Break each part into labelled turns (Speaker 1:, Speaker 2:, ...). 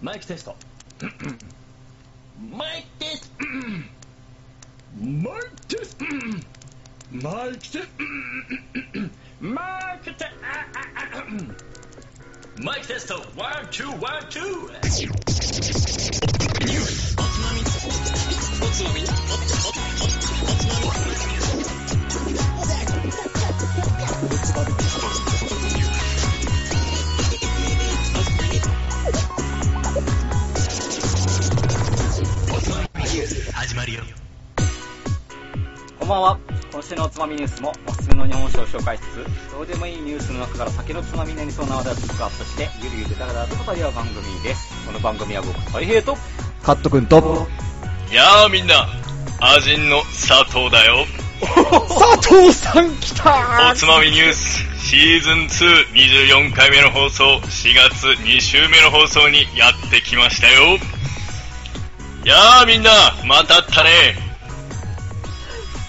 Speaker 1: マイクテストマイクテストマイクテストマイクテストマイクテストマイクテストワンツーワンツー
Speaker 2: 始まるよ
Speaker 3: こんばんは。今週のおつまみニュースもおすすめの日本酒を紹介しつつ、どうでもいいニュースの中から酒のつまみになりそうな話題をピックアップして、ゆるゆるだらだらと語り合う番組です。この番組は僕、たい平 と、
Speaker 4: カット君と、
Speaker 2: やあみんなアジンの佐藤だよ
Speaker 4: 佐藤さん来た
Speaker 2: おつまみニュースシーズン224回目の放送4月2週目の放送にやってきましたよやあみんなまた会ったね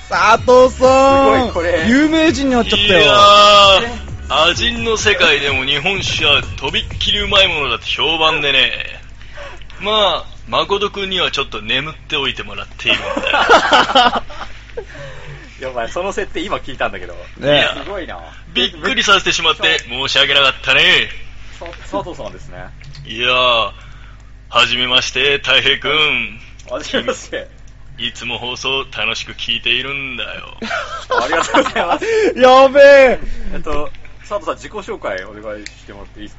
Speaker 4: 佐藤さん
Speaker 3: すごいこれ
Speaker 4: 有名人になっちゃっ
Speaker 2: い
Speaker 4: た
Speaker 2: や
Speaker 4: よ。
Speaker 2: ーアジンの世界でも日本酒はとびっきりうまいものだって評判でねまあ誠君にはちょっと眠っておいてもらっているんだよ
Speaker 3: やばい、その設定今聞いたんだけど。す
Speaker 4: ね
Speaker 2: いや
Speaker 3: ごいな。
Speaker 2: びっくりさせてしまって申し訳なかったね
Speaker 3: さ佐藤さんですね。
Speaker 2: いやーはじめましてたい平くん
Speaker 3: はじめまして。
Speaker 2: いつも放送楽しく聞いているんだよ
Speaker 3: ありがとうございます。
Speaker 4: やべえ
Speaker 3: えっと、佐藤さん自己紹介お願いしてもらっていいです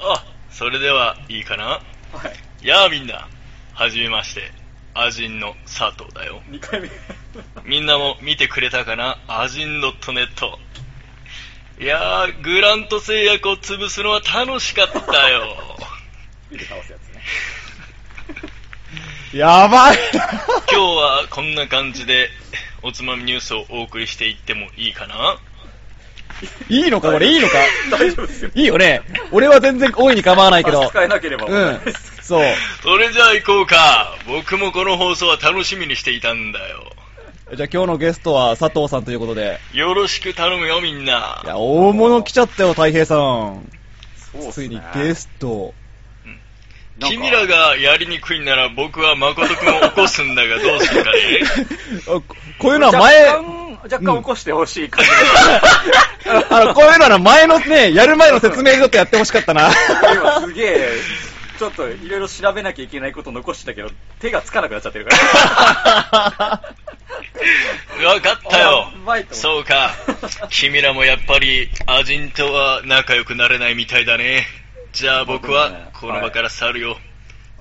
Speaker 2: あそれではいいかな
Speaker 3: かはい。
Speaker 2: やあみんなはじめましてアジンの佐藤だよ
Speaker 3: 2回 目。
Speaker 2: みんなも見てくれたかなアジン .net いやーグラント製薬を潰すのは楽しかったよ
Speaker 3: 見て倒すやつね。
Speaker 4: やばい
Speaker 2: 今日はこんな感じでおつまみニュースをお送りしていってもいいかない
Speaker 4: いのかこれいいのか
Speaker 3: 大丈夫ですよ。
Speaker 4: いいよね俺は全然大いに構わないけ
Speaker 3: 差
Speaker 4: ど
Speaker 3: し。支えなければ問
Speaker 4: う
Speaker 3: 題
Speaker 4: ん
Speaker 3: ないです。。
Speaker 4: そう。
Speaker 2: それじゃあ行こうか僕もこの放送は楽しみにしていたんだよ
Speaker 4: じゃあ今日のゲストは佐藤さんということで。
Speaker 2: よろしく頼むよみん
Speaker 4: い
Speaker 2: な
Speaker 4: や、大物来ちゃったよ、たい平さん。
Speaker 3: そうっす
Speaker 4: つ
Speaker 3: ね
Speaker 4: いにゲスト。
Speaker 3: なんか
Speaker 2: 君らがやりにくいなら僕は誠君を起こすんだがどうするかね
Speaker 4: あここういうのは前、
Speaker 3: 若干、若干起こしてほしい感じ
Speaker 4: あの、こういうのは前のね、やる前の説明でちょっとやってほしかったな。
Speaker 3: が、今すげえ、 ちょっといろいろ調べなきゃいけないこと残してたけど、手がつかなくなっちゃってる から。
Speaker 2: 分かったよ
Speaker 3: あうまいと思
Speaker 2: そうか 君らもやっぱりアジンとは仲良くなれないみたいだねじゃあ僕はこの場から去るよ、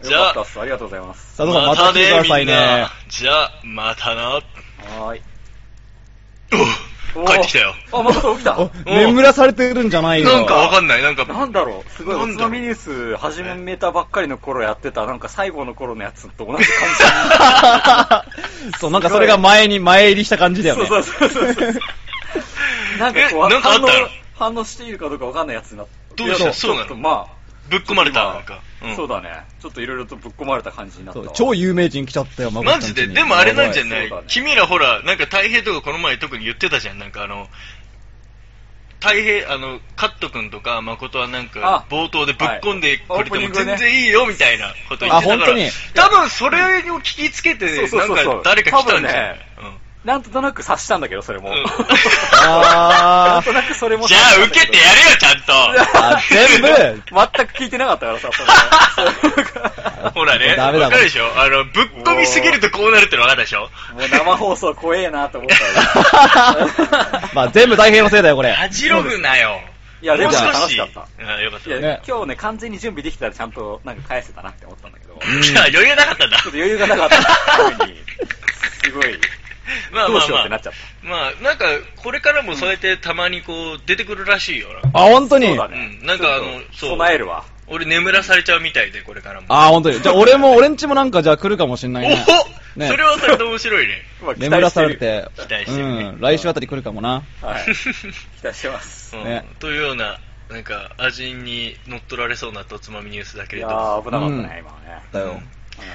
Speaker 2: じ
Speaker 3: よ
Speaker 2: ゃ
Speaker 3: かった
Speaker 2: あ
Speaker 3: っす、ありがとうございます。
Speaker 4: 佐藤さん、また来てください
Speaker 2: みん
Speaker 4: ね
Speaker 2: な。じゃあまたな
Speaker 3: はーい。
Speaker 2: お帰ってきたよ
Speaker 3: お。あ、また起きた。
Speaker 4: お眠らされてるんじゃないの
Speaker 2: なんかわかんないなんか
Speaker 3: なんだろう、すごい、
Speaker 2: な
Speaker 3: お
Speaker 2: ん
Speaker 3: つ
Speaker 2: だろう
Speaker 3: まみニュース始めたばっかりの頃やってた、なんか最後の頃のやつと同じ感
Speaker 4: そう、なんかそれが前に前入りした感じだよ
Speaker 3: じ。
Speaker 4: ね。
Speaker 3: そうそうそうそう。なんかこ
Speaker 2: え
Speaker 3: う、
Speaker 2: なんかあっ
Speaker 3: 反
Speaker 2: たの
Speaker 3: 応、反応しているかどうかわかんないやつになって。
Speaker 2: どうした
Speaker 3: いや
Speaker 2: そうなの
Speaker 3: ちょっとまあ、
Speaker 2: ぶっ込まれたなんか、
Speaker 3: 今そうだね。ちょっといろいろとぶっ込まれた感じになった
Speaker 4: そう
Speaker 3: わ。
Speaker 4: 超有名人来ちゃったよ、
Speaker 2: マジで、でもあれなんじゃない、
Speaker 3: そうだね
Speaker 2: 君らほら、なんか太平とかこの前特に言ってたじゃん、なんかあの、太平、あの、カット君とか誠はなんか
Speaker 3: あ
Speaker 2: 冒頭でぶっ込んでくれて
Speaker 3: はいオープニン
Speaker 2: も
Speaker 3: グね
Speaker 2: 全然いいよみたいなこと言ってた
Speaker 4: あ本
Speaker 2: か
Speaker 4: 当
Speaker 2: ら
Speaker 4: に、
Speaker 2: 多分それを聞きつけて、
Speaker 3: そうそう
Speaker 2: なん
Speaker 3: そうそう
Speaker 2: か誰か来たんじゃない、
Speaker 3: なんとなく察したんだけど、それも。
Speaker 2: うん
Speaker 3: なん
Speaker 4: あ
Speaker 3: となくそれ
Speaker 2: うん
Speaker 3: も
Speaker 2: じ
Speaker 3: 察したんだ
Speaker 2: ゃあ受
Speaker 3: けど。
Speaker 2: けてやれよ、ちゃんと
Speaker 4: あ、全部、
Speaker 3: 全く聞いてなかったからさ、そ
Speaker 2: ほらね、
Speaker 4: ダメだ
Speaker 2: わかるでしょあの、ぶっ込みすぎるとこうなるっての分かるでしょ
Speaker 3: れもう生放送怖えなと思ったわ
Speaker 4: まあ全部大変のせいだよ、これ。
Speaker 2: 恥じろぐなよ。
Speaker 3: いや、でも
Speaker 2: もう
Speaker 3: ね
Speaker 2: 少
Speaker 3: 楽し
Speaker 2: し。
Speaker 3: かった。
Speaker 2: うんよかった。
Speaker 3: いや、
Speaker 4: ね
Speaker 3: 今日ね、完全に準備できてたらちゃんとなんか返せたなって思ったんだけど、ちょっ
Speaker 2: いや、余裕なかったんだ。
Speaker 3: と余裕がなか ったために、すごい、
Speaker 2: まあ
Speaker 3: ど
Speaker 2: ま
Speaker 3: う
Speaker 2: あ
Speaker 3: しよう
Speaker 2: ま
Speaker 3: ってなっ
Speaker 2: あ
Speaker 3: ちゃっ。
Speaker 2: まあ、なんか、これからもそうやってたまにこう、出てくるらしいよな。
Speaker 4: あ、本当
Speaker 3: た。
Speaker 4: に。
Speaker 3: そうだ
Speaker 4: あ、
Speaker 3: ね。
Speaker 2: うんなんかあの
Speaker 3: ちょっと
Speaker 2: そう
Speaker 3: 備えるわ。
Speaker 2: 俺眠らされちゃうみたいで、これからも。
Speaker 4: 本当に。じゃあ俺も、俺んちもなんかじゃあ来るかもしんな
Speaker 2: お
Speaker 4: い
Speaker 2: ほ
Speaker 4: ね。ね
Speaker 2: それはそれで面白いね。
Speaker 3: まあ期待してる
Speaker 4: 眠らされ。て
Speaker 2: 期待し、
Speaker 4: う
Speaker 2: てるね
Speaker 4: ん、来週あたり来るかもな。
Speaker 3: はい。期待して ます。
Speaker 2: うん
Speaker 4: ね
Speaker 2: というような、なんか、味に乗っ取られそうなおつまみニュースだけ
Speaker 3: い
Speaker 2: れ
Speaker 3: やー、
Speaker 2: ども。
Speaker 3: 危なかったね、今はね。
Speaker 4: だよ。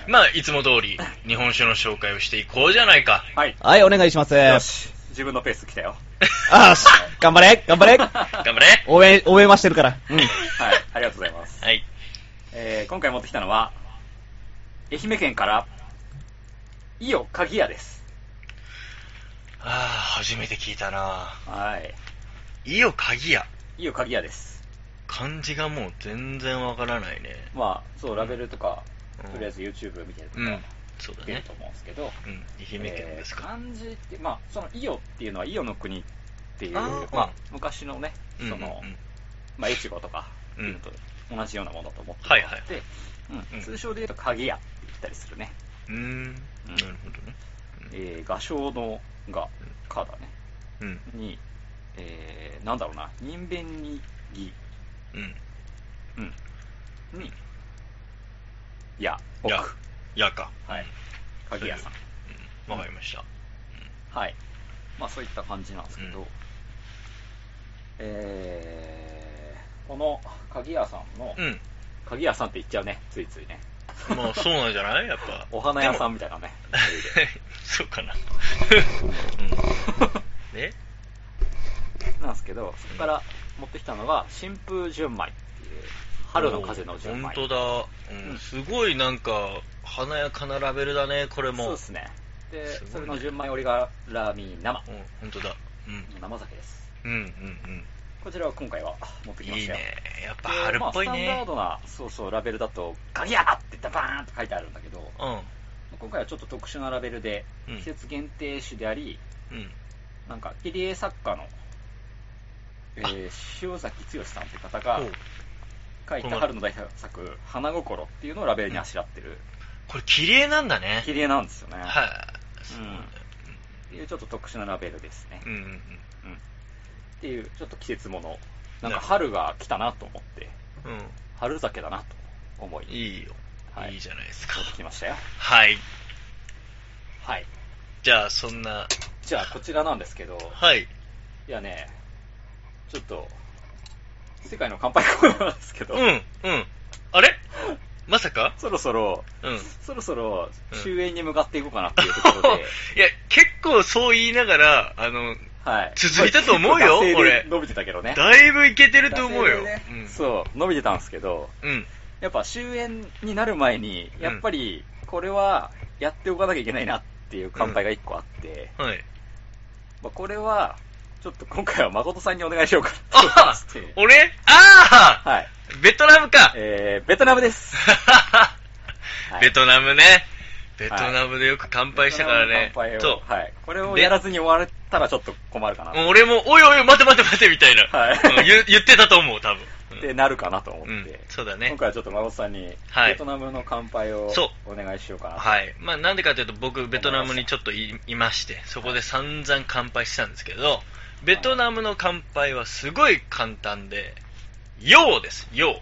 Speaker 2: まあ、いつも通り、日本酒の紹介をしていこうじゃないか。
Speaker 3: はい。
Speaker 4: はい、お願いします。
Speaker 3: よ
Speaker 4: あ
Speaker 3: し。自分のペース来たよ。
Speaker 4: ーし、頑張れ、頑張れ。
Speaker 2: 頑張れ。
Speaker 4: 応援、応援はしてるから。うん。
Speaker 3: はい。ありがとうございます。
Speaker 2: はい。
Speaker 3: えー今回持ってきたのは、愛媛県から、伊予鍵屋です。
Speaker 2: ああ、初めて聞いたな
Speaker 3: はい。
Speaker 2: 伊予鍵屋。
Speaker 3: 伊予鍵屋です。
Speaker 2: 漢字がもう全然わからないね。
Speaker 3: まあ、そう、ラベルとか、
Speaker 2: うん
Speaker 3: とりあえず YouTube 見てると
Speaker 2: うん
Speaker 3: か、。
Speaker 2: そうだ
Speaker 3: 出る
Speaker 2: ね。
Speaker 3: と思うんですけど、
Speaker 2: うん。愛媛県です
Speaker 3: えー
Speaker 2: か。
Speaker 3: 漢字って、まあ、その伊予っていうのは伊予の国っていう、
Speaker 2: あー
Speaker 3: まあ
Speaker 2: うん、
Speaker 3: 昔のね、そ
Speaker 2: うん
Speaker 3: の、
Speaker 2: うんうん
Speaker 3: まあ、越後とか、
Speaker 2: うん
Speaker 3: いうのと同じようなものだと思って
Speaker 2: はい
Speaker 3: も
Speaker 2: はい
Speaker 3: らって、うん
Speaker 2: うん
Speaker 3: 通称で言うと鍵屋って言ったりするね。
Speaker 2: うーん。な
Speaker 3: う
Speaker 2: る
Speaker 3: ん
Speaker 2: ほどね。
Speaker 3: えー、画商のが、かだね。
Speaker 2: うん。
Speaker 3: に、えー、なんだろうな、人弁にぎ、
Speaker 2: うん。
Speaker 3: うん。に、や、
Speaker 2: い
Speaker 3: 僕。
Speaker 2: や、やか。
Speaker 3: はい。鍵屋さん。
Speaker 2: うん。わかりました。
Speaker 3: はい。まあそういった感じなんですけど、
Speaker 2: うん
Speaker 3: えー、この鍵屋さんの、
Speaker 2: うん。
Speaker 3: 鍵屋さんって言っちゃうね、ついついね。
Speaker 2: まあ、そうなんじゃないやっぱ。
Speaker 3: お花屋さんみたいなね。
Speaker 2: そう かな。うん。ね
Speaker 3: なんですけど、そこから持ってきたのが、新風純米っていう、春の風の純米。
Speaker 2: 本当だ。
Speaker 3: う
Speaker 2: うんん。すごいなんか、華やかなラベルだね、これ
Speaker 3: そう
Speaker 2: も
Speaker 3: で。すね。で、
Speaker 2: すごいね
Speaker 3: それの純米オリガラミ生。
Speaker 2: うん、本当だ。うん。
Speaker 3: 生酒です。
Speaker 2: うん、うん、
Speaker 3: こちらは今回は持って
Speaker 2: うん。
Speaker 3: きま
Speaker 2: い
Speaker 3: し
Speaker 2: い
Speaker 3: たよ。
Speaker 2: ね。やっ
Speaker 3: で
Speaker 2: ぱ春っぽい
Speaker 3: まあ、スタンダ
Speaker 2: ね
Speaker 3: ー。ドな、そうそう、ラベルだと、ガギャーってダバーンって書いてあるんだけど、
Speaker 2: うん。
Speaker 3: 今回はちょっと特殊なラベルで、
Speaker 2: うん
Speaker 3: 季節限定種であり、
Speaker 2: うん。
Speaker 3: なんか、切り絵作家の、え
Speaker 2: あ
Speaker 3: ー塩崎剛さんという方が
Speaker 2: おう
Speaker 3: 書い
Speaker 2: この
Speaker 3: た春の代表作、花心っていうのをラベルにあしらってる、
Speaker 2: これ、綺麗なんだね。
Speaker 3: 切り絵なんですよね。
Speaker 2: はい。
Speaker 3: うんっていうちょっと特殊なラベルですね。
Speaker 2: うん、う
Speaker 3: っ
Speaker 2: ん、
Speaker 3: ていう、ちょっと季節もの。なん
Speaker 2: なる
Speaker 3: か
Speaker 2: ほど
Speaker 3: 春が来たなと思って、
Speaker 2: うん。
Speaker 3: 春酒だなと思
Speaker 2: うん。
Speaker 3: い、
Speaker 2: いいよ。
Speaker 3: はい
Speaker 2: いいじゃないですか
Speaker 3: 持。ってきましたよ。
Speaker 2: はい。
Speaker 3: はい。
Speaker 2: じゃあ、そんな、
Speaker 3: じゃあ、こちらなんですけど、
Speaker 2: はい。
Speaker 3: いやね、ちょっと、世界の乾杯コーナーなんですけど、
Speaker 2: うん、うん。あれまさか
Speaker 3: そろそろ、
Speaker 2: うん。
Speaker 3: そろそろ
Speaker 2: うん
Speaker 3: 終焉に向かっていこうかなっていうところで、
Speaker 2: いや、結構そう言いながら、あの、
Speaker 3: はい。
Speaker 2: 続いたと思うよ
Speaker 3: まあ結構惰性で
Speaker 2: 俺
Speaker 3: 伸びてたけどね。
Speaker 2: だいぶいけてると思うよ。
Speaker 3: 惰性でね
Speaker 2: うん。
Speaker 3: そう、伸びてたんですけど、
Speaker 2: うん。
Speaker 3: やっぱ終焉になる前に、
Speaker 2: うん
Speaker 3: やっぱりこれはやっておかなきゃいけないなっていう乾杯が一個あって、
Speaker 2: はい。
Speaker 3: まあ、これは、ちょっと今回は誠さんにお願いしようかなと思いま
Speaker 2: あ
Speaker 3: して
Speaker 2: 俺ああ
Speaker 3: はい。
Speaker 2: ベトナムか
Speaker 3: えー、ベトナムです。はい
Speaker 2: ベトナムね。ベトナムでよく乾杯したからね。
Speaker 3: 乾杯を
Speaker 2: そ
Speaker 3: はい。これをやらずに終われたらちょっと困るかな
Speaker 2: う。俺も、おいおい、待て待て待てみたいな。
Speaker 3: はい
Speaker 2: うん言言ってたと思う、多分。うん
Speaker 3: ってなるかなと思って、
Speaker 2: うんそうだ
Speaker 3: 今
Speaker 2: ね。
Speaker 3: 回はちょっと孫さんに、
Speaker 2: はい
Speaker 3: ベトナムの乾杯を
Speaker 2: そ
Speaker 3: お願いしようかなと。
Speaker 2: はい。まあ、なんでかというと、僕、ベトナムにちょっといいまして、そこで散々乾杯したんですけど、ベトナムの乾杯はすごい簡単で、ようです、よ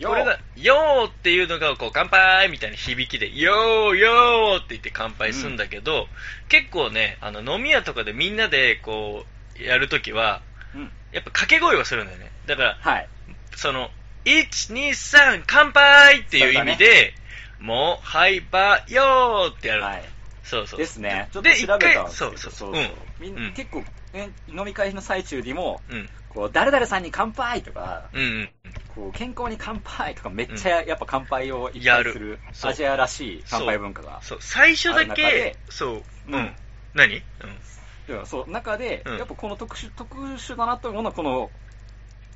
Speaker 2: う。
Speaker 3: よ
Speaker 2: これが、よーっていうのが、こう、乾杯みたいな響きで、よーよーって言って乾杯するんだけど、結構ね、あの、飲み屋とかでみんなで、こう、やるときは、
Speaker 3: うん。
Speaker 2: やっぱ掛け声をするんだよね。だから、
Speaker 3: はい。
Speaker 2: その、1、2、3、乾杯っていう意味で、もう、はい、ば、よーってやる。
Speaker 3: はい。
Speaker 2: そうそう。
Speaker 3: ですね。ちょっと
Speaker 2: で
Speaker 3: 調べたんですけど
Speaker 2: 一回そうそうそう
Speaker 3: みん
Speaker 2: うん
Speaker 3: 結構、ね、飲み会の最中にも、
Speaker 2: うん。
Speaker 3: こう、誰々さんに乾杯とか、
Speaker 2: うんうん。
Speaker 3: こう、健康に乾杯とか、めっちゃやっぱ乾杯をいっぱ
Speaker 2: や
Speaker 3: い
Speaker 2: る
Speaker 3: する、
Speaker 2: そう
Speaker 3: アジアらしい乾杯文化が。
Speaker 2: そう、最初だ
Speaker 3: ある中
Speaker 2: け
Speaker 3: で、
Speaker 2: そう、うん。
Speaker 3: うん
Speaker 2: 何うん。
Speaker 3: でもそう、中で、
Speaker 2: うん
Speaker 3: やっぱこの特殊、特殊だなと思うのは、この、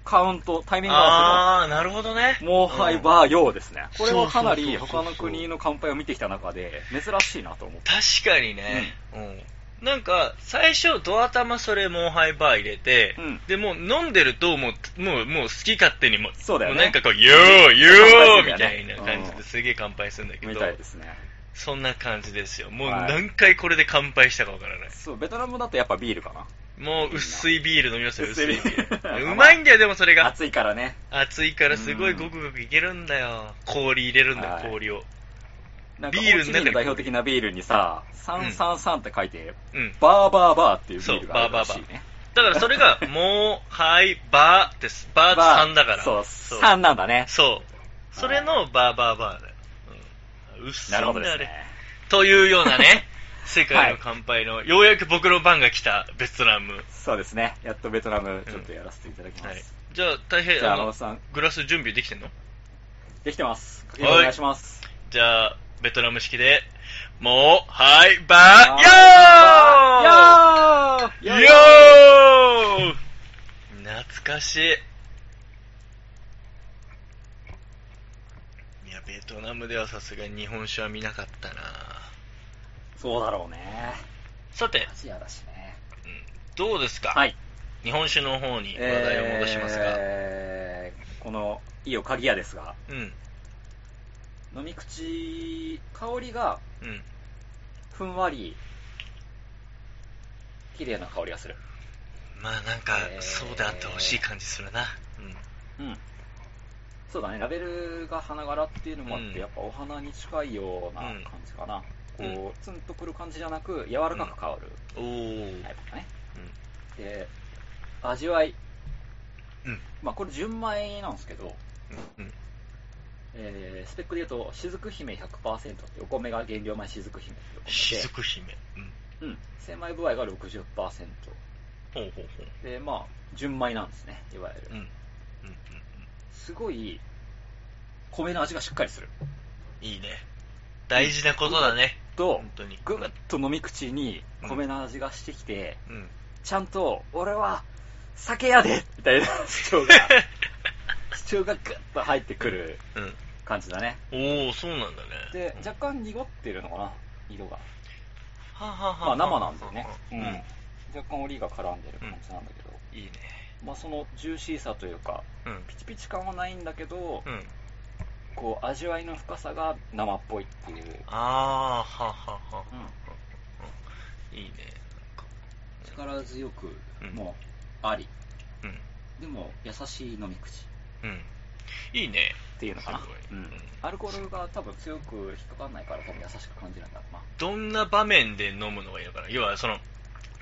Speaker 3: カウント、タイミング合わ
Speaker 2: あー、なるほどね。
Speaker 3: せの、もうハイ
Speaker 2: うん
Speaker 3: バー用ですね。これはかな
Speaker 2: そう
Speaker 3: り
Speaker 2: そうそうそう
Speaker 3: 他の国の乾杯を見てきた中で、珍しいなと思って。
Speaker 2: 確かにね、うんなんか最初ドア玉それモンハイバー入れて、
Speaker 3: うん
Speaker 2: でもう飲んでるともうもうもう好き勝手にも
Speaker 3: そうだよね
Speaker 2: もなんかこう「よーよー」み
Speaker 3: 乾杯す
Speaker 2: た
Speaker 3: る
Speaker 2: い
Speaker 3: んだ
Speaker 2: な
Speaker 3: よね
Speaker 2: 感じ
Speaker 3: う
Speaker 2: で
Speaker 3: ん
Speaker 2: すげえ乾杯するんだけ
Speaker 3: み
Speaker 2: ど、
Speaker 3: たいですね。
Speaker 2: そんな感じですよもう
Speaker 3: はい
Speaker 2: 何回これで乾杯したかわからない
Speaker 3: そう、ベトナムだとやっぱビールかな。
Speaker 2: もう薄いビール飲みますよ薄
Speaker 3: 薄
Speaker 2: い
Speaker 3: い
Speaker 2: ビ
Speaker 3: ビ
Speaker 2: ー
Speaker 3: ー
Speaker 2: ル
Speaker 3: ル
Speaker 2: うまいんだよでもそれが
Speaker 3: 暑いからね。
Speaker 2: 熱いからすごい
Speaker 3: うん
Speaker 2: ごくごくいけるんだよ氷入れるんだよ、
Speaker 3: はい
Speaker 2: 氷を
Speaker 3: なんか
Speaker 2: ビール
Speaker 3: ホーチ
Speaker 2: の中に
Speaker 3: ミンの代表的なビールにさ、333って書いて、
Speaker 2: うん
Speaker 3: バーバーバーっていうビールがあるらしいね。
Speaker 2: だからそれが「もうはいバー」ですバーって3だから
Speaker 3: そう、3なんだね。
Speaker 2: そう。それのバーバーバーだよ。うん。うっす
Speaker 3: なるほど
Speaker 2: ん
Speaker 3: で
Speaker 2: だ
Speaker 3: す
Speaker 2: ね
Speaker 3: ね。
Speaker 2: というようなね、 世界の乾杯の、ようやく僕の番が来たベトナム。
Speaker 3: そうですね。やっとベトナム、ちょっとやらせていただきま
Speaker 2: はい
Speaker 3: す。。
Speaker 2: じゃあ、大変、
Speaker 3: じゃあ、
Speaker 2: あ
Speaker 3: あの
Speaker 2: の、
Speaker 3: さん、
Speaker 2: グラス準備できてんの
Speaker 3: できてます。かけるお願いします。
Speaker 2: じゃあ、ベトナム式で、もう、はい、ば
Speaker 3: あー
Speaker 2: ー、
Speaker 3: や
Speaker 2: よ
Speaker 3: ー
Speaker 2: ーよー懐かしい。いや、ベトナムではさすがに日本酒は見なかったな
Speaker 3: そうだろうね。
Speaker 2: さて、
Speaker 3: アジアだしね。
Speaker 2: どうですか、
Speaker 3: はい。
Speaker 2: 日本酒の方に話題を戻しますが。
Speaker 3: えーこの、いいよ、鍵屋ですが、
Speaker 2: うん、
Speaker 3: 飲み口、香りが
Speaker 2: うん。
Speaker 3: ふんわり、綺麗な香りがする。
Speaker 2: まあなんか
Speaker 3: え、ー
Speaker 2: そうであってほしい感じするな。うん。
Speaker 3: うん。そうだね、ラベルが花柄っていうのもあって、
Speaker 2: うん
Speaker 3: やっぱお花に近いような感じかな。
Speaker 2: うん
Speaker 3: こう、ツンとくる感じじゃなく、柔らかく香る
Speaker 2: おー
Speaker 3: タイプだね。で、味わい。
Speaker 2: うん
Speaker 3: まあ、これ純米なんですけど、
Speaker 2: うん。うん。
Speaker 3: えースペックで言うと、雫姫100%って、お米が原料米雫姫っていうお米
Speaker 2: 雫姫。うん。
Speaker 3: で、うん、精米部合が60%。
Speaker 2: ほうほうほう。
Speaker 3: で、まあ、純米なんですね、いわゆる。
Speaker 2: うん。うん。うん
Speaker 3: すごい、米の味がしっかりする。
Speaker 2: うん。いいね。大事なことだね。
Speaker 3: と
Speaker 2: 本、当に。
Speaker 3: ぐっと飲み口に米の味がしてきて、
Speaker 2: うん。
Speaker 3: ちゃんと、俺は、酒屋でみ たいな主張が、主張がぐっと入ってくる
Speaker 2: うん。
Speaker 3: 感じだね。
Speaker 2: おー、そうなんだね。
Speaker 3: で、
Speaker 2: うん
Speaker 3: 若干濁ってるのかな、色が。
Speaker 2: はあはあはあ
Speaker 3: まあ生なんだよね。
Speaker 2: うん。
Speaker 3: 若干オリが絡んでる感じなんだけど、
Speaker 2: いいね。
Speaker 3: まあそのジューシーさというか、
Speaker 2: うん。
Speaker 3: ピチピチ感はないんだけど、
Speaker 2: うん。
Speaker 3: こう味わいの深さが生っぽいっていう。
Speaker 2: あー、はあはあは
Speaker 3: う
Speaker 2: あ。
Speaker 3: ん
Speaker 2: いいね。
Speaker 3: 力強く
Speaker 2: うん、
Speaker 3: もう、あり。
Speaker 2: うん。
Speaker 3: でも、優しい飲み口。
Speaker 2: うん。いいね。
Speaker 3: っていうのかな
Speaker 2: すごい、
Speaker 3: うん
Speaker 2: うん
Speaker 3: アルコールが多分強く引っかかんないから多分優しく感じるんだろうな
Speaker 2: どんな場面で飲むのがいいのかな要はその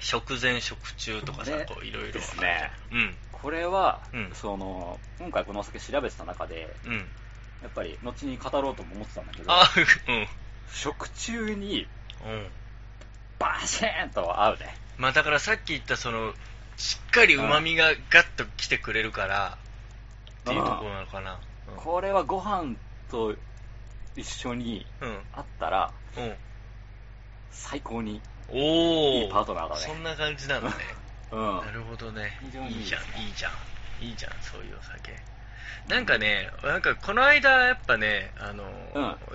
Speaker 2: 食前食中とかさ
Speaker 3: ね
Speaker 2: こういろいろ
Speaker 3: ですね
Speaker 2: うん
Speaker 3: これは、
Speaker 2: うん
Speaker 3: その今回このお酒調べてた中で
Speaker 2: うん
Speaker 3: やっぱり後に語ろうとも思ってたんだけど
Speaker 2: あうん
Speaker 3: 食中に
Speaker 2: うん
Speaker 3: バシーンと合うね
Speaker 2: まあだからさっき言ったそのしっかりうまみがガッときてくれるからっていうところなのかな
Speaker 3: これはご飯と一緒に
Speaker 2: うん
Speaker 3: あったら
Speaker 2: うん
Speaker 3: 最高に
Speaker 2: おお
Speaker 3: いいパートナーだね
Speaker 2: そんな感じなのね
Speaker 3: うん
Speaker 2: なるほどね
Speaker 3: 非常にいい
Speaker 2: いいじゃん
Speaker 3: ですね
Speaker 2: いいじゃんいいじゃんそういうお酒なんかね、なんかこの間やっぱね、あの、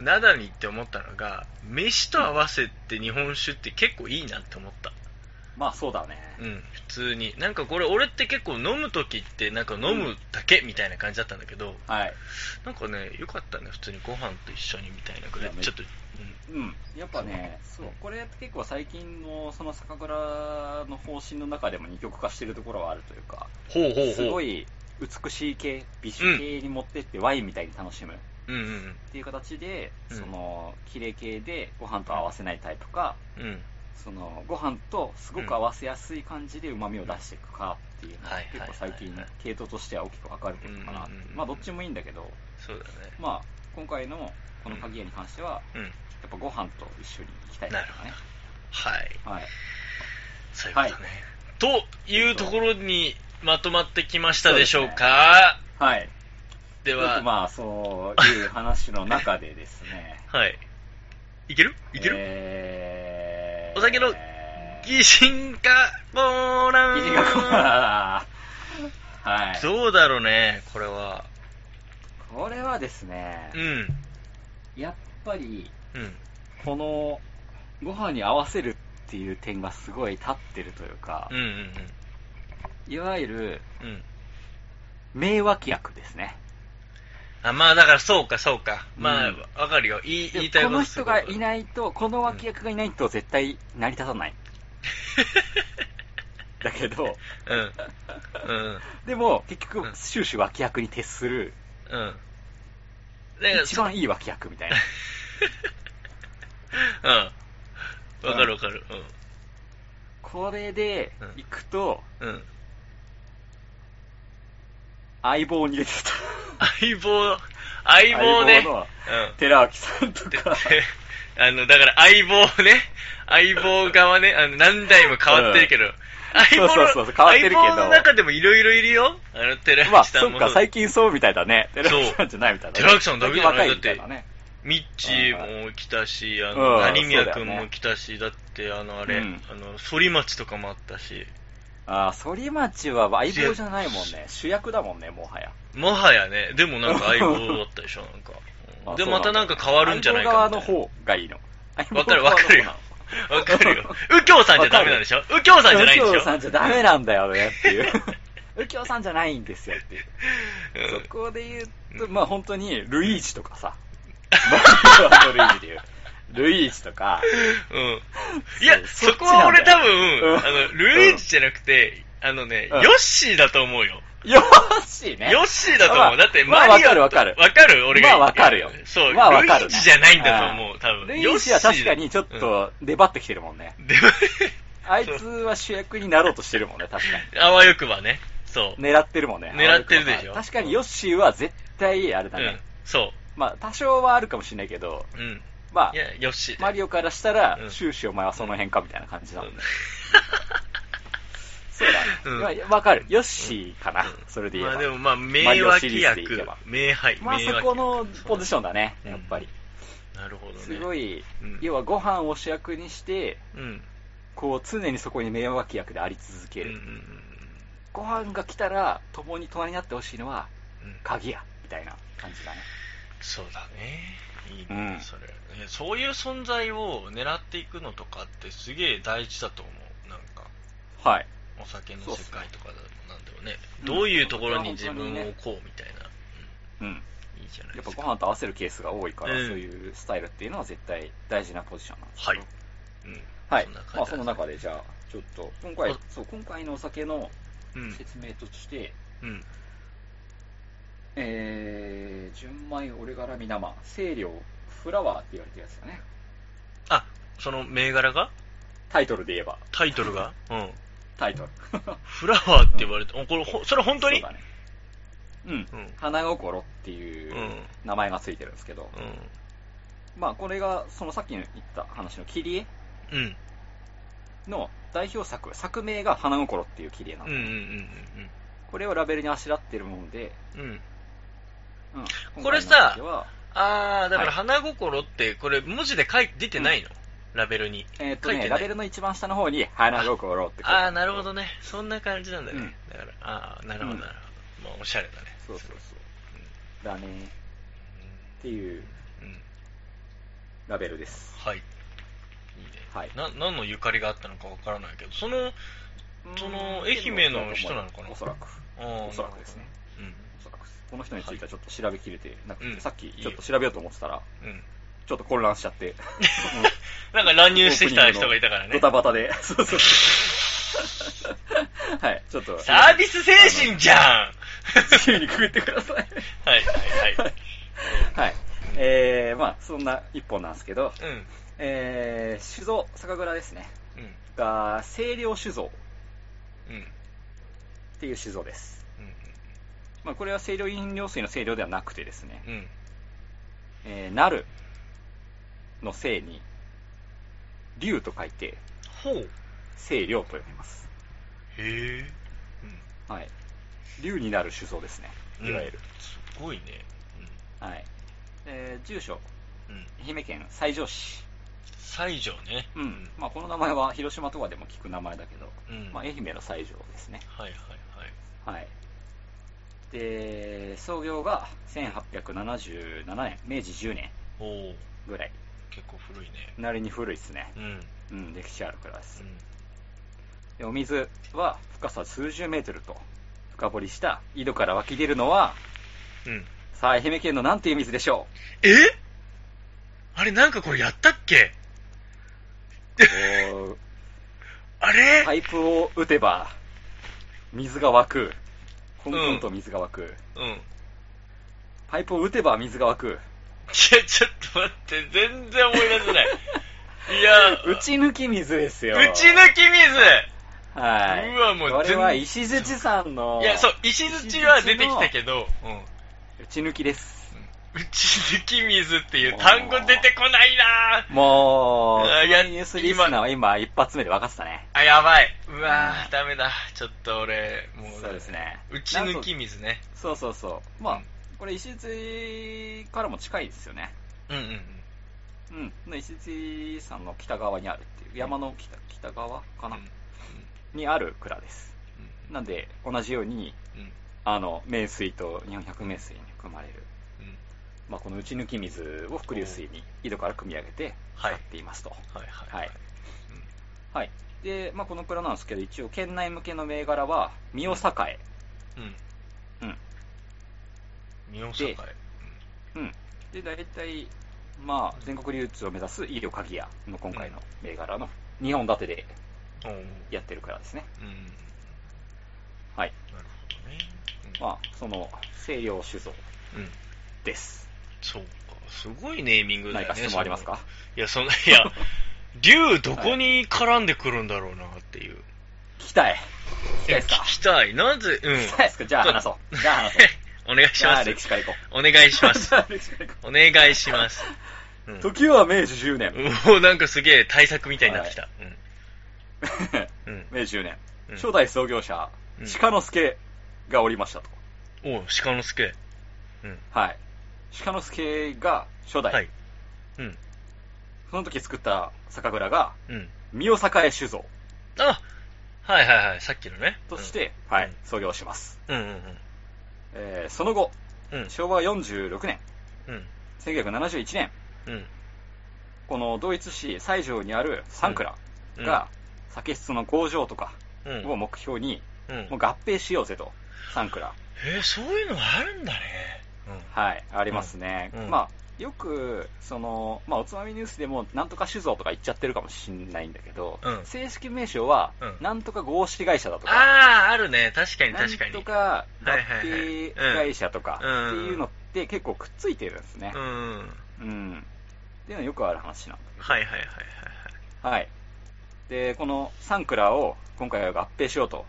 Speaker 2: 灘に行って思ったのが、飯と合わせて日本酒って結構いいなって思った。
Speaker 3: まあそうだね、
Speaker 2: うん、普通に。なんかこれ俺って結構飲む時ってなんか飲むだけみたいな感じだったんだけど、
Speaker 3: はい
Speaker 2: なんかね、よかったね、普通にご飯と一緒にみたいなぐらい
Speaker 3: いや。め
Speaker 2: ちょっと、
Speaker 3: うんやっぱねそうこれ結構最近のその酒蔵の方針の中でも二極化してるところはあるというか
Speaker 2: うん。ほうほうほう。
Speaker 3: すごい美しい系、美酒系に持ってってワインみたいに楽しむっ
Speaker 2: うんうん
Speaker 3: ていう形で、
Speaker 2: うん
Speaker 3: その、綺麗系でご飯と合わせないタイプか、
Speaker 2: うん。うん。
Speaker 3: その、ご飯とすごく合わせやすい感じで旨味を出していくかっていうの
Speaker 2: うん
Speaker 3: が
Speaker 2: はい
Speaker 3: 結構最近
Speaker 2: はいはいはい、
Speaker 3: 系統としては大きく分かれてるのかな
Speaker 2: うんうんうんう。ん
Speaker 3: まあ、どっちもいいんだけど、
Speaker 2: そうだね。
Speaker 3: まあ、今回のこの鍵屋に関しては、
Speaker 2: うん。
Speaker 3: やっぱご飯と一緒に行きたいですね。
Speaker 2: はい。
Speaker 3: はい。
Speaker 2: そういうことね。というところにまとまってきましたでしょうか
Speaker 3: はい。で
Speaker 2: では、。
Speaker 3: まあ、そういう話の中でですね
Speaker 2: はい。いける いける、
Speaker 3: えー
Speaker 2: お酒の擬人化コーナー
Speaker 3: 疑似学校 だなはい。
Speaker 2: どうだろうね、これは。
Speaker 3: これはですね
Speaker 2: う、ん。
Speaker 3: やっぱり、
Speaker 2: うん。
Speaker 3: この、ご飯に合わせるっていう点がすごい立ってるというか
Speaker 2: うん、うん
Speaker 3: いわゆる、
Speaker 2: うん。うん。
Speaker 3: 名脇役ですね。
Speaker 2: あ、まあだからそうかそうか。まあ、
Speaker 3: うん
Speaker 2: わかるよ。言い言いたい
Speaker 3: こ
Speaker 2: こと
Speaker 3: の人がい
Speaker 2: い。
Speaker 3: ないと、この脇役がいないと絶対成り立たない。だけど、
Speaker 2: うん。うん。
Speaker 3: でも、結
Speaker 2: う
Speaker 3: 局、
Speaker 2: ん
Speaker 3: 終始脇役に徹する、
Speaker 2: うん。だから
Speaker 3: 一番いい脇役みたい な。
Speaker 2: うん。わかるわかる。
Speaker 3: これで、行くと、
Speaker 2: うん。うん。
Speaker 3: 相棒に出てきた。
Speaker 2: 相棒、 相棒ね。
Speaker 3: 相棒の
Speaker 2: うん。
Speaker 3: 寺脇さんと
Speaker 2: で
Speaker 3: か、
Speaker 2: あの、だから相棒ね、相棒側ね、あの何代も変わってるけど、相棒
Speaker 3: そうそうそう変わってるけど
Speaker 2: 相棒の中でもいろいろいるよ。あの、 寺
Speaker 3: まあ、
Speaker 2: 脇さ
Speaker 3: そ
Speaker 2: ん
Speaker 3: っ
Speaker 2: も
Speaker 3: か、
Speaker 2: そう
Speaker 3: 最近そうみたいだね。寺脇さんじゃないみたいだね。
Speaker 2: そう寺脇さんだけじゃない
Speaker 3: 最近若みたね。
Speaker 2: ミッチーも来たし、あの、
Speaker 3: うん
Speaker 2: 成宮くん
Speaker 3: そうだよ
Speaker 2: も
Speaker 3: ね
Speaker 2: 来たし、だって、あの、あれ、
Speaker 3: うん
Speaker 2: あの、反町とかもあったし、
Speaker 3: ああ、反町は相棒じゃないもんね。主役だもんね、もはや。
Speaker 2: もはやね、でもなんか相棒だったでしょ、なんか。うん
Speaker 3: あ
Speaker 2: で、
Speaker 3: そう
Speaker 2: またなんか変わるんじゃないか
Speaker 3: 相棒側の
Speaker 2: みた
Speaker 3: 方が
Speaker 2: いな。
Speaker 3: いいの。
Speaker 2: わかるわかるよわかるよ。右京さんじゃダメなんでしょ右京さんじゃないんでしょ
Speaker 3: 右京さんじゃダメなんだよねって いう。右京さんじゃないんですよっていう。
Speaker 2: うん
Speaker 3: そこで言うと、まあ本当に、ルイージとか さ。マリオとルイージで言う。ルイージとか、
Speaker 2: うんいや、
Speaker 3: そう
Speaker 2: そこは俺
Speaker 3: そっち
Speaker 2: 多
Speaker 3: なんだ
Speaker 2: 分、
Speaker 3: うん
Speaker 2: あの、ルイージじゃなくて、あのね、
Speaker 3: うん
Speaker 2: ヨッシーだと思うよ。
Speaker 3: よーしね。
Speaker 2: ヨッシーだと思う。だって、
Speaker 3: ま
Speaker 2: マ
Speaker 3: あ
Speaker 2: リオ
Speaker 3: わ
Speaker 2: と。
Speaker 3: かるわかる
Speaker 2: わかる俺が。
Speaker 3: まあわかるよ
Speaker 2: そう、
Speaker 3: まあわか
Speaker 2: ル
Speaker 3: る
Speaker 2: イージじゃないんだと思う、多分。
Speaker 3: ルイージは確かにちょっと出張ってきてるもんね。
Speaker 2: うん。で
Speaker 3: あいつは主役になろうとしてるもんね、確かに。
Speaker 2: あわよくばね。そう。
Speaker 3: 狙ってるもんね。
Speaker 2: 狙ってるでしょ
Speaker 3: 確かにヨッシーは絶対あれだ
Speaker 2: うん
Speaker 3: ね。。
Speaker 2: そ
Speaker 3: まあ多少はあるかもしれないけど、
Speaker 2: う。うん。
Speaker 3: まあ
Speaker 2: い、や、ヨッシーだよ。
Speaker 3: マリオからしたら
Speaker 2: う、ん
Speaker 3: 終始お前はその辺かみたいな感じだもんね。そう
Speaker 2: うん
Speaker 3: だね。まあわかる。ヨッシーかな、 それで言え
Speaker 2: ま
Speaker 3: ば
Speaker 2: あ。でもまあ、
Speaker 3: マ
Speaker 2: 名
Speaker 3: リオシリ
Speaker 2: 脇
Speaker 3: ーズでいけ
Speaker 2: 役
Speaker 3: ば、
Speaker 2: 名杯、
Speaker 3: まあ
Speaker 2: 名
Speaker 3: そ
Speaker 2: 脇
Speaker 3: このポジションだね、
Speaker 2: うん
Speaker 3: やっぱり。
Speaker 2: なるほどね。
Speaker 3: すごい
Speaker 2: うん、
Speaker 3: 要はご飯を主役にして、
Speaker 2: うん。
Speaker 3: こう常にそこに名脇役であり続け
Speaker 2: うんうん
Speaker 3: る。ご飯が来たら、共に隣になってほしいのは、
Speaker 2: うんうん
Speaker 3: 鍵や、みたいな感じだね。
Speaker 2: そうだね。いいね、
Speaker 3: うん
Speaker 2: それ、ねそういう存在を狙っていくのとかってすげえ大事だと思う。なんか、
Speaker 3: はい。
Speaker 2: お酒の
Speaker 3: そうっ
Speaker 2: 世
Speaker 3: すね
Speaker 2: 界とかだなんだろうね。
Speaker 3: うん
Speaker 2: どういうところに自分をこうみたいな。
Speaker 3: うん。
Speaker 2: いいじゃない
Speaker 3: や
Speaker 2: で
Speaker 3: っぱ
Speaker 2: す
Speaker 3: ご
Speaker 2: か。
Speaker 3: 飯と合わせるケースが多いから、
Speaker 2: うん
Speaker 3: そういうスタイルっていうのは絶対大事なポジションなんです
Speaker 2: はい
Speaker 3: よ。。
Speaker 2: うん。
Speaker 3: はい
Speaker 2: そんな感。じ
Speaker 3: まあその中でじゃあ、ちょっと、今回
Speaker 2: あ、
Speaker 3: そう、今回のお酒の
Speaker 2: うん。
Speaker 3: 説明として、
Speaker 2: うん。
Speaker 3: えー、純米オレガラミ生、清涼、フラワーって言われてるやつだね。
Speaker 2: あ、その銘柄が
Speaker 3: タイトルで言えば、
Speaker 2: タイトルがうん。
Speaker 3: タ イトル。
Speaker 2: フラワーって言われて、おこれほ、それ本当に
Speaker 3: そうだね。うん。
Speaker 2: うん。
Speaker 3: 花心って
Speaker 2: う
Speaker 3: いう
Speaker 2: ん。
Speaker 3: 名前がついてるんですけど、まあこれが、そのさっき言った話の切り絵
Speaker 2: うん。うん。
Speaker 3: の代表作、作名が花心っていう切り絵な
Speaker 2: うん
Speaker 3: の、
Speaker 2: うん
Speaker 3: これをラベルにあしらってるもので、
Speaker 2: うんうん。うん。
Speaker 3: うん
Speaker 2: これさ
Speaker 3: 今回のお酒は
Speaker 2: あー、だか
Speaker 3: は
Speaker 2: ら
Speaker 3: い
Speaker 2: 花心って、これ文字で書いて出てないの、ラベルに。
Speaker 3: えーっと
Speaker 2: 書い
Speaker 3: ね、
Speaker 2: てな
Speaker 3: ラ
Speaker 2: い
Speaker 3: ベルの一番下の方に、花心って書いて
Speaker 2: あー、なる
Speaker 3: ど
Speaker 2: ほどね。そんな感じなんだね。
Speaker 3: うん
Speaker 2: だから、あー、なるほど、なるほど。まあ、おしゃれだね。
Speaker 3: そうそうそう。だねっていう
Speaker 2: うん。うん。
Speaker 3: ラベルです。
Speaker 2: はい。いいね。
Speaker 3: はい
Speaker 2: な、何のゆかりがあったのかわからないけど、その、その
Speaker 3: うん
Speaker 2: 愛媛の人なのかな
Speaker 3: おそらく。
Speaker 2: あー
Speaker 3: おそらくですね。。
Speaker 2: うん。
Speaker 3: おそらくですこの人についてはちょっと調べきれてなくて、
Speaker 2: うん
Speaker 3: さっきちょっと調べようと思ってたら、
Speaker 2: うん。
Speaker 3: ちょっと混乱しちゃって、
Speaker 2: なんか 乱入してきた人がいたから
Speaker 3: ド
Speaker 2: ね。
Speaker 3: タバタで。そうそうそう。はい、ちょっと。
Speaker 2: サービス精神じゃん
Speaker 3: 自由にくぐってください。
Speaker 2: はいはいはい。
Speaker 3: はい。えー、まあそんな一本なんですけど、
Speaker 2: うん。
Speaker 3: えー、酒造、酒蔵ですね。
Speaker 2: うん。
Speaker 3: が、清涼酒造
Speaker 2: うん。うん
Speaker 3: っていう酒造です。まあこれは清涼飲料水の清涼ではなくてですね、
Speaker 2: うん。うん。
Speaker 3: えー、なるのせいに、竜と書いて、
Speaker 2: ほう。
Speaker 3: 清涼と読みます。
Speaker 2: へえ。
Speaker 3: はい。竜になる酒造ですね。
Speaker 2: うん。
Speaker 3: いわゆる。。
Speaker 2: すごいね。
Speaker 3: はい。えー、住所、
Speaker 2: うん。うん。
Speaker 3: 愛媛県西条市。
Speaker 2: 西条ね。
Speaker 3: うん。まあ、この名前は広島とかでも聞く名前だけど、
Speaker 2: うん。
Speaker 3: まあ、
Speaker 2: はい
Speaker 3: 愛媛の西条ですね。
Speaker 2: はいはい。
Speaker 3: はい。で、創業が1877年、明治10年
Speaker 2: おお
Speaker 3: ぐらい。
Speaker 2: 結構古いね。
Speaker 3: なりに古いですね。
Speaker 2: うん。うん。
Speaker 3: うん、歴史ある蔵です。で、お水は深さ数十メートルと、深掘りした井戸から湧き出るのは、
Speaker 2: うん。
Speaker 3: さあ、愛媛県のなんていう水でしょう
Speaker 2: えあれなんかこれやったっけ
Speaker 3: こう
Speaker 2: あれ、
Speaker 3: パイプを打てば、水が湧く。コンコンと水が湧く。
Speaker 2: うん。いや、
Speaker 3: パイプを打てば水が湧く。
Speaker 2: ちょっと待って、全然思い出 せない。いや、
Speaker 3: 打ち抜き水ですよ。
Speaker 2: うち抜き水
Speaker 3: はい。
Speaker 2: うわもう
Speaker 3: これ
Speaker 2: 全
Speaker 3: は石槌さんの。
Speaker 2: いや、そう、石槌は出てきたけど、うん。
Speaker 3: 打ち抜きです。
Speaker 2: ち月水っていう単語出てこないなぁ
Speaker 3: もう、
Speaker 2: あいや
Speaker 3: ニュースリスナーは今一発目で分かってたね。
Speaker 2: あ、やばい。うわぁ、ダメだ。ちょっと俺、もう、
Speaker 3: そうですね。
Speaker 2: 打ち抜き水ね。
Speaker 3: そうそうそう。まあ、これ石槌からも近いですよね。
Speaker 2: うんうんうん。
Speaker 3: うん。の石槌山の北側にあるっていう、山の北北側かな、
Speaker 2: うん
Speaker 3: にある蔵です。
Speaker 2: うん
Speaker 3: なんで、同じように、
Speaker 2: うん
Speaker 3: あの、名水と日本百名水に含まれる、
Speaker 2: うん
Speaker 3: まあ、この打ち抜き水を伏流水に井戸から汲み上げて使
Speaker 2: はい
Speaker 3: っていますと。
Speaker 2: はいはい
Speaker 3: はい。はい。で、まあ、この蔵なんですけど、一応、県内向けの銘柄は、三尾栄。
Speaker 2: うん。
Speaker 3: うん。
Speaker 2: 三尾
Speaker 3: で。
Speaker 2: 栄
Speaker 3: うん。で、大体、まあ、全国流通を目指す医療鍵屋の今回の銘柄の2本立てで
Speaker 2: うん。おう
Speaker 3: やってる蔵ですね。
Speaker 2: うん。
Speaker 3: はい。
Speaker 2: なるほどね。うん
Speaker 3: まあ、その、清涼酒造
Speaker 2: うん。
Speaker 3: です。
Speaker 2: そうか。すごいネーミングだ
Speaker 3: 何
Speaker 2: よ
Speaker 3: か
Speaker 2: ね。
Speaker 3: 質問ありますか
Speaker 2: そのいや、その、いや、 竜どこに絡んでくるんだろうなっていう。
Speaker 3: 聞きたい。聞きたいですか
Speaker 2: 聞きたい。なぜ、うん。
Speaker 3: 聞きたいですかじゃあ話そう。じゃあ 話そう。
Speaker 2: お願いし
Speaker 3: じゃ
Speaker 2: ま
Speaker 3: あ
Speaker 2: す
Speaker 3: 歴。史からいこ
Speaker 2: お願いしま
Speaker 3: う。
Speaker 2: す
Speaker 3: じ。ゃあ歴史からいこ
Speaker 2: お願いします。う
Speaker 3: う。
Speaker 2: ん
Speaker 3: 時は明治10年。
Speaker 2: もうなんかすげえ対策みたいになってきた。うん。うん。
Speaker 3: 明治10年。
Speaker 2: うん
Speaker 3: 初代創業者、
Speaker 2: うん
Speaker 3: 鹿之助がおりましたと。
Speaker 2: おう、鹿之助。うん。
Speaker 3: はい。鹿之助が初代、
Speaker 2: はい。うん。
Speaker 3: その時作った酒蔵が、
Speaker 2: うん。
Speaker 3: 三尾栄酒造
Speaker 2: あはいはいはい、さっきのね。
Speaker 3: として、はい
Speaker 2: うん、
Speaker 3: 創業します。
Speaker 2: うん。うん
Speaker 3: えーその後、
Speaker 2: うんうん。
Speaker 3: 昭和46年、
Speaker 2: うん。
Speaker 3: 1971年、
Speaker 2: うん。
Speaker 3: このドイツ市西条にある三蔵
Speaker 2: うん
Speaker 3: が、酒質の工場とか
Speaker 2: うん。
Speaker 3: を目標に、
Speaker 2: うん。
Speaker 3: もう合併しようぜと、三蔵。
Speaker 2: えー、そういうのあるんだね。
Speaker 3: はい、ありますね。
Speaker 2: うんうん
Speaker 3: まあ、よく、その、まあ、おつまみニュースでも、なんとか酒造とか言っちゃってるかもしんないんだけど、
Speaker 2: うん
Speaker 3: 正式名称は、
Speaker 2: うん
Speaker 3: なんとか合資会社だと
Speaker 2: あ
Speaker 3: か、
Speaker 2: あ、あるね。確かに
Speaker 3: なん
Speaker 2: 確かに。
Speaker 3: とか合
Speaker 2: はいはいはい
Speaker 3: 併会社とか、
Speaker 2: うん
Speaker 3: っていうのって結構くっついてるんですね
Speaker 2: う。ん。はい
Speaker 3: うん。っていうのはよくある話なんだ
Speaker 2: はいはいはい
Speaker 3: はい。で、このサンクラを今回は合併しようと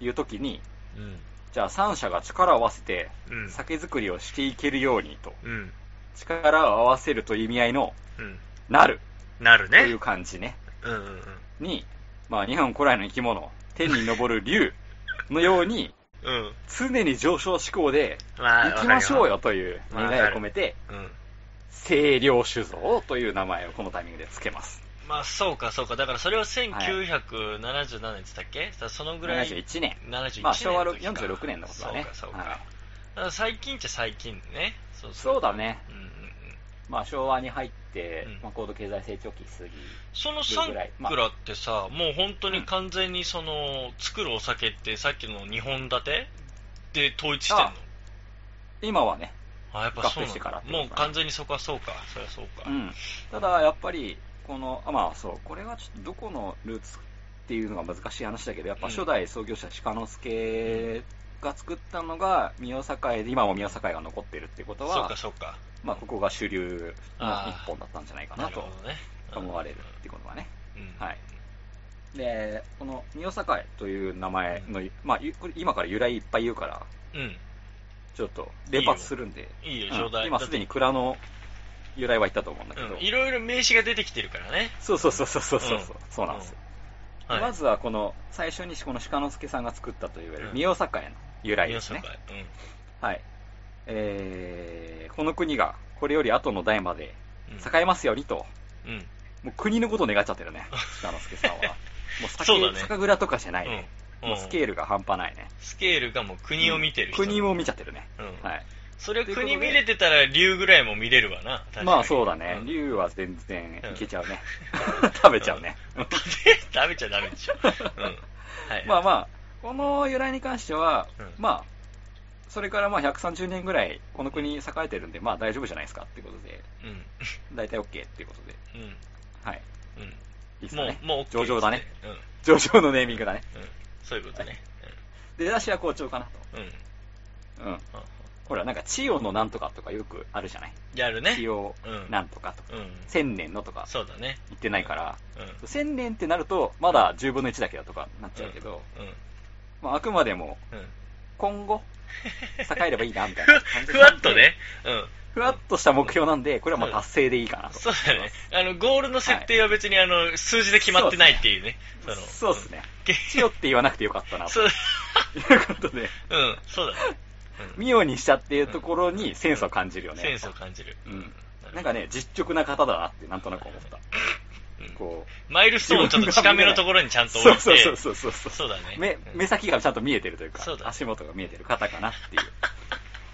Speaker 3: いう時に、
Speaker 2: はい。うん。
Speaker 3: じゃあ3社が力を合わせて
Speaker 2: うん
Speaker 3: 酒造りをしていけるようにと、
Speaker 2: うん。
Speaker 3: 力を合わせるという意味合いの
Speaker 2: うん。
Speaker 3: なる
Speaker 2: なる
Speaker 3: とい
Speaker 2: ね
Speaker 3: う。漢字ね、
Speaker 2: うんうんうん。
Speaker 3: に、まあ日本古来の生き物、天に昇る竜のように、
Speaker 2: うん。
Speaker 3: 常に上昇志向で
Speaker 2: まあ、
Speaker 3: 行きましょうよ
Speaker 2: わか
Speaker 3: という願いを込めて、
Speaker 2: るわ。うん。
Speaker 3: 清涼酒造という名前をこのタイミングで付けます。
Speaker 2: まあ、そうかそうか。だからそれを1977年って言ったっけ、だからそのぐらい。
Speaker 3: 71年。
Speaker 2: 71年
Speaker 3: まあ昭和
Speaker 2: の時か
Speaker 3: 46年のことだね。
Speaker 2: そうかそうか。
Speaker 3: はい
Speaker 2: だから最近っちゃ最近ね。そうそう。
Speaker 3: そうだね。
Speaker 2: うんうんうん。
Speaker 3: まあ昭和に入って、
Speaker 2: うん
Speaker 3: まあ高度経済成長期過ぎ。
Speaker 2: そのサンクラってさ、もう本当に完全にその、作るお酒ってさっきの2本立てで統一してんの
Speaker 3: あ今はね、
Speaker 2: あやっぱそう
Speaker 3: 合併
Speaker 2: な
Speaker 3: し
Speaker 2: ん
Speaker 3: て
Speaker 2: だ
Speaker 3: からってことだ
Speaker 2: も
Speaker 3: ね
Speaker 2: う完全にそこはそうかそりゃそうか、
Speaker 3: うん。ただやっぱり、この、あまあそう、これはちょっとどこのルーツっていうのが難しい話だけど、やっぱ初代創業者鹿之助が作ったのが宮栄で、今も宮栄が残ってるってこと
Speaker 2: そう
Speaker 3: は
Speaker 2: か、そうか
Speaker 3: まあここが主流の一本だったんじゃないか
Speaker 2: な
Speaker 3: な
Speaker 2: る
Speaker 3: と
Speaker 2: ほどね
Speaker 3: 思われるってことはね。
Speaker 2: うん
Speaker 3: はい。で、この、三尾栄という名前の、まあ、ゆこれ今から由来いっぱい言うから、
Speaker 2: うん
Speaker 3: ちょっと連発するんで、
Speaker 2: いいよ
Speaker 3: うん
Speaker 2: 頂戴、
Speaker 3: 今すでに蔵の由来は言ったと思うんだけど、
Speaker 2: うんいろいろ名詞が出てきてるからね
Speaker 3: そうそうそうそうそうそう、
Speaker 2: うん
Speaker 3: そうなんですよ、
Speaker 2: うんはい
Speaker 3: まずはこの、最初にこの鹿之助さんが作ったといわれる
Speaker 2: うん
Speaker 3: 三尾栄の由来です
Speaker 2: そう
Speaker 3: ね
Speaker 2: か。
Speaker 3: はい。えー、この国がこれより後の代まで
Speaker 2: うん
Speaker 3: 栄えますようにと、
Speaker 2: うんうん
Speaker 3: もう国のことを願っちゃってる ね、鹿之助さんは。もう酒
Speaker 2: そうだね
Speaker 3: 酒蔵とかじゃないね。
Speaker 2: うん
Speaker 3: もうスケールが半端ないね。
Speaker 2: スケールがもう国を見てる人、
Speaker 3: 国を見ちゃってるね。
Speaker 2: うん
Speaker 3: はい。
Speaker 2: それを
Speaker 3: ということ
Speaker 2: 国
Speaker 3: で
Speaker 2: 見れてたら竜ぐらいも見れるわな確かに
Speaker 3: まあそうだね
Speaker 2: う。ん
Speaker 3: 竜は全然
Speaker 2: うん
Speaker 3: いけちゃうね。 食べちゃうね。
Speaker 2: 食べちゃ ダメでしょ。 うん。はい。
Speaker 3: まあまあ、この由来に関しては
Speaker 2: うん、
Speaker 3: まあ、それからまあ130年ぐらいこの国栄えてるんで、まあ大丈夫じゃないですかってことで、
Speaker 2: うん。
Speaker 3: 大体 OK っていうことで、
Speaker 2: うん。
Speaker 3: はい。
Speaker 2: う
Speaker 3: いいっす
Speaker 2: ん。
Speaker 3: か
Speaker 2: も
Speaker 3: ね。
Speaker 2: う、もう OK
Speaker 3: 上々だね。
Speaker 2: うん。う
Speaker 3: 上
Speaker 2: ん。
Speaker 3: 々のネーミングだね。
Speaker 2: そういうことね。
Speaker 3: 出だしは好調かな
Speaker 2: うん。うん。
Speaker 3: と。うん。ほら、なんか、千代のなんとかとかよくあるじゃない
Speaker 2: やるね。
Speaker 3: 千代
Speaker 2: うん。
Speaker 3: なんとかとか、
Speaker 2: うん。
Speaker 3: 千年のとか
Speaker 2: そうだね。
Speaker 3: 言ってないから、
Speaker 2: う
Speaker 3: 千年ってなると、まだ10分の1だけだとかなっちゃうけど、
Speaker 2: ん。うん。
Speaker 3: まあ、あくまでも、
Speaker 2: うん。
Speaker 3: 今後、栄えればいいな、みたいな感じ
Speaker 2: ふわっとね。うん。
Speaker 3: ふわっとした目標なんで、これはまあ達成でいいかなと。
Speaker 2: そうだね。あの、ゴールの設定は別に、あの、数字で決まってないっていうね。の
Speaker 3: そうですね。チヨって言わなくてよかったな、と
Speaker 2: そ。
Speaker 3: いううことで、
Speaker 2: うん、そうだね。
Speaker 3: ミオにしたっていうところにセンスを感じるよね。
Speaker 2: センスを感じる。
Speaker 3: うん。なんかね、実直な方だなって、なんとなく思った。
Speaker 2: うん
Speaker 3: こ
Speaker 2: マイルストーンちょっと近めのところにちゃ
Speaker 3: う。
Speaker 2: んと置
Speaker 3: そ
Speaker 2: いうて。
Speaker 3: そうそうそうそうそう。
Speaker 2: そうだね。
Speaker 3: 目
Speaker 2: うん
Speaker 3: 目先がちゃんと見えてるというか、
Speaker 2: そうだね
Speaker 3: 足元が見えてる方かなっていう。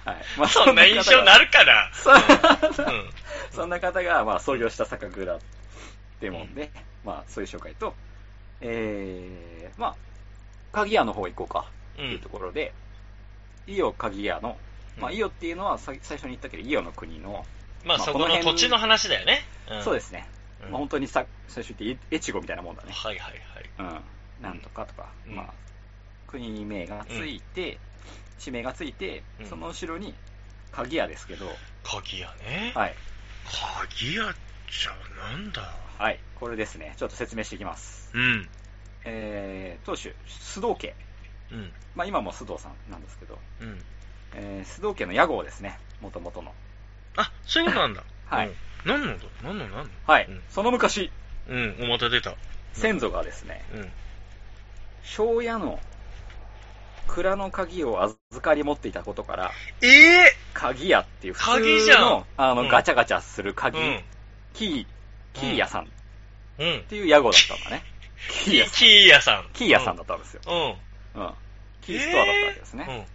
Speaker 3: はい。ま
Speaker 2: そんな印象になるかな
Speaker 3: そんな方が
Speaker 2: う
Speaker 3: そ
Speaker 2: ん。
Speaker 3: そんな方が、まあ、創業した酒蔵ってもんで、まあ、そういう紹介と、えー、まあ、鍵屋の方行こうか、
Speaker 2: う
Speaker 3: というんと。ころで、イオ鍵屋の、まあ、
Speaker 2: うん
Speaker 3: イオっていうのはさ最初に言ったけど、イオの国の、
Speaker 2: まあ
Speaker 3: まあ
Speaker 2: そこ
Speaker 3: この
Speaker 2: の
Speaker 3: 辺
Speaker 2: 土地の話だよね。ん
Speaker 3: そうで。すね、
Speaker 2: うん
Speaker 3: まあ、本当にさ最初言って、越後みたいなもんだね。
Speaker 2: はいはい
Speaker 3: うん、なんとかとか、
Speaker 2: うん
Speaker 3: まあ、国名がついて、地名がついて、
Speaker 2: うん
Speaker 3: その後ろに鍵屋ですけど、
Speaker 2: はい。鍵屋ね。
Speaker 3: はい、
Speaker 2: 鍵屋じゃなんだ
Speaker 3: はい、これですね、ちょっと説明していきます。
Speaker 2: うん。
Speaker 3: えー、当主、須藤家、
Speaker 2: うん。
Speaker 3: まあ、今も須藤さんなんですけど、
Speaker 2: うん。
Speaker 3: えー須藤家の屋号ですね、もともとの。
Speaker 2: あ、そういうことなんだ。
Speaker 3: はい
Speaker 2: うん。何のだ何の何の
Speaker 3: はい、
Speaker 2: うん
Speaker 3: その昔、
Speaker 2: うん、おまた出た。
Speaker 3: 先祖がですね、
Speaker 2: うん。
Speaker 3: 庄屋の蔵の鍵を預かり持っていたことから、
Speaker 2: ええ
Speaker 3: 鍵屋っていう普
Speaker 2: 鍵
Speaker 3: 通
Speaker 2: じゃ
Speaker 3: の
Speaker 2: ん
Speaker 3: あ
Speaker 2: う
Speaker 3: の
Speaker 2: ん
Speaker 3: ガチャガチャする
Speaker 2: う
Speaker 3: 鍵、
Speaker 2: ん。
Speaker 3: キー、キー屋さんっ
Speaker 2: うん。
Speaker 3: ていう屋号だったんだね。キー屋さん。
Speaker 2: キー屋さん。
Speaker 3: キー屋さんだったんですよ。
Speaker 2: うん。うん。
Speaker 3: うん。キーストアだったわけですね。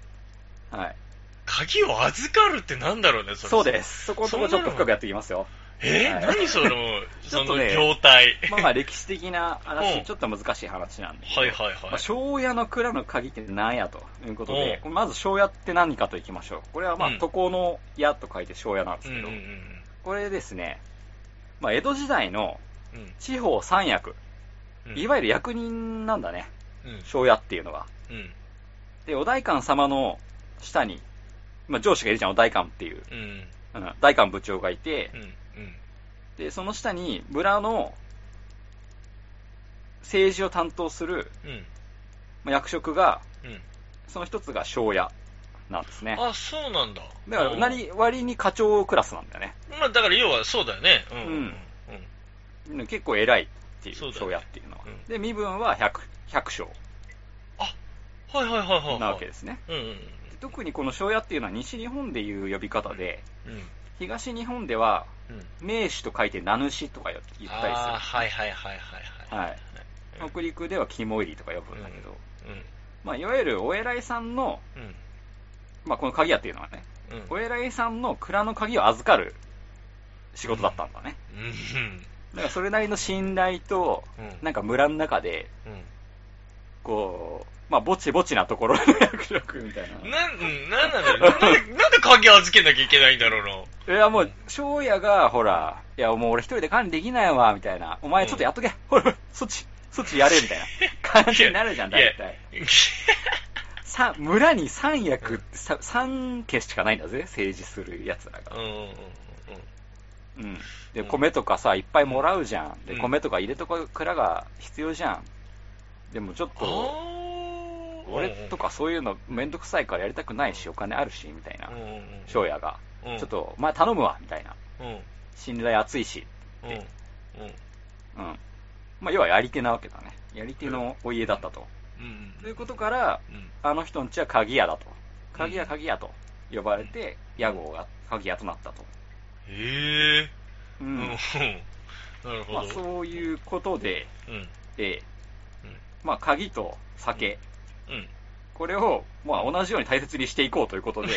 Speaker 2: うん。
Speaker 3: はい。
Speaker 2: 鍵を預かるってなんだろうね、れ
Speaker 3: そうで。す。そこのところちょっと深くやっていきますよ。
Speaker 2: え
Speaker 3: はい
Speaker 2: ー、何 その、
Speaker 3: ちょ
Speaker 2: そ
Speaker 3: っ
Speaker 2: の
Speaker 3: とね
Speaker 2: 業態。
Speaker 3: まあまあ歴史的な
Speaker 2: う
Speaker 3: 話、
Speaker 2: ん
Speaker 3: ちょっと難しい話なんで。
Speaker 2: はいはいはい
Speaker 3: まあ、庄屋の蔵の鍵って何やということで、
Speaker 2: う
Speaker 3: まず庄屋って何かといきましょう。これはまあ
Speaker 2: うん
Speaker 3: 渡航の屋と書いて庄屋なんで
Speaker 2: う
Speaker 3: すけ
Speaker 2: んうん
Speaker 3: ど
Speaker 2: う、ん
Speaker 3: これですね、まあ江戸時代の
Speaker 2: うん
Speaker 3: 地方三役、
Speaker 2: うん。
Speaker 3: いわゆる役人なんだね、
Speaker 2: ゆる
Speaker 3: 庄屋っていうのは。
Speaker 2: うん。うん。
Speaker 3: で、お代官様の下に、まあ、上司がいるじゃん、お代官っていう、
Speaker 2: うん。
Speaker 3: うん、代官部長がいて
Speaker 2: う、ん。うん。
Speaker 3: で、その下に村の政治を担当する
Speaker 2: うん。
Speaker 3: まあ役職が、
Speaker 2: うん。
Speaker 3: その一つが庄屋なんですね。
Speaker 2: あ、そうなんだ。
Speaker 3: だから、なり、割に課長クラスなんだよね。
Speaker 2: まあ、だから要はそうだよね。うん。
Speaker 3: う
Speaker 2: うんん。
Speaker 3: うん結構偉いってい
Speaker 2: そう
Speaker 3: う、
Speaker 2: だね
Speaker 3: 庄屋っていうのは
Speaker 2: う。ん
Speaker 3: で、身分は100、100章
Speaker 2: はいはいはいはいはい。
Speaker 3: なわけですね。
Speaker 2: うんうん
Speaker 3: で特にこの庄屋っていうのは西日本でいう呼び方で、
Speaker 2: うん。うん。
Speaker 3: 東日本では、
Speaker 2: うん。
Speaker 3: 名手と書いて名主とか言ったりする。
Speaker 2: あーはいはいはいはいは
Speaker 3: は
Speaker 2: い。
Speaker 3: い。
Speaker 2: うん
Speaker 3: 北陸では肝入りとか呼ぶんだけど、
Speaker 2: うん。
Speaker 3: まあ、いわゆるお偉いさんの、
Speaker 2: うん。
Speaker 3: まあ、この鍵屋っていうのはね、
Speaker 2: うん。
Speaker 3: お偉いさんの蔵の鍵を預かる仕事だったんだね。
Speaker 2: うん。
Speaker 3: だからそれなりの信頼と、
Speaker 2: うん
Speaker 3: なんか村の中で、
Speaker 2: う
Speaker 3: こう、まあ、ぼちぼちなところの役職みたいな。
Speaker 2: ん。なん、うんなんなんだろう。なんで、なんで鍵預けなきゃいけないんだろうな。
Speaker 3: いや、もう、翔也が、ほら、いや、もう俺一人で管理できないわ、みたいな。お前ちょっとやっとけ。ほら、ほらそっち、そっちやれ、みたいな感じになるじゃん、
Speaker 2: い
Speaker 3: 大
Speaker 2: や
Speaker 3: 体。さ村に三役ってさ、三家しかないんだぜ、政治する奴らが。
Speaker 2: うんうんうんうん。
Speaker 3: うん、で
Speaker 2: うん
Speaker 3: 米とかさいっぱいもらうじゃんで
Speaker 2: うん
Speaker 3: 米とか入れとく蔵が必要じゃんでもちょっ
Speaker 2: あ
Speaker 3: と
Speaker 2: ー
Speaker 3: 俺とかそういうのめんどくさいからやりたくないしお金あるしみたいな
Speaker 2: うんうんうん
Speaker 3: 庄屋が
Speaker 2: うん
Speaker 3: ちょっとお前頼むわみたいな
Speaker 2: うんうん
Speaker 3: 信頼厚いし
Speaker 2: うん
Speaker 3: うんまあ要はやり手なわけだねやり手のお家だったと
Speaker 2: うん
Speaker 3: ということから
Speaker 2: うん
Speaker 3: あの人んちは鍵屋だと鍵
Speaker 2: う
Speaker 3: 屋
Speaker 2: ん
Speaker 3: 鍵屋と呼ばれて屋号が鍵屋となったと
Speaker 2: へえ
Speaker 3: う
Speaker 2: うん
Speaker 3: ん、
Speaker 2: なるほど
Speaker 3: まあそういうことで、
Speaker 2: うん
Speaker 3: えーまあ鍵と酒、
Speaker 2: うん
Speaker 3: これを、まあ、同じように大切にしていこうということ で、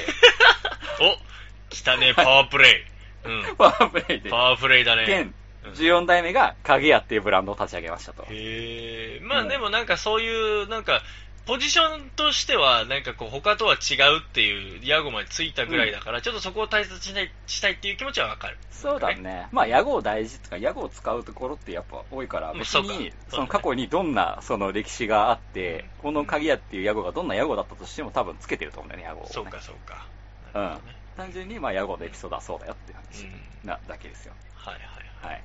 Speaker 2: お来たねパワープレイうん
Speaker 3: パワープレイで
Speaker 2: パ、ワープレイだね
Speaker 3: 現
Speaker 2: うん
Speaker 3: 14代目が影屋っていうブランドを立ち上げましたと。
Speaker 2: へえまあでもなんかそういうなんかポジションとしてはなんかこう他とは違うっていうヤゴまでついたぐらいだから、ちょっとそこを大切にしたいしたいっていう気持ちはわかる
Speaker 3: そうだね。まあ、屋号大事とか、屋号を使うところってやっぱ多いから、
Speaker 2: うん
Speaker 3: 別
Speaker 2: そうかそうだ
Speaker 3: に
Speaker 2: ね、
Speaker 3: その過去にどんな、その歴史があって、
Speaker 2: うん
Speaker 3: この鍵屋っていう屋号がどんな屋号だったとしても多分つけてると思うんだよね、屋号を、ね。
Speaker 2: そうか。そうか
Speaker 3: う
Speaker 2: なる
Speaker 3: ん
Speaker 2: ほどね。
Speaker 3: 単純に、まあ、屋号のエピソードはそうだよっていう話
Speaker 2: うん
Speaker 3: な、だけですよ。
Speaker 2: はいはいはい
Speaker 3: はい。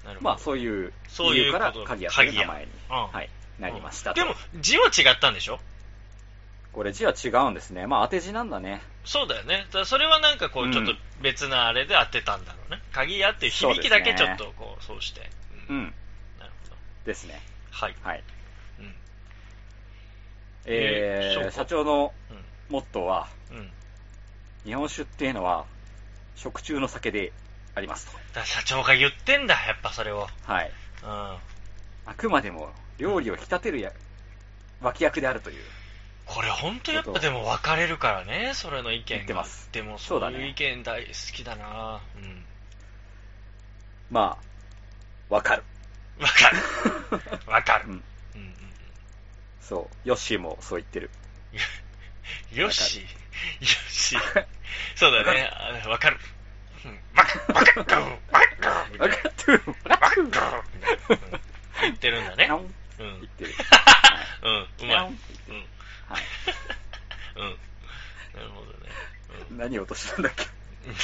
Speaker 2: うんなるほど
Speaker 3: まあ、そういう
Speaker 2: そ
Speaker 3: 理
Speaker 2: うい
Speaker 3: 由
Speaker 2: う
Speaker 3: か
Speaker 2: こ
Speaker 3: ら
Speaker 2: と、
Speaker 3: 鍵屋という名前に、
Speaker 2: 鍵屋うん
Speaker 3: はい、なりましたと。
Speaker 2: でも字は違ったんでしょ
Speaker 3: これ字は違うんですね。まあ当て字なんだね。
Speaker 2: そうだよね。だからそれはなんかこ
Speaker 3: う
Speaker 2: う、
Speaker 3: ん
Speaker 2: ちょっと別なあれで当てたんだろうね。鍵屋っていう響きだけちょっとこう、そうして。
Speaker 3: う
Speaker 2: うん
Speaker 3: ん。
Speaker 2: なるほど。
Speaker 3: ですね。
Speaker 2: はい。
Speaker 3: はい。
Speaker 2: うん。えー
Speaker 3: え
Speaker 2: そう
Speaker 3: ー、
Speaker 2: か
Speaker 3: 社長の
Speaker 2: う
Speaker 3: モットーは、
Speaker 2: ん。うん。
Speaker 3: 日本酒っていうのは、食中の酒でありますと。
Speaker 2: だから社長が言ってんだ、やっぱそれを。
Speaker 3: はい。
Speaker 2: うん。
Speaker 3: あくまでも料理を引き立てるや、脇役であるという。
Speaker 2: これ本当やっ
Speaker 3: ちょっ
Speaker 2: ぱ
Speaker 3: と
Speaker 2: でも分かれるからね、それの意見が。
Speaker 3: 言ってます
Speaker 2: でも
Speaker 3: そ
Speaker 2: そう
Speaker 3: だ
Speaker 2: う
Speaker 3: ね
Speaker 2: いう意見大好きだなうん。
Speaker 3: まあ、わかる。
Speaker 2: 分かる。分かる。
Speaker 3: う
Speaker 2: うんん。うん
Speaker 3: そう。ヨッシーもそう言ってる。
Speaker 2: うん。よし。よし。そうだね。あ分かる。うん分かる。分かる。分かる。
Speaker 3: わかってる。
Speaker 2: バカみたいな言ってるん だね。
Speaker 3: 言
Speaker 2: うん。うん。
Speaker 3: ってる。
Speaker 2: うまい。うん。
Speaker 3: はい
Speaker 2: うん。なるほどね。うん
Speaker 3: 何を落としたんだっけ
Speaker 2: い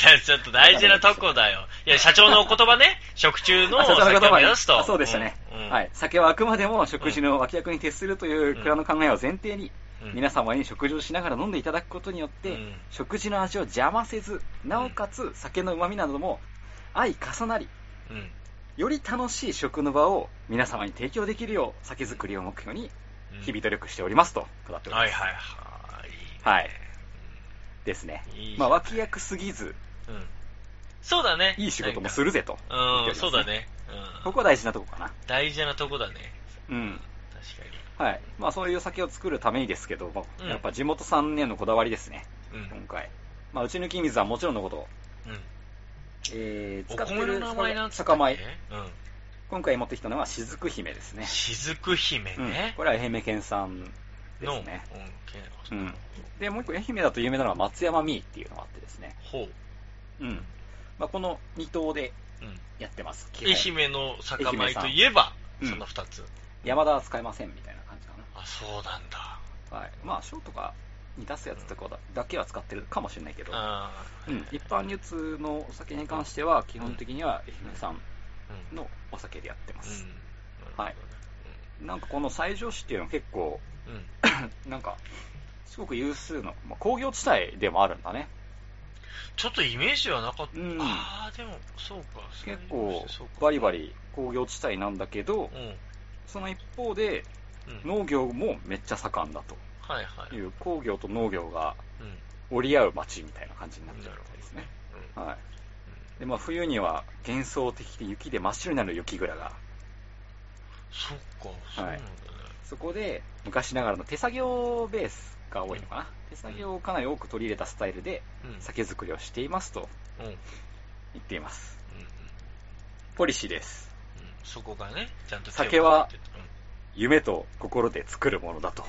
Speaker 2: や、ちょっと大事なとこだよ。いや、社長のお言葉ね、食中の
Speaker 3: あそうそう
Speaker 2: 酒を目指す
Speaker 3: あ
Speaker 2: と。
Speaker 3: そうでしたね、
Speaker 2: うんうん
Speaker 3: はい。酒はあくまでも食事の脇役に徹するという蔵の考えを前提に、
Speaker 2: うん
Speaker 3: 皆様に食事をしながら飲んでいただくことによって、
Speaker 2: うん
Speaker 3: 食事の味を邪魔せず、なおかつ酒の旨味なども相重なり、
Speaker 2: うん。
Speaker 3: より楽しい食の場を皆様に提供できるよう、酒造りを目標に
Speaker 2: うん
Speaker 3: 日々努力しておりますと語っております。
Speaker 2: はいはいはい。
Speaker 3: はいですね。
Speaker 2: いい
Speaker 3: まあ、脇役すぎず、
Speaker 2: うん。そうだね。
Speaker 3: いい仕事もす
Speaker 2: る。
Speaker 3: るぜと言っており
Speaker 2: う
Speaker 3: ま
Speaker 2: ん、
Speaker 3: す、
Speaker 2: そうだ。ね。う
Speaker 3: こ
Speaker 2: ん。
Speaker 3: こは大事なとこかな。
Speaker 2: 大事なとこだね。
Speaker 3: うん。
Speaker 2: 確か
Speaker 3: はい。まあそういう酒を作るためにですけども、
Speaker 2: うん
Speaker 3: やっぱ地元産へのこだわりですね、
Speaker 2: に。うん。
Speaker 3: 今回。まあ、うち抜き水はもちろんのこと、
Speaker 2: うん。
Speaker 3: えー、
Speaker 2: お
Speaker 3: 使って
Speaker 2: 米の
Speaker 3: る
Speaker 2: 名前なんつったっけ
Speaker 3: 酒米。
Speaker 2: うん。
Speaker 3: 今回持ってきたのは雫姫ですね。
Speaker 2: 雫姫
Speaker 3: うん
Speaker 2: ね。
Speaker 3: これは愛媛県産で
Speaker 2: の、
Speaker 3: すね。
Speaker 2: うん
Speaker 3: う
Speaker 2: け
Speaker 3: ん。で、もう一個愛媛だと有名なのは松山ミーっていうのがあってですね。
Speaker 2: ほう。
Speaker 3: うん。まあ、この2頭で
Speaker 2: うん
Speaker 3: やってます。基本
Speaker 2: 愛媛の酒米といえば、
Speaker 3: 愛媛さん
Speaker 2: その二つ。
Speaker 3: 山田は使えませんみたいな感じか
Speaker 2: あ、そうなんだ。
Speaker 3: な。はい。まあ、小とかに出すやつとかだだけは使ってるかもしれないけど。
Speaker 2: ああ。
Speaker 3: うん、一般流通のお酒に関しては基本的には愛媛産
Speaker 2: うん。
Speaker 3: のお酒でやってま
Speaker 2: う
Speaker 3: す、
Speaker 2: ん
Speaker 3: はい。なんかこの西条市っていうのは結構
Speaker 2: うん。うん
Speaker 3: なんかすごく有数の、まあ、工業地帯でもあるんだね
Speaker 2: ちょっとイメージはなかった。
Speaker 3: うん
Speaker 2: ああ、でも、そうか。
Speaker 3: 結構
Speaker 2: そうか
Speaker 3: バリバ。リ工業地帯なんだけど
Speaker 2: うん。
Speaker 3: その一方で
Speaker 2: うん。
Speaker 3: 農業もめっちゃ盛んだと
Speaker 2: はいはい。
Speaker 3: い
Speaker 2: うん。
Speaker 3: う工業と農業が折り合う街みたいな感じになってるみたいですね、はい、でまあ冬には幻想的で雪で真っ白になる雪蔵が
Speaker 2: そっか、そうなんだね。
Speaker 3: そこで昔ながらの手作業ベースが多いのかな、手作業をかなり多く取り入れたスタイルで
Speaker 2: うん。
Speaker 3: 酒造りをしていますと
Speaker 2: うん。うん。うん
Speaker 3: 言っていますポリシーです
Speaker 2: そこがね、ちゃんと手を
Speaker 3: 酒は
Speaker 2: かけてうん
Speaker 3: 夢と心で作るものだと、
Speaker 2: ほ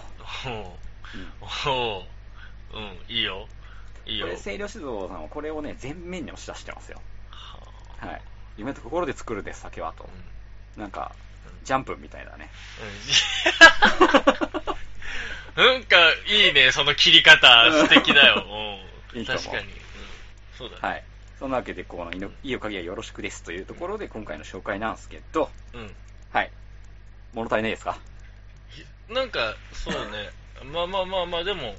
Speaker 3: うん
Speaker 2: うほう。うん、いいよ。いい
Speaker 3: こ
Speaker 2: よ。
Speaker 3: れ清涼酒造さんはこれをね全面に押し出してますよ
Speaker 2: はあ
Speaker 3: はい夢と心で作るです酒はと
Speaker 2: うんう、
Speaker 3: なんか
Speaker 2: うん
Speaker 3: ジャンプみたいだね
Speaker 2: ん なんか、いいね、その切り方、素敵 だよ。うん
Speaker 3: いいと思う
Speaker 2: 確かに。うんそうだね。
Speaker 3: はいそんなわけでこのいの「いいおかげはよろしくです」というところで今回の紹介なんですけど
Speaker 2: う
Speaker 3: はい物足りないですか
Speaker 2: ん。なんか、そう ね。まあまあまあまあ、でも、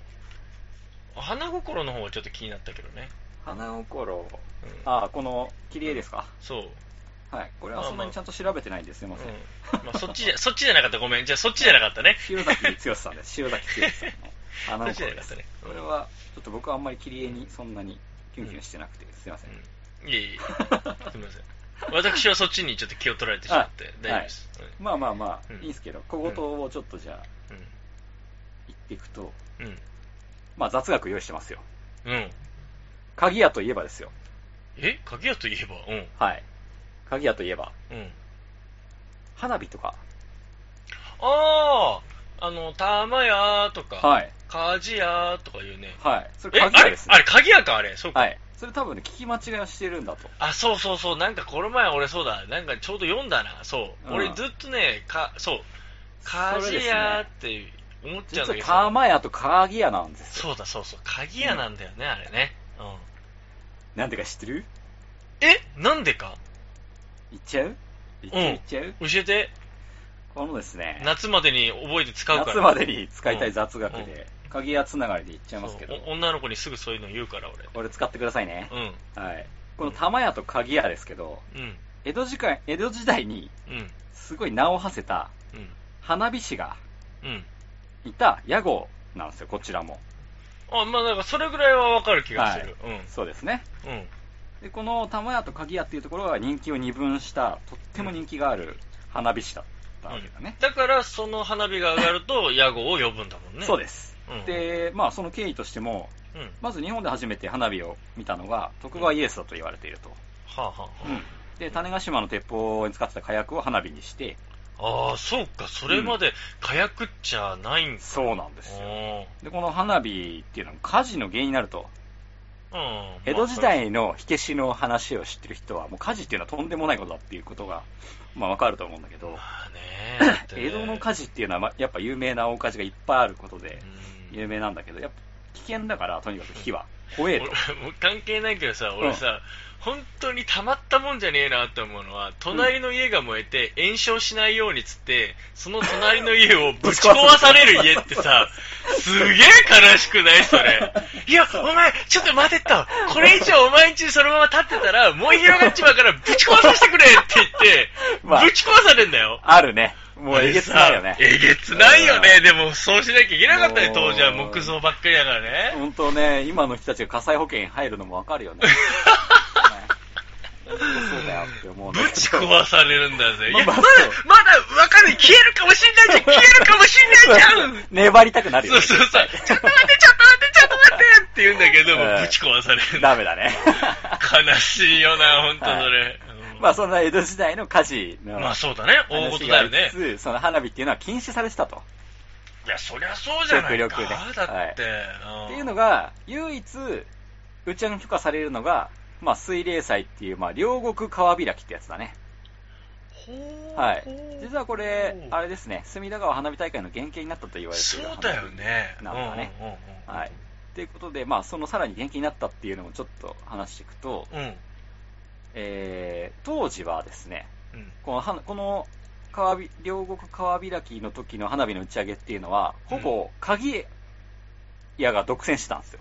Speaker 2: 花心の方はちょっと気になったけどね。
Speaker 3: 花心
Speaker 2: うん
Speaker 3: ああこの切り絵ですか
Speaker 2: そう。
Speaker 3: はい、これはそんなにちゃんと調べてないんですすいません。
Speaker 2: うん。まあ、そっち じゃ、そっちじゃなかった。ごめん。じゃあ、そっちじゃなかったね。
Speaker 3: 塩崎剛さんです。塩崎剛さんの花の
Speaker 2: そ っちじゃな
Speaker 3: で
Speaker 2: かっ
Speaker 3: す。
Speaker 2: たね。
Speaker 3: これは、ちょっと僕はあんまり切り絵にそんなにキュンキュンしてなくて、すいません。
Speaker 2: うん。いえいえ。すみません。私はそっちにちょっと気を取られてしまっ
Speaker 3: あ
Speaker 2: て、大丈夫です。
Speaker 3: まあまあまあ、
Speaker 2: うん
Speaker 3: いいんですけど、小言をちょっとじゃあ、言っていくと、
Speaker 2: うん。うん。
Speaker 3: まあ雑学用意してますよ。
Speaker 2: うん。うん
Speaker 3: 鍵屋といえばですよ。
Speaker 2: え鍵屋といえば、うん。
Speaker 3: はい。鍵屋といえば、
Speaker 2: うん。
Speaker 3: 花火とか、
Speaker 2: ああ、あの、玉屋とか、
Speaker 3: はい。
Speaker 2: 鍛冶屋とかいうね。
Speaker 3: はい。そ
Speaker 2: え、
Speaker 3: れ
Speaker 2: あ
Speaker 3: 鍵屋
Speaker 2: れ
Speaker 3: です
Speaker 2: あ
Speaker 3: ね
Speaker 2: れ、。鍵屋か、あれ。そうか。
Speaker 3: はい。それ多分ね、聞き間違いをしてるんだと。
Speaker 2: あ、そうそうそう。なんかこの前俺そうだ。なんかちょうど読んだな。そう。
Speaker 3: うん
Speaker 2: 俺ずっとね、か、そう。
Speaker 3: それ
Speaker 2: 鍛
Speaker 3: で
Speaker 2: 冶
Speaker 3: すね
Speaker 2: 屋って思っち
Speaker 3: 実
Speaker 2: ゃうんだけど。
Speaker 3: は玉屋と鍵屋なんですよ。
Speaker 2: そうだそうそう。鍵屋なんだよね、あれね。うん。
Speaker 3: なんでか知ってる
Speaker 2: えなんでか
Speaker 3: 言っちゃう言っちゃう言っちゃう、
Speaker 2: 教えて。
Speaker 3: このですね、
Speaker 2: 夏までに覚えて使うから。
Speaker 3: 夏までに使いたい雑学で、鍵屋つながりで言っちゃいますけど
Speaker 2: そうお女の子にすぐそういうの言うから
Speaker 3: これ使ってくださいね、
Speaker 2: 俺うん
Speaker 3: はい、この玉屋と鍵屋ですけど
Speaker 2: うん
Speaker 3: 江戸時間江戸時代に
Speaker 2: うん
Speaker 3: すごい名を馳せた
Speaker 2: うん
Speaker 3: 花火師が
Speaker 2: うん
Speaker 3: いた屋号なんですよこちらも
Speaker 2: あまあなんかそれぐらいはわかる気がする、
Speaker 3: そうですね
Speaker 2: うんうん
Speaker 3: でこの玉屋と鍵屋っていうところが人気を二分したとっても人気がある花火師だったわけだね、
Speaker 2: だからその花火が上がる と屋号を呼ぶんだもんね、
Speaker 3: そうですす、
Speaker 2: うん
Speaker 3: でまあその経緯としても
Speaker 2: うん、は
Speaker 3: まず日本で初めて花火を見たのが徳川家康だと言われていると、
Speaker 2: あ、はあは
Speaker 3: で種子島の鉄砲に使ってた火薬を花火にして
Speaker 2: あ、ああそうかそれまで火薬っちゃないんです
Speaker 3: そうなんですよ
Speaker 2: よ
Speaker 3: でこの花火っていうのは火事の原因になると
Speaker 2: うん
Speaker 3: 江戸時代の火消しの話を知ってる人はもう火事っていうのはとんでもないことだっていうことが、まあ、わかると思うんだけど
Speaker 2: まあねだってね
Speaker 3: 江戸の火事っていうのはまやっぱ有名な大火事がいっぱいあることで
Speaker 2: うん
Speaker 3: 有名なんだけどやっぱ危険だからとにかく火は怖えと
Speaker 2: 俺もう関係ないけどさ俺さ、本当にたまったもんじゃねえなって思うのは隣の家が燃えて延焼しないようにっつ ってその隣の家をぶち壊される家ってさすげえ悲しくないそれいやお前ちょっと待てとこれ以上お前んちにそのまま立ってたら燃え広がっちまうからぶち壊させてくれって言って、
Speaker 3: まあ
Speaker 2: ぶち壊されんだよ
Speaker 3: あるねもうえげつないよね
Speaker 2: あれさえげつないよ
Speaker 3: う
Speaker 2: ね
Speaker 3: ん
Speaker 2: でもそうしなきゃいけなかったね
Speaker 3: もう
Speaker 2: 当時は木造ばっかりだからね
Speaker 3: 本当ね今の人たちが火災保険に入るのもわかる よねねそうだよって思うんだ
Speaker 2: ぶ
Speaker 3: けど
Speaker 2: ち壊されるんだぜ。い
Speaker 3: まあ
Speaker 2: や、
Speaker 3: ま
Speaker 2: まだ
Speaker 3: あ、
Speaker 2: まだわかる。消えるかもしんないじ ゃん。消えるかもしんないじゃん。
Speaker 3: 粘りたくなるよ
Speaker 2: そう
Speaker 3: ね
Speaker 2: そうそう。ちょっと待って、ちょっと待って、ちょっと待ってって言うんだけど、
Speaker 3: うん
Speaker 2: ぶち壊されるん だ。
Speaker 3: ダメだね
Speaker 2: 悲しいよな、ほんとそれ。うん
Speaker 3: まあそんな江戸時代の火事の
Speaker 2: まあそうだね。大事だよね
Speaker 3: 話があり。つつその花火っていうのは禁止されてたと、
Speaker 2: いや、そりゃそうじゃないか。
Speaker 3: 極力ね
Speaker 2: だって。ん
Speaker 3: っていうのが唯一うちの許可されるのが、まあ、水霊祭っていう、まあ、両国川開きってやつだね
Speaker 2: ほー
Speaker 3: はい
Speaker 2: ほー
Speaker 3: 実はこれあ
Speaker 2: ほー
Speaker 3: れですね隅田川花火大会の原型になったと言われて
Speaker 2: そ
Speaker 3: いる
Speaker 2: うだよね。
Speaker 3: なんだね
Speaker 2: うんうんうん
Speaker 3: はいということで、まあ、そのさらに原型になったっていうのもちょっと話していくと、
Speaker 2: うん。うん。
Speaker 3: えー当時はですね
Speaker 2: うん。
Speaker 3: この花この川び両国川開きの時の花火の打ち上げっていうのはほぼ鍵屋が独占してたんですよ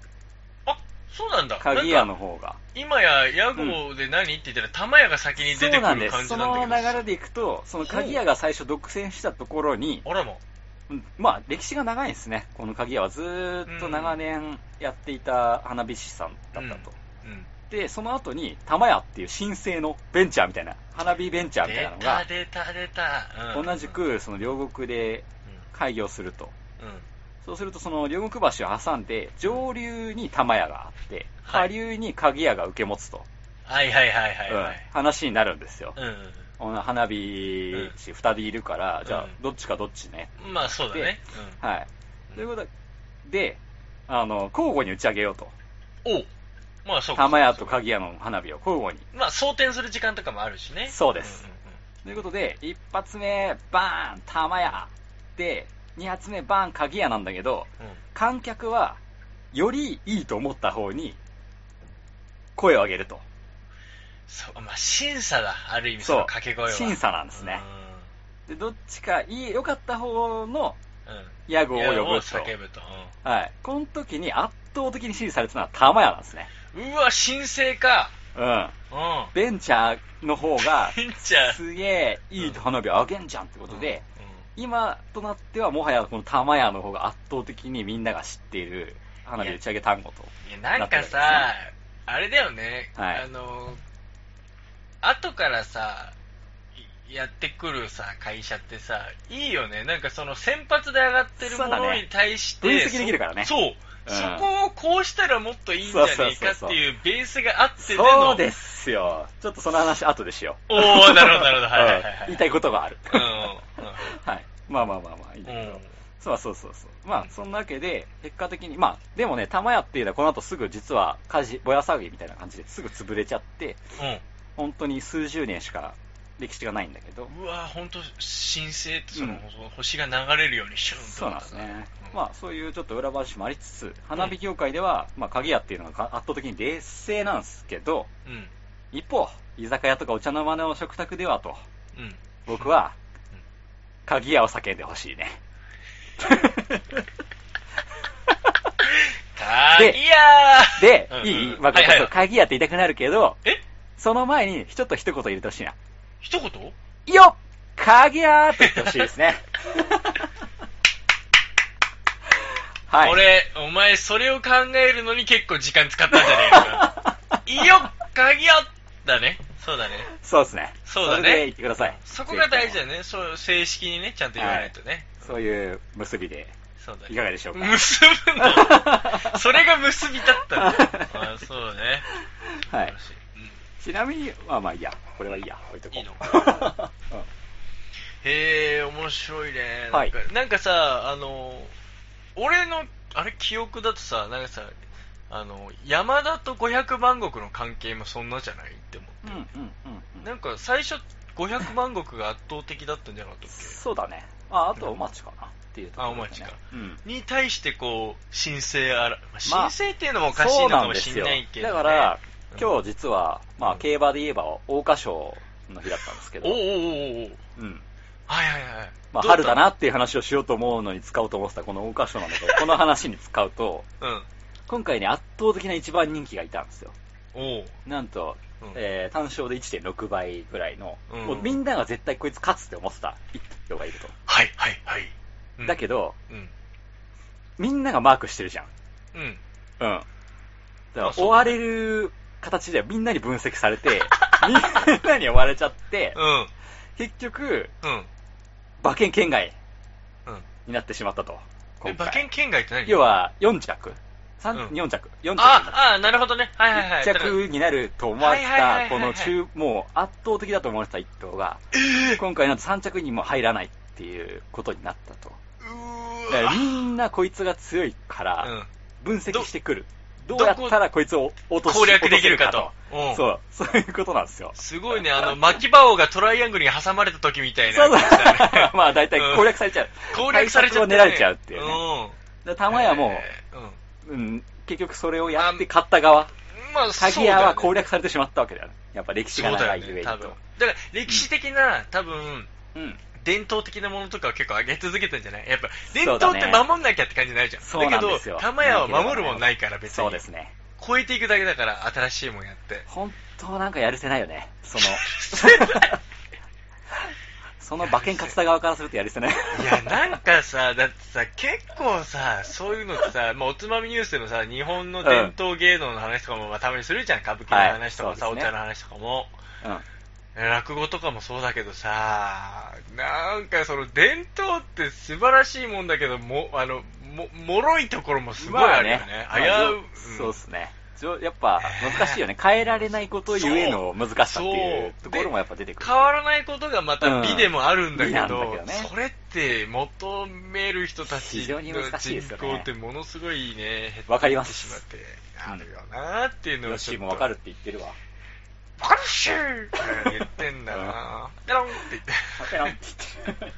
Speaker 2: あ、そうなんだ。
Speaker 3: 鍵屋の方が
Speaker 2: 今や屋号で何って言ったら玉屋が先に
Speaker 3: そ
Speaker 2: 出
Speaker 3: う
Speaker 2: てくる
Speaker 3: な
Speaker 2: 感
Speaker 3: ん
Speaker 2: じ
Speaker 3: で
Speaker 2: なんだけ
Speaker 3: す
Speaker 2: ど
Speaker 3: その流れでいくとその鍵屋が最初独占したところに、
Speaker 2: あらも
Speaker 3: うんまあ歴史が長いんですねこの鍵屋はずーっと長年やっていた花火師さんだったと、
Speaker 2: うん
Speaker 3: でその後に玉屋っていう新生のベンチャーみたいな花火ベンチャーみたいなの
Speaker 2: 出た
Speaker 3: が
Speaker 2: 出た出た、うん
Speaker 3: 同じくその両国で開業すると
Speaker 2: うんうん
Speaker 3: そうするとその両国橋を挟んで上流に玉屋があって
Speaker 2: は
Speaker 3: 下
Speaker 2: い
Speaker 3: 流に鍵屋が受け持つと、
Speaker 2: はいはいはいはいは
Speaker 3: うん
Speaker 2: い
Speaker 3: 話になるんですよ、
Speaker 2: う
Speaker 3: この花火師2人いるから、
Speaker 2: うん
Speaker 3: じゃあ
Speaker 2: うん
Speaker 3: どっちかどっちね、
Speaker 2: んまあそうだね、
Speaker 3: はいということであの交互に打ち上げようと
Speaker 2: うん、おうまあそうか
Speaker 3: 玉屋と鍵屋の花火を交互に
Speaker 2: まあ装填する時間とかもあるしね
Speaker 3: そうです
Speaker 2: んうんうん
Speaker 3: ということで1発目バーン玉屋で2発目バーン鍵屋なんだけど
Speaker 2: うん
Speaker 3: 観客はよりいいと思った方に声を上げると
Speaker 2: そうまあ審査だある意味
Speaker 3: そ
Speaker 2: そうの掛け声は
Speaker 3: 審査なんですねでどっちかいい良かった方の
Speaker 2: うん、うん
Speaker 3: 屋号を
Speaker 2: 矢
Speaker 3: 呼
Speaker 2: を
Speaker 3: ぶと
Speaker 2: 叫ぶと、
Speaker 3: はいこの時に圧倒的に支持されてたのは玉屋なんですね
Speaker 2: うんうわ神聖か
Speaker 3: うん
Speaker 2: うん
Speaker 3: ベンチャーの方が
Speaker 2: ベンチャー
Speaker 3: すげえいい花火をあげんじゃんってことで、
Speaker 2: うんうん
Speaker 3: 今となってはもはやこの玉屋の方が圧倒的にみんなが知っている花火打ち上げ単語と
Speaker 2: いやなんかさ、
Speaker 3: なって
Speaker 2: あれだよね、
Speaker 3: はい
Speaker 2: あの後からさいやってくるさ会社ってさいいよねなんかその先発で上がってるも
Speaker 3: そうだ
Speaker 2: の
Speaker 3: ね
Speaker 2: に対して、
Speaker 3: 分析できるからね
Speaker 2: そう、
Speaker 3: うん
Speaker 2: そこをこうしたらもっといいんじゃねえかっていうベースがあってでの
Speaker 3: そうですよちょっとその話後でしよ
Speaker 2: おおなるほどなるほど
Speaker 3: う、
Speaker 2: はいはいはい
Speaker 3: うん言いたいことがある、
Speaker 2: うん
Speaker 3: はいまあまあまあまあいいんだ
Speaker 2: うん
Speaker 3: け
Speaker 2: う
Speaker 3: ど、
Speaker 2: ん
Speaker 3: そうそうそうそうまあそんなわけで結果的にまあでもね玉屋っていうのはこの後すぐ実は火事ぼや騒ぎみたいな感じですぐ潰れちゃって本当に数十年しか歴史がないんだけど
Speaker 2: うんうわ本当神聖ってその、
Speaker 3: うん
Speaker 2: 星が流れるようにシュンと
Speaker 3: そうなんですね、
Speaker 2: うん
Speaker 3: まあそういうちょっと裏話もありつつ花火業界では、まあ鍵屋っていうのが圧倒的に劣勢なんですけど
Speaker 2: うん
Speaker 3: 一方居酒屋とかお茶の間の食卓ではと
Speaker 2: うん
Speaker 3: 僕は
Speaker 2: うん
Speaker 3: 鍵屋を叫んでほしいね
Speaker 2: 鍵屋ー
Speaker 3: で
Speaker 2: うんう、ん
Speaker 3: いいまあ、こ
Speaker 2: はいは
Speaker 3: そ
Speaker 2: いう
Speaker 3: 鍵屋って言いたくなるけど、
Speaker 2: え
Speaker 3: その前に、ちょっと一言入れてほしいな。
Speaker 2: 一言
Speaker 3: いよ鍵屋って言ってほしいです ね。はい。
Speaker 2: 俺、お前、それを考えるのに結構時間使ったんじゃねえ かいいよ鍵屋だね。そうだね。
Speaker 3: そうですね。
Speaker 2: そうだね
Speaker 3: それで言ってください。
Speaker 2: そこが大事だね。そう、正式にね、ちゃんと言わないとね。
Speaker 3: そういう結びで。
Speaker 2: そうだね。
Speaker 3: いかがでしょうか
Speaker 2: 結ぶ のそれが結びだったの。あそうね。
Speaker 3: はい。
Speaker 2: 素晴らしいうん
Speaker 3: ちなみに、まあまあいいや。これはいいや。置いとこう。
Speaker 2: いいの
Speaker 3: うん
Speaker 2: へえ面白いねなんか,、
Speaker 3: はい
Speaker 2: なんかさあの俺のあれ記憶だとさなんかさあの山田と500万石の関係もそんなじゃないって思
Speaker 3: うんうんうんうん
Speaker 2: なんか最初500万石が圧倒的だったんじゃなかったっ
Speaker 3: そうだね。あ、あとはお待ちかなっていうところ、ね。
Speaker 2: あお待ちか
Speaker 3: うん。
Speaker 2: けに対してこう申請あら、まあ
Speaker 3: まあ
Speaker 2: 申請っていうのもおかしいのかもしれないけど、ね、
Speaker 3: そうなんですよだか
Speaker 2: うん
Speaker 3: ら、今日実は、まあ、競馬で言えば、桜花賞の日だったんですけど
Speaker 2: お、おおおお
Speaker 3: うん。
Speaker 2: はいはいはい
Speaker 3: まあ、
Speaker 2: どう
Speaker 3: 春だなっていう話をしようと思うのに使おうと思ってたこの桜花賞なんだけど、この話に使うと、
Speaker 2: うん
Speaker 3: 今回ね、圧倒的な一番人気がいたんですよ。
Speaker 2: おお
Speaker 3: なんと、
Speaker 2: うん
Speaker 3: えー単勝で1.6倍ぐらいの、
Speaker 2: うん
Speaker 3: もうみんなが絶対こいつ勝つって思ってた一票がいると。
Speaker 2: はいはいはい、うん
Speaker 3: だけど、
Speaker 2: うん
Speaker 3: みんながマークしてるじゃん。
Speaker 2: うん
Speaker 3: うん。だから
Speaker 2: あそう
Speaker 3: 追われる形でみんなに分析され て、みんなに追われちゃって
Speaker 2: う、ん
Speaker 3: 結局、
Speaker 2: うん
Speaker 3: 馬券圏外
Speaker 2: うん
Speaker 3: になってしまったと。今
Speaker 2: え馬
Speaker 3: 回
Speaker 2: 券圏外って何
Speaker 3: 要は4着。
Speaker 2: うん
Speaker 3: 三4着。4着になる。
Speaker 2: あ、あ、なるほどね。はいはいはい。
Speaker 3: 1着になると思われて
Speaker 2: はいはいはいはいは
Speaker 3: た、こ
Speaker 2: い
Speaker 3: の中、もう圧倒的だと思われてた一頭が、今回なんと3着にも入らないっていうことになったと。
Speaker 2: うー
Speaker 3: だから
Speaker 2: わ
Speaker 3: みんなこいつが強いから、
Speaker 2: うん
Speaker 3: 分析してくる。ど
Speaker 2: ど
Speaker 3: うやったらこいつを落とし
Speaker 2: 攻略できるか
Speaker 3: 落
Speaker 2: と
Speaker 3: せ。
Speaker 2: うん
Speaker 3: そう、そういうことなんです よ。
Speaker 2: すごいね、あの、巻き場王がトライアングルに挟まれた時みたい
Speaker 3: そ
Speaker 2: な
Speaker 3: うそう
Speaker 2: 感じだね。。
Speaker 3: まあ大体攻略されちゃう。
Speaker 2: 攻略されちゃっ
Speaker 3: 対策を
Speaker 2: た、ね。
Speaker 3: 練られちゃうっていうね。
Speaker 2: う
Speaker 3: で
Speaker 2: ん。
Speaker 3: 玉屋も、
Speaker 2: えーうん。
Speaker 3: うん、結局それをやって勝った側、
Speaker 2: まあ、
Speaker 3: 鍵屋は攻
Speaker 2: 略
Speaker 3: 略されてしまったわけだよね。やっぱ歴史
Speaker 2: そ
Speaker 3: が
Speaker 2: うだ
Speaker 3: 長い
Speaker 2: よ
Speaker 3: ゆえ
Speaker 2: ね、
Speaker 3: に
Speaker 2: 多
Speaker 3: と
Speaker 2: 分。だから、歴史的な、多分、
Speaker 3: うん。
Speaker 2: 伝統的なものとかは結構上げ続けたんじゃないやっぱ、伝
Speaker 3: そうだ
Speaker 2: 統
Speaker 3: ね
Speaker 2: って守んなきゃって感じになるじゃん。
Speaker 3: そうなんですよ
Speaker 2: だけど、玉屋は守るもんないから別に。
Speaker 3: そうですね。
Speaker 2: 超えていくだけだから、新しいもんやって。
Speaker 3: 本当なんかやるせないよね。そ の、その馬券勝ちた側からするとやるせない。
Speaker 2: いや、なんかさ、だってさ、結構さ、そういうのってさ、まあ、おつまみニュースでもさ、日本の伝統芸能の話とかも、まあ、たまにするじゃん。歌舞伎の話と
Speaker 3: は
Speaker 2: か
Speaker 3: い
Speaker 2: さ、
Speaker 3: そうで
Speaker 2: お
Speaker 3: すね
Speaker 2: 茶の話とかも。
Speaker 3: うん。
Speaker 2: 落語とかもそうだけどさ、なんかその伝統って素晴らしいもんだけど、も、あの、も、脆いところもすごいあるよね。
Speaker 3: まあ
Speaker 2: 危う、
Speaker 3: まあ
Speaker 2: ん
Speaker 3: そうですね。ちょやっぱ難しいよ ね。変えられないことゆえの難しさっていう
Speaker 2: そう
Speaker 3: ところもやっぱ出てくる。
Speaker 2: 変わらないことがまた美でもあるんだけど、
Speaker 3: うん美なんだけどね
Speaker 2: それって求める人たち
Speaker 3: 非常に難しいです
Speaker 2: 人
Speaker 3: よね
Speaker 2: 口ってものすごいね、
Speaker 3: わかります
Speaker 2: 減ってしまって、あるよなーっていうの
Speaker 3: ヨ
Speaker 2: は
Speaker 3: ッシ
Speaker 2: ちょ
Speaker 3: ー
Speaker 2: っと。
Speaker 3: もわかるって言ってるわ。
Speaker 2: わかるっしゅーって言ってんだなぁ。ペロンって言って。
Speaker 3: ペロンって言ってる。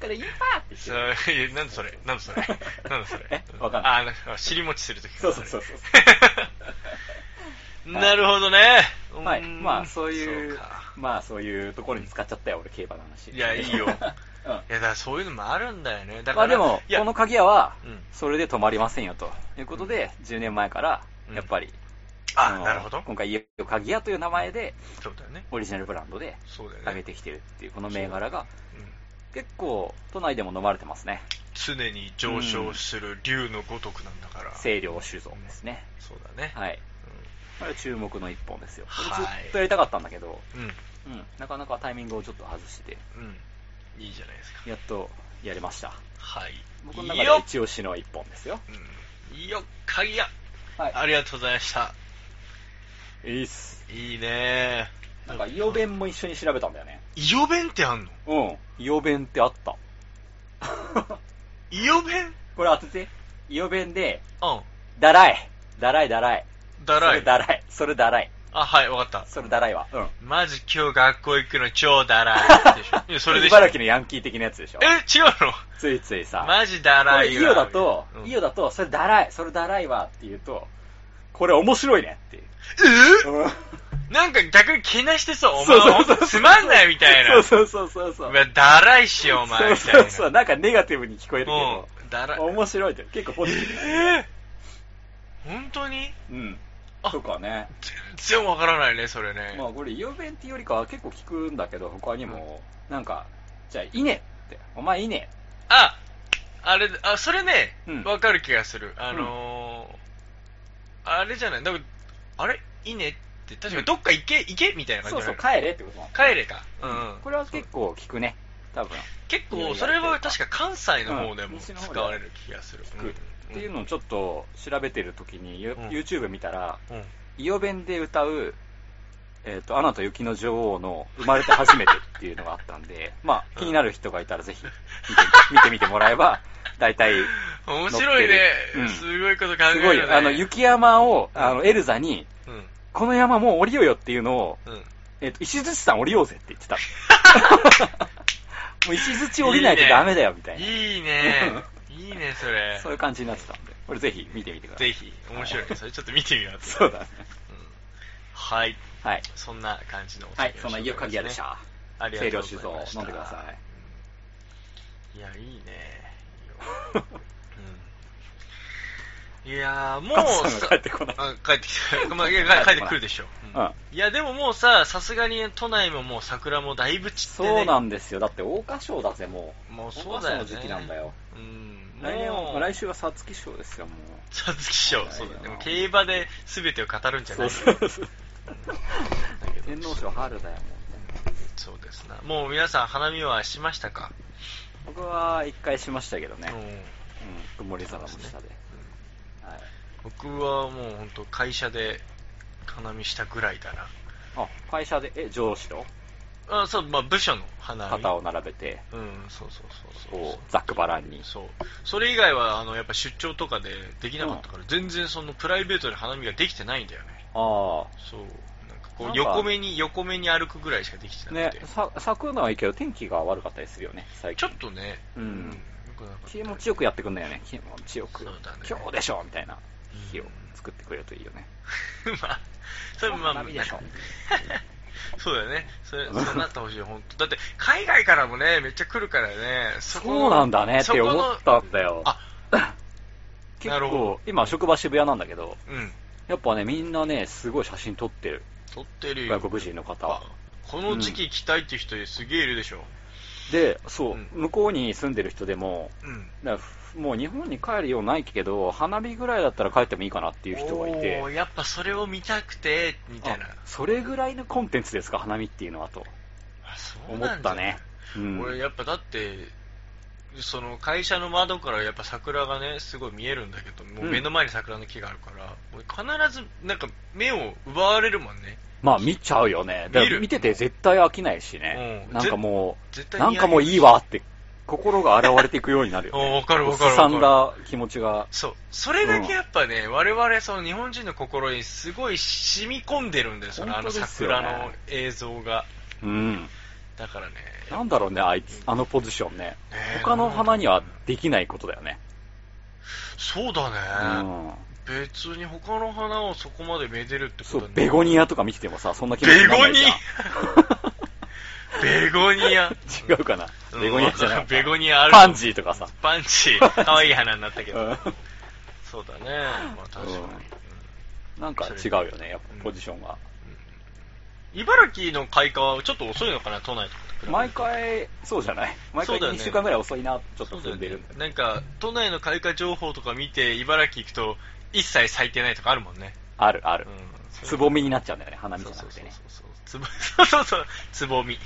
Speaker 3: これいいわって言って
Speaker 2: そ
Speaker 3: る。
Speaker 2: ういやなんでそれなんでそれなんでそれ
Speaker 3: えわかんない
Speaker 2: あ、なんか尻餅するとき
Speaker 3: そうそうそうそう。
Speaker 2: なるほどね。
Speaker 3: はい。
Speaker 2: うーん
Speaker 3: まあそういう
Speaker 2: そか
Speaker 3: まあそういうところに使っちゃったよ、俺競馬の話。
Speaker 2: いやいいよ
Speaker 3: うん。
Speaker 2: いや、だからそういうのもあるんだよね。だ
Speaker 3: ま
Speaker 2: か
Speaker 3: あ
Speaker 2: ら、
Speaker 3: でも、
Speaker 2: いや
Speaker 3: この鍵屋は
Speaker 2: うん、
Speaker 3: それで止まりませんよ、ということで、10年前から、やっぱり、
Speaker 2: あ
Speaker 3: の
Speaker 2: なるほど。
Speaker 3: 今回、家を鍵屋という名前で、
Speaker 2: そうだよね。
Speaker 3: オリジナルブランドで
Speaker 2: そうだ
Speaker 3: 上
Speaker 2: よ
Speaker 3: げ
Speaker 2: ね。
Speaker 3: てきてるっていう、この銘柄が、
Speaker 2: うん
Speaker 3: 結構、都内でも飲まれてますね。
Speaker 2: 常に上昇する竜のごとくなんだから。そう
Speaker 3: 清涼酒造ですね。
Speaker 2: だね。
Speaker 3: はい。これ注目の一本ですよ。
Speaker 2: はい
Speaker 3: ずっとやりたかったんだけど、
Speaker 2: うん。うん。
Speaker 3: うん、なかなかタイミングをちょっと外してて、
Speaker 2: うん。いいじゃないですか。
Speaker 3: やっとやれました。
Speaker 2: はい。
Speaker 3: 僕の
Speaker 2: い
Speaker 3: 中
Speaker 2: い
Speaker 3: で
Speaker 2: よ。
Speaker 3: 一押しの一本ですよ。
Speaker 2: うんいいよ、鍵屋。
Speaker 3: はい。
Speaker 2: ありがとうございました。
Speaker 3: いいっす。
Speaker 2: いいね
Speaker 3: なんか、イオ弁も一緒に調べたんだよね。
Speaker 2: イオ弁ってあんの
Speaker 3: うん。イオ弁ってあった。
Speaker 2: イオ弁
Speaker 3: これ当てて。イオ弁で、
Speaker 2: う
Speaker 3: だらい。だらいだらい。
Speaker 2: ん。だら
Speaker 3: それ
Speaker 2: い。
Speaker 3: だらい。それだらい。
Speaker 2: あ、はい、わかった。
Speaker 3: それだらいは。うん。
Speaker 2: まず今日学校行くの超だらいでし ょ。いや、それでしょ。
Speaker 3: 茨城のヤンキー的なやつでしょ
Speaker 2: え、。違う
Speaker 3: ついついさ。
Speaker 2: のマジだらい
Speaker 3: これイオだと、イ
Speaker 2: オ。
Speaker 3: オだと、それだらい、それだらいわって言うと、これ面白いねっていう。
Speaker 2: え ーなんか逆にけなしてそう。お前
Speaker 3: そうそうそう
Speaker 2: ほんとつまんないみたいな。
Speaker 3: そうそうそうそうそう
Speaker 2: う。わだらいしよ、お前。
Speaker 3: そうそうそう、なんかネガティブに聞こえるけ
Speaker 2: みたいな
Speaker 3: ど、
Speaker 2: うんだら
Speaker 3: 面白いって結構ポジティブ
Speaker 2: えー、本当に
Speaker 3: うん
Speaker 2: あ
Speaker 3: とかね
Speaker 2: 全然わからないねそれね、
Speaker 3: まあこれ雄弁っていうよりかは結構聞くんだけど他にもなんかじゃあ「いね」って「お前いね
Speaker 2: ああれあそれね
Speaker 3: うん
Speaker 2: わ、かる気がするあのーあれじゃないだからあれいいねって確かにどっか行け行けみたい」な感じ
Speaker 3: そう
Speaker 2: じゃ
Speaker 3: そ
Speaker 2: な
Speaker 3: う
Speaker 2: いの
Speaker 3: 帰れってことなんだ
Speaker 2: 帰れか、うんうん
Speaker 3: これは結構聞くね多分
Speaker 2: 結構それは確か関西の方で
Speaker 3: うん
Speaker 2: も
Speaker 3: 西
Speaker 2: 使
Speaker 3: の方で
Speaker 2: われる気がする、
Speaker 3: 聞くっていう
Speaker 2: の
Speaker 3: のをちょっと調べてる時にユ
Speaker 2: うん
Speaker 3: YouTube 見たら
Speaker 2: うん
Speaker 3: イオ弁で歌う「えー、とアナと雪の女王」の「生まれて初めて」っていうのがあったんで まあ気になる人がいたらぜひ見て見てみて もらえば大体
Speaker 2: 面白いね、
Speaker 3: 乗ってるうん
Speaker 2: すごいこと考え
Speaker 3: す
Speaker 2: る
Speaker 3: ご
Speaker 2: ね
Speaker 3: いよあの雪山をあのエルザに
Speaker 2: うん
Speaker 3: 「この山もう降りようよ」っていうのを、
Speaker 2: うん
Speaker 3: えー、と石槌さん降りようぜって言 ってたもう石槌降りないとダメだよみたいな。
Speaker 2: い いねいいねそれ
Speaker 3: そういう感じになってたんで、これぜひ見てみてください。
Speaker 2: ぜひ面白いねそれちょっと見てみよう
Speaker 3: そうだね。
Speaker 2: はい
Speaker 3: はい。
Speaker 2: そんな感じのお
Speaker 3: は
Speaker 2: 酒
Speaker 3: い、そんな家鍵屋でした。
Speaker 2: ありが
Speaker 3: 清
Speaker 2: と
Speaker 3: 涼
Speaker 2: うござ
Speaker 3: 酒造
Speaker 2: いました
Speaker 3: 飲んでください。
Speaker 2: いやいいねいいようんいやーも
Speaker 3: ガッ
Speaker 2: う
Speaker 3: ツさんが帰ってこない
Speaker 2: あ帰ってき た、まあ、いや帰帰ってくるでしょ、うん
Speaker 3: うん
Speaker 2: いやでももうささすがに都内ももう桜もだいぶ散ってね
Speaker 3: そうなんですよ。だって、桜花賞だぜ、もう。
Speaker 2: もうそうだ
Speaker 3: 桜
Speaker 2: よね
Speaker 3: 花賞の時期なんだよ。
Speaker 2: うん
Speaker 3: 来年
Speaker 2: も
Speaker 3: は、
Speaker 2: う
Speaker 3: 来週は皐月賞ですよ、もう。
Speaker 2: 皐月賞そうだねでも競馬で全てを語るんじゃない
Speaker 3: そうそう。
Speaker 2: だけど
Speaker 3: 天皇賞春だよ、もうね。
Speaker 2: そうですなもう皆さん花見はしましたか、
Speaker 3: 僕は一回しましたけどね。
Speaker 2: うん
Speaker 3: うん。曇り空の下で。はい。
Speaker 2: 僕はもう本当会社で花見したぐらいだ
Speaker 3: あ、会社で、え、上司と
Speaker 2: なあそうまあ部署の花見
Speaker 3: 肩を並べて、
Speaker 2: うんそうそうそうそう
Speaker 3: こう、ザックバランに。
Speaker 2: そうそれ以外はあのやっぱ出張とかでできなかったから、全然そのプライベートで花見ができてないんだよね
Speaker 3: ああ。
Speaker 2: そうなんかこ
Speaker 3: なんか
Speaker 2: う横目に横目に歩くぐらいしかできてな
Speaker 3: ね
Speaker 2: くて、、
Speaker 3: さ咲くのはいいけど、天気が悪かったりするよね、最
Speaker 2: ちょ
Speaker 3: 近
Speaker 2: っ。とね
Speaker 3: うん
Speaker 2: よくなかった
Speaker 3: 気持ちよくやってくんだよね、気持ちよく。
Speaker 2: そうだね
Speaker 3: 今日でしょみたいな日を
Speaker 2: うん
Speaker 3: 作ってくれるといいよね。
Speaker 2: まあそれもまあ
Speaker 3: 花見でしょ。
Speaker 2: そうだよね。それ、そうなってほしい、本当。だって、海外からもね、めっちゃ来るからね。そこの
Speaker 3: そうなんだねって思っ。
Speaker 2: そこの
Speaker 3: たんだよ。
Speaker 2: あ、
Speaker 3: 結
Speaker 2: なるほ
Speaker 3: 構
Speaker 2: ど、
Speaker 3: 今職場渋谷なんだけど、
Speaker 2: うん。
Speaker 3: やっぱね、みんなね、すごい写真撮ってる。
Speaker 2: 撮ってるよ。
Speaker 3: 外国人の方は
Speaker 2: あ。この時期行きたいって人すげえいるでしょ。
Speaker 3: で、そう、
Speaker 2: うん
Speaker 3: 向こうに住んでる人でも、
Speaker 2: うん。
Speaker 3: だからふもう日本に帰るようないけど、花火ぐらいだったら帰ってもいいかなっていう人がいて
Speaker 2: おー、やっぱそれを見たくて、みたいな。
Speaker 3: あそれぐらいのコンテンツですか、花見っていうのはと
Speaker 2: あそう
Speaker 3: 思
Speaker 2: なん
Speaker 3: っ
Speaker 2: だ
Speaker 3: たね。うん
Speaker 2: 俺、やっぱだって、その会社の窓からやっぱ桜がね、すごい見えるんだけど、もう目の前に桜の木があるから、俺必ずなんか目を奪われるもんね。
Speaker 3: まあ見ちゃうよね。だから
Speaker 2: 見る
Speaker 3: 見てて絶対飽きないしね。
Speaker 2: うん
Speaker 3: なんかも
Speaker 2: 絶
Speaker 3: う、
Speaker 2: 対
Speaker 3: なんかもういいわって心が現れていくようになるよ、
Speaker 2: うん
Speaker 3: ね。
Speaker 2: わかるわかる
Speaker 3: すさんだ気持ちが。
Speaker 2: そう。それだけやっぱね、我々その日本人の心にすごい染み込んでるんですよね、あ
Speaker 3: 本当
Speaker 2: の
Speaker 3: ですよね
Speaker 2: 桜の映像が。
Speaker 3: うん。
Speaker 2: だからね。
Speaker 3: なんだろうね、あいつ、あのポジションね
Speaker 2: ね。え
Speaker 3: 他の花にはできないことだよね。
Speaker 2: そうだ
Speaker 3: う
Speaker 2: ね、
Speaker 3: ん。
Speaker 2: 別に他の花をそこまでめでるってこと
Speaker 3: そ
Speaker 2: は
Speaker 3: う
Speaker 2: ね、
Speaker 3: ベゴニアとか見ててもさ、そんな気持ちにならないじゃん
Speaker 2: ベゴニア。
Speaker 3: 違うかな。ベゴニアじゃな
Speaker 2: う
Speaker 3: い。
Speaker 2: ん ベゴニアある。
Speaker 3: パンジーとかさ。
Speaker 2: パンチー。可愛い花になったけ
Speaker 3: う
Speaker 2: ど。
Speaker 3: ん
Speaker 2: そうだね。まあ確かに。
Speaker 3: うん
Speaker 2: うん
Speaker 3: なんか違うよね、やっぱポジションが。
Speaker 2: 茨城の開花はちょっと遅いのかな、都内とかと比べて
Speaker 3: 毎回、そうじゃない毎
Speaker 2: そ
Speaker 3: 回
Speaker 2: うだよね
Speaker 3: 2週間ぐらい遅いな、ちょっ
Speaker 2: そ
Speaker 3: と
Speaker 2: うだ
Speaker 3: 進
Speaker 2: よ
Speaker 3: んで
Speaker 2: ね
Speaker 3: る。
Speaker 2: なんか都内の開花情報とか見て茨城行くと一切咲いてないとかあるもんね、
Speaker 3: あるあ
Speaker 2: う
Speaker 3: る
Speaker 2: ん。、
Speaker 3: つぼみになっちゃうんだよね、花見じ
Speaker 2: そう
Speaker 3: ゃな
Speaker 2: そう
Speaker 3: く
Speaker 2: そ
Speaker 3: て
Speaker 2: う
Speaker 3: ね。
Speaker 2: そうつぼ そうそうそうつぼみ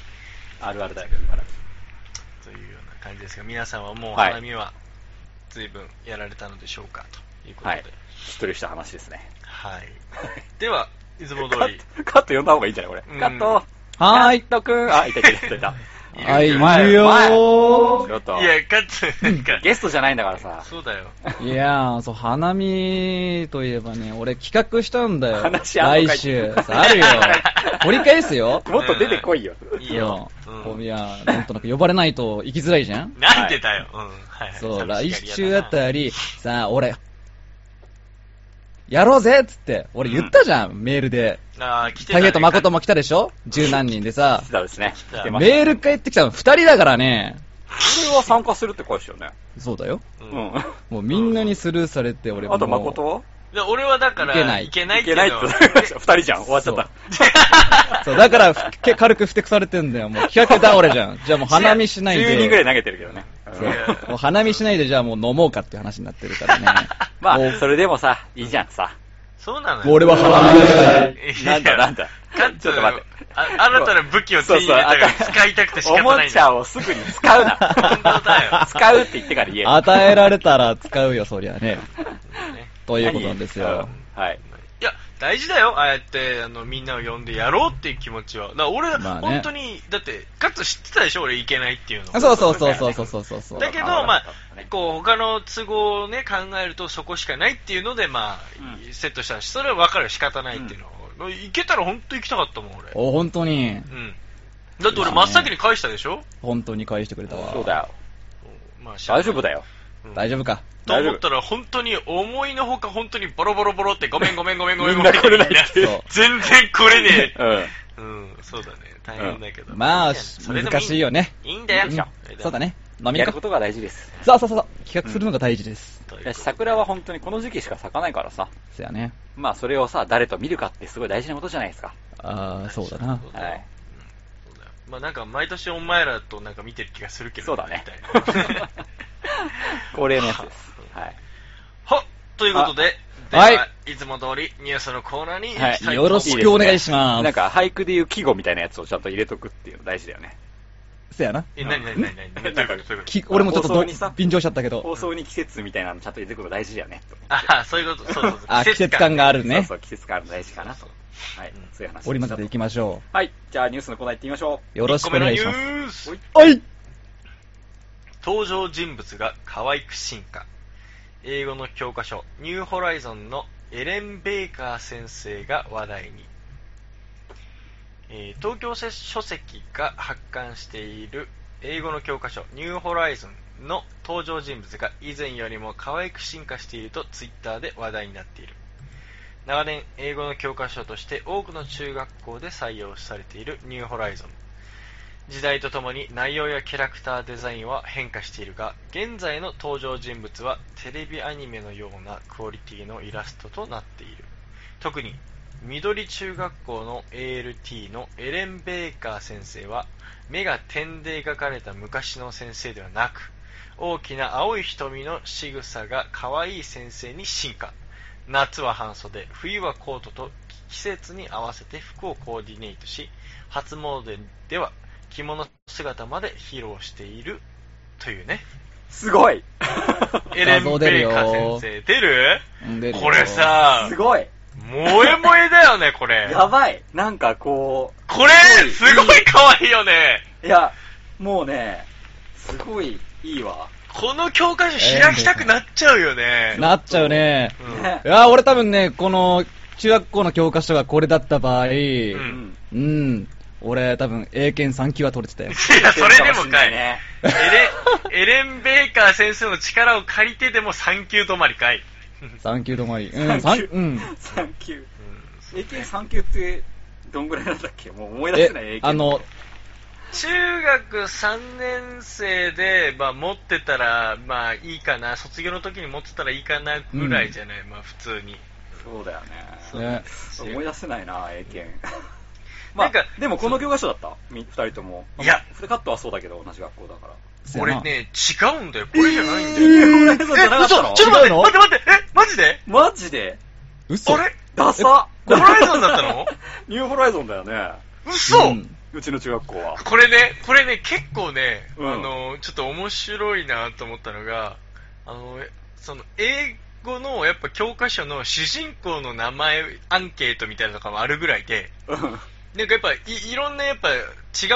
Speaker 3: あるあるだよ、茨
Speaker 2: というような感じですが皆さんはもう
Speaker 3: はい
Speaker 2: 花見は随分やられたのでしょうかという
Speaker 3: 城。
Speaker 2: こと
Speaker 3: は
Speaker 2: で
Speaker 3: い。しっとりした話ですね。
Speaker 2: はい、ではいつも通
Speaker 3: カ
Speaker 2: り
Speaker 3: ットカット呼んだ方がいいんじゃないこ
Speaker 2: うん
Speaker 3: れ。カット
Speaker 4: はーい。
Speaker 3: カットくんあ、いたいたいたいた。
Speaker 4: はい、い
Speaker 3: 前
Speaker 4: るよー
Speaker 3: ちょっと
Speaker 2: い、やかつなんか
Speaker 3: ゲストじゃないんだからさ、
Speaker 2: そうだよ
Speaker 4: いやー、そう、花見といえばね、俺企画したんだよ。
Speaker 3: 話あんのかい
Speaker 4: 来週。あるよ。掘り返すよ。
Speaker 3: もっと出てこいよ。、
Speaker 2: いいよ、
Speaker 4: そうう。
Speaker 2: ん
Speaker 4: いや、なんとなく呼ばれないと行きづらいじゃん
Speaker 2: なんでだよ、うんはいはい
Speaker 4: そう、
Speaker 2: 寂
Speaker 4: 来
Speaker 2: しがり
Speaker 4: 週
Speaker 2: 屋
Speaker 4: だ
Speaker 2: な
Speaker 4: ったり、さあ、俺、やろうぜっつって、俺言ったじゃん、メールで。
Speaker 2: あー来てた
Speaker 4: タ
Speaker 2: ね
Speaker 4: ゲと誠も来たでしょ十何人でさ
Speaker 3: そうですね。
Speaker 2: 来た
Speaker 3: 出ました
Speaker 4: メール返ってきたの二人だからね。
Speaker 3: それは参加するって声ですよね。
Speaker 4: そうだよ。
Speaker 2: う
Speaker 3: うんん。
Speaker 4: もうみんなにスルーされて、俺も。
Speaker 3: あと、誠は
Speaker 2: で俺はだから、
Speaker 4: いけない
Speaker 2: いけない
Speaker 3: い
Speaker 2: ってい
Speaker 3: け
Speaker 2: うの
Speaker 3: ない
Speaker 2: は
Speaker 3: って言ってました。二人じゃん。終わっちゃった。
Speaker 4: そう、だからふけ、軽くふてくされてんだよ。もう、日焼け倒れじゃん。じゃあもう花見しないで。
Speaker 3: 10人ぐらい投げてるけどね。
Speaker 4: そう
Speaker 3: うん
Speaker 2: い
Speaker 4: もう花見しないで、じゃあもう飲もうかっていう話になってるからね。
Speaker 3: ま
Speaker 4: もう
Speaker 3: あ、それでもさ、いいじゃん、さ。
Speaker 2: そうなの
Speaker 4: もう俺は花見しない。
Speaker 2: い
Speaker 3: なんだ
Speaker 2: や
Speaker 3: なんだ。
Speaker 2: かつ
Speaker 3: ちょっと待って
Speaker 2: あ新たな武器を手に入れたから
Speaker 3: そうそう
Speaker 2: 使いたくて仕方
Speaker 3: お
Speaker 2: ない
Speaker 3: も
Speaker 2: ん
Speaker 3: ちゃ
Speaker 2: だ。
Speaker 3: をすぐに使うな。
Speaker 2: 本当だよ
Speaker 3: 使うって言ってから言え。
Speaker 4: 与えられたら使うよ、そりゃ ね。ということなんですよ。
Speaker 3: うん。はい。
Speaker 2: いや、大事だよ。ああやって、あの、みんなを呼んでやろうっていう気持ちは。だから俺、
Speaker 4: まあね
Speaker 2: 本当に、だって、かつ知ってたでしょ俺いけないっていうの。
Speaker 4: そうそうそうそうそうそうそうそう。
Speaker 2: だけど、
Speaker 3: そう
Speaker 2: まあ
Speaker 3: ね、
Speaker 2: こう、他の都合をね、考えるとそこしかないっていうので、まあ、
Speaker 3: うん
Speaker 2: セットしたし、それは分かる仕方ないっていうの。いけたら本当行きたかったもん、俺。
Speaker 4: お、本当に、
Speaker 2: うん。だって俺真っ先に返したでしょ
Speaker 4: 本当に返してくれたわ。
Speaker 3: そうだよ。
Speaker 2: まあ、しゃあな
Speaker 3: 大
Speaker 2: い
Speaker 3: 丈夫だよ。
Speaker 2: うん
Speaker 4: 大丈夫か。
Speaker 2: と思ったら、本当に思いのほか、本当にボロボロボロって、ごめんごめんごめんごめん
Speaker 3: み
Speaker 2: ご
Speaker 3: ん
Speaker 2: めん
Speaker 3: な
Speaker 2: って
Speaker 3: 来れないってい
Speaker 4: そう
Speaker 3: う。
Speaker 2: 全然これね
Speaker 3: うん。
Speaker 2: え。うん、そうだね。大変だけど。
Speaker 4: まあ、
Speaker 2: それでも
Speaker 4: 難しいよね。
Speaker 2: いいんだよ
Speaker 4: う。ん
Speaker 2: いいんだよ
Speaker 4: そうだ。ね。飲み
Speaker 3: やる
Speaker 4: に行こ
Speaker 3: こ
Speaker 4: う。
Speaker 3: とが大事です。
Speaker 4: そうそうそうそう。企画するのが大事です。
Speaker 2: ということ
Speaker 3: だ
Speaker 2: で
Speaker 3: し桜は本当にこの時期しか咲かないからさ。
Speaker 4: そやね。
Speaker 3: まあ、それをさ、誰と見るかってすごい大事なことじゃないですか。
Speaker 4: ああ、そうだな。
Speaker 2: そうだよ
Speaker 3: はい。
Speaker 2: そうだよまあなんか、毎年お前らとなんか見てる気がするけど。
Speaker 3: そうだ ね
Speaker 2: みたいな
Speaker 3: 恒例のやつです。はい。
Speaker 2: はということで、で
Speaker 4: はい
Speaker 2: は、いつも通りニュースのコーナーに行きたいと
Speaker 4: よろしくお願いします
Speaker 3: なんか、俳句で言う季語みたいなやつをちゃんと入れとくっていうの大事だよね。
Speaker 4: そやな。
Speaker 2: え、なになになになにどういうことどういうこと
Speaker 4: き俺もちょっと
Speaker 3: 放
Speaker 4: ど
Speaker 3: 送にさ
Speaker 4: 便乗しちゃったけ
Speaker 3: 放
Speaker 4: ど。
Speaker 3: 送に季節みたいなのちゃんと入れてくの大事だよね。と
Speaker 2: ああ、そういうこと。そうそうそう。
Speaker 4: あ、季節感があるね
Speaker 3: そう。そう、季節感あるの大事かなと。はい
Speaker 2: うん。
Speaker 3: そういう話。
Speaker 4: 織り交ぜていきましょ
Speaker 3: はい。じゃあ、ニュースのコーナー行ってみましょ
Speaker 4: う。よろしくお願いしま
Speaker 2: 一
Speaker 4: す。
Speaker 2: 個目のニュース
Speaker 3: う。
Speaker 4: はい
Speaker 2: 登場人物が可愛く進化英語の教科書ニューホライゾンのエレン・ベイカー先生が話題に、えー東京書籍が発刊している英語の教科書ニューホライゾンの登場人物が以前よりも可愛く進化しているとツイッターで話題になっている長年英語の教科書として多くの中学校で採用されているニューホライゾン時代とともに内容やキャラクターデザインは変化しているが現在の登場人物はテレビアニメのようなクオリティのイラストとなっている特に緑中学校の ALT のエレン・ベーカー先生は目が点で描かれた昔の先生ではなく大きな青い瞳の仕草が可愛い先生に進化夏は半袖冬はコートと季節に合わせて服をコーディネートし初詣では着物姿まで披露しているというね
Speaker 3: すごい
Speaker 2: エレン・ベ
Speaker 4: 像出る
Speaker 2: ー
Speaker 4: よ
Speaker 2: カー先生出る
Speaker 4: うん出るよ
Speaker 2: これさ
Speaker 3: すごい
Speaker 2: 萌え萌えだよねこれ
Speaker 3: やばいなんかこ
Speaker 2: これす
Speaker 3: すごい
Speaker 2: ごい可愛いよね
Speaker 3: う、いや、もうね、すごいいいわ。
Speaker 2: この教科書開きたくなっちゃうよね、
Speaker 4: なっちゃうね。
Speaker 2: うん
Speaker 3: ね
Speaker 4: いやー、俺多分ね、この、中学校の教科書がこれだった場合、
Speaker 2: う
Speaker 3: うんん。
Speaker 4: うん。俺、多分、英検3級は取れてたよ。
Speaker 2: いや、それでもかい。
Speaker 3: ね
Speaker 2: エレエレン・ベーカー先生の力を借りてでも3級止まりかい。
Speaker 4: 3級止まり。うん、
Speaker 3: 三級
Speaker 4: 3、うん。
Speaker 3: 3級。
Speaker 2: うん
Speaker 3: AK3 級って、どんぐらいなんだっけもう思い出
Speaker 4: え
Speaker 3: せない AK。、
Speaker 4: あの、
Speaker 2: 中学3年生で、まあ、持ってたら、まあ、いいかな、卒業の時に持ってたらいいかなぐらいじゃない、まあ、普通に。
Speaker 3: そうだよね。
Speaker 4: ね
Speaker 3: 思い出せないな、英 検。ま
Speaker 2: な
Speaker 3: あ
Speaker 2: んか、
Speaker 3: でもこの教科書だったみ二人とも。
Speaker 2: いや
Speaker 3: フルカットはそうだけど、同じ学校だから。
Speaker 4: せやな
Speaker 2: 俺ね、違うんだよ。これじゃないんだよ。
Speaker 3: えー、じゃなかっ
Speaker 2: 嘘
Speaker 3: たの
Speaker 2: ちょっと
Speaker 4: 違う
Speaker 2: 待って、
Speaker 4: の
Speaker 2: 待って待って、え、マジで
Speaker 3: マジで
Speaker 4: 嘘
Speaker 2: あれ
Speaker 3: ダサ
Speaker 2: ホライゾンだったの
Speaker 3: ニューホライゾンだよね。
Speaker 2: 嘘、
Speaker 4: うん
Speaker 3: うちの中学校は。
Speaker 2: これね、これね、結構ね、
Speaker 3: うん
Speaker 2: あの、ちょっと面白いなと思ったのが、あの、その、英語の、やっぱ教科書の主人公の名前アンケートみたいなのとかもあるぐらいで、
Speaker 3: うん
Speaker 2: なんかやっぱ、いいろんなやっぱ違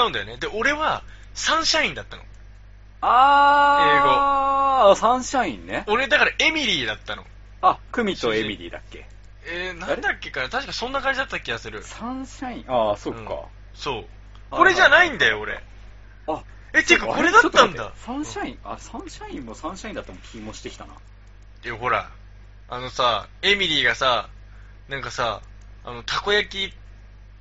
Speaker 2: うんだよね。で、俺は、サンシャインだったの。
Speaker 3: あー、サンシャインね。
Speaker 2: 俺、だからエミリーだったの。
Speaker 3: あ、クミとエミリーだっけ
Speaker 2: えー、なんだっけかな確かそんな感じだった気がする。
Speaker 3: サンシャインあー、そっか。
Speaker 2: そう。これじゃないんだよ、俺。
Speaker 3: あ、
Speaker 2: え、ていうか、これだったんだ。
Speaker 3: サンシャイン、あ、サンシャインもサンシャインだったも気もしてきたな。
Speaker 2: いや、ほら、あのさ、エミリーがさ、なんかさ、あの、たこ焼き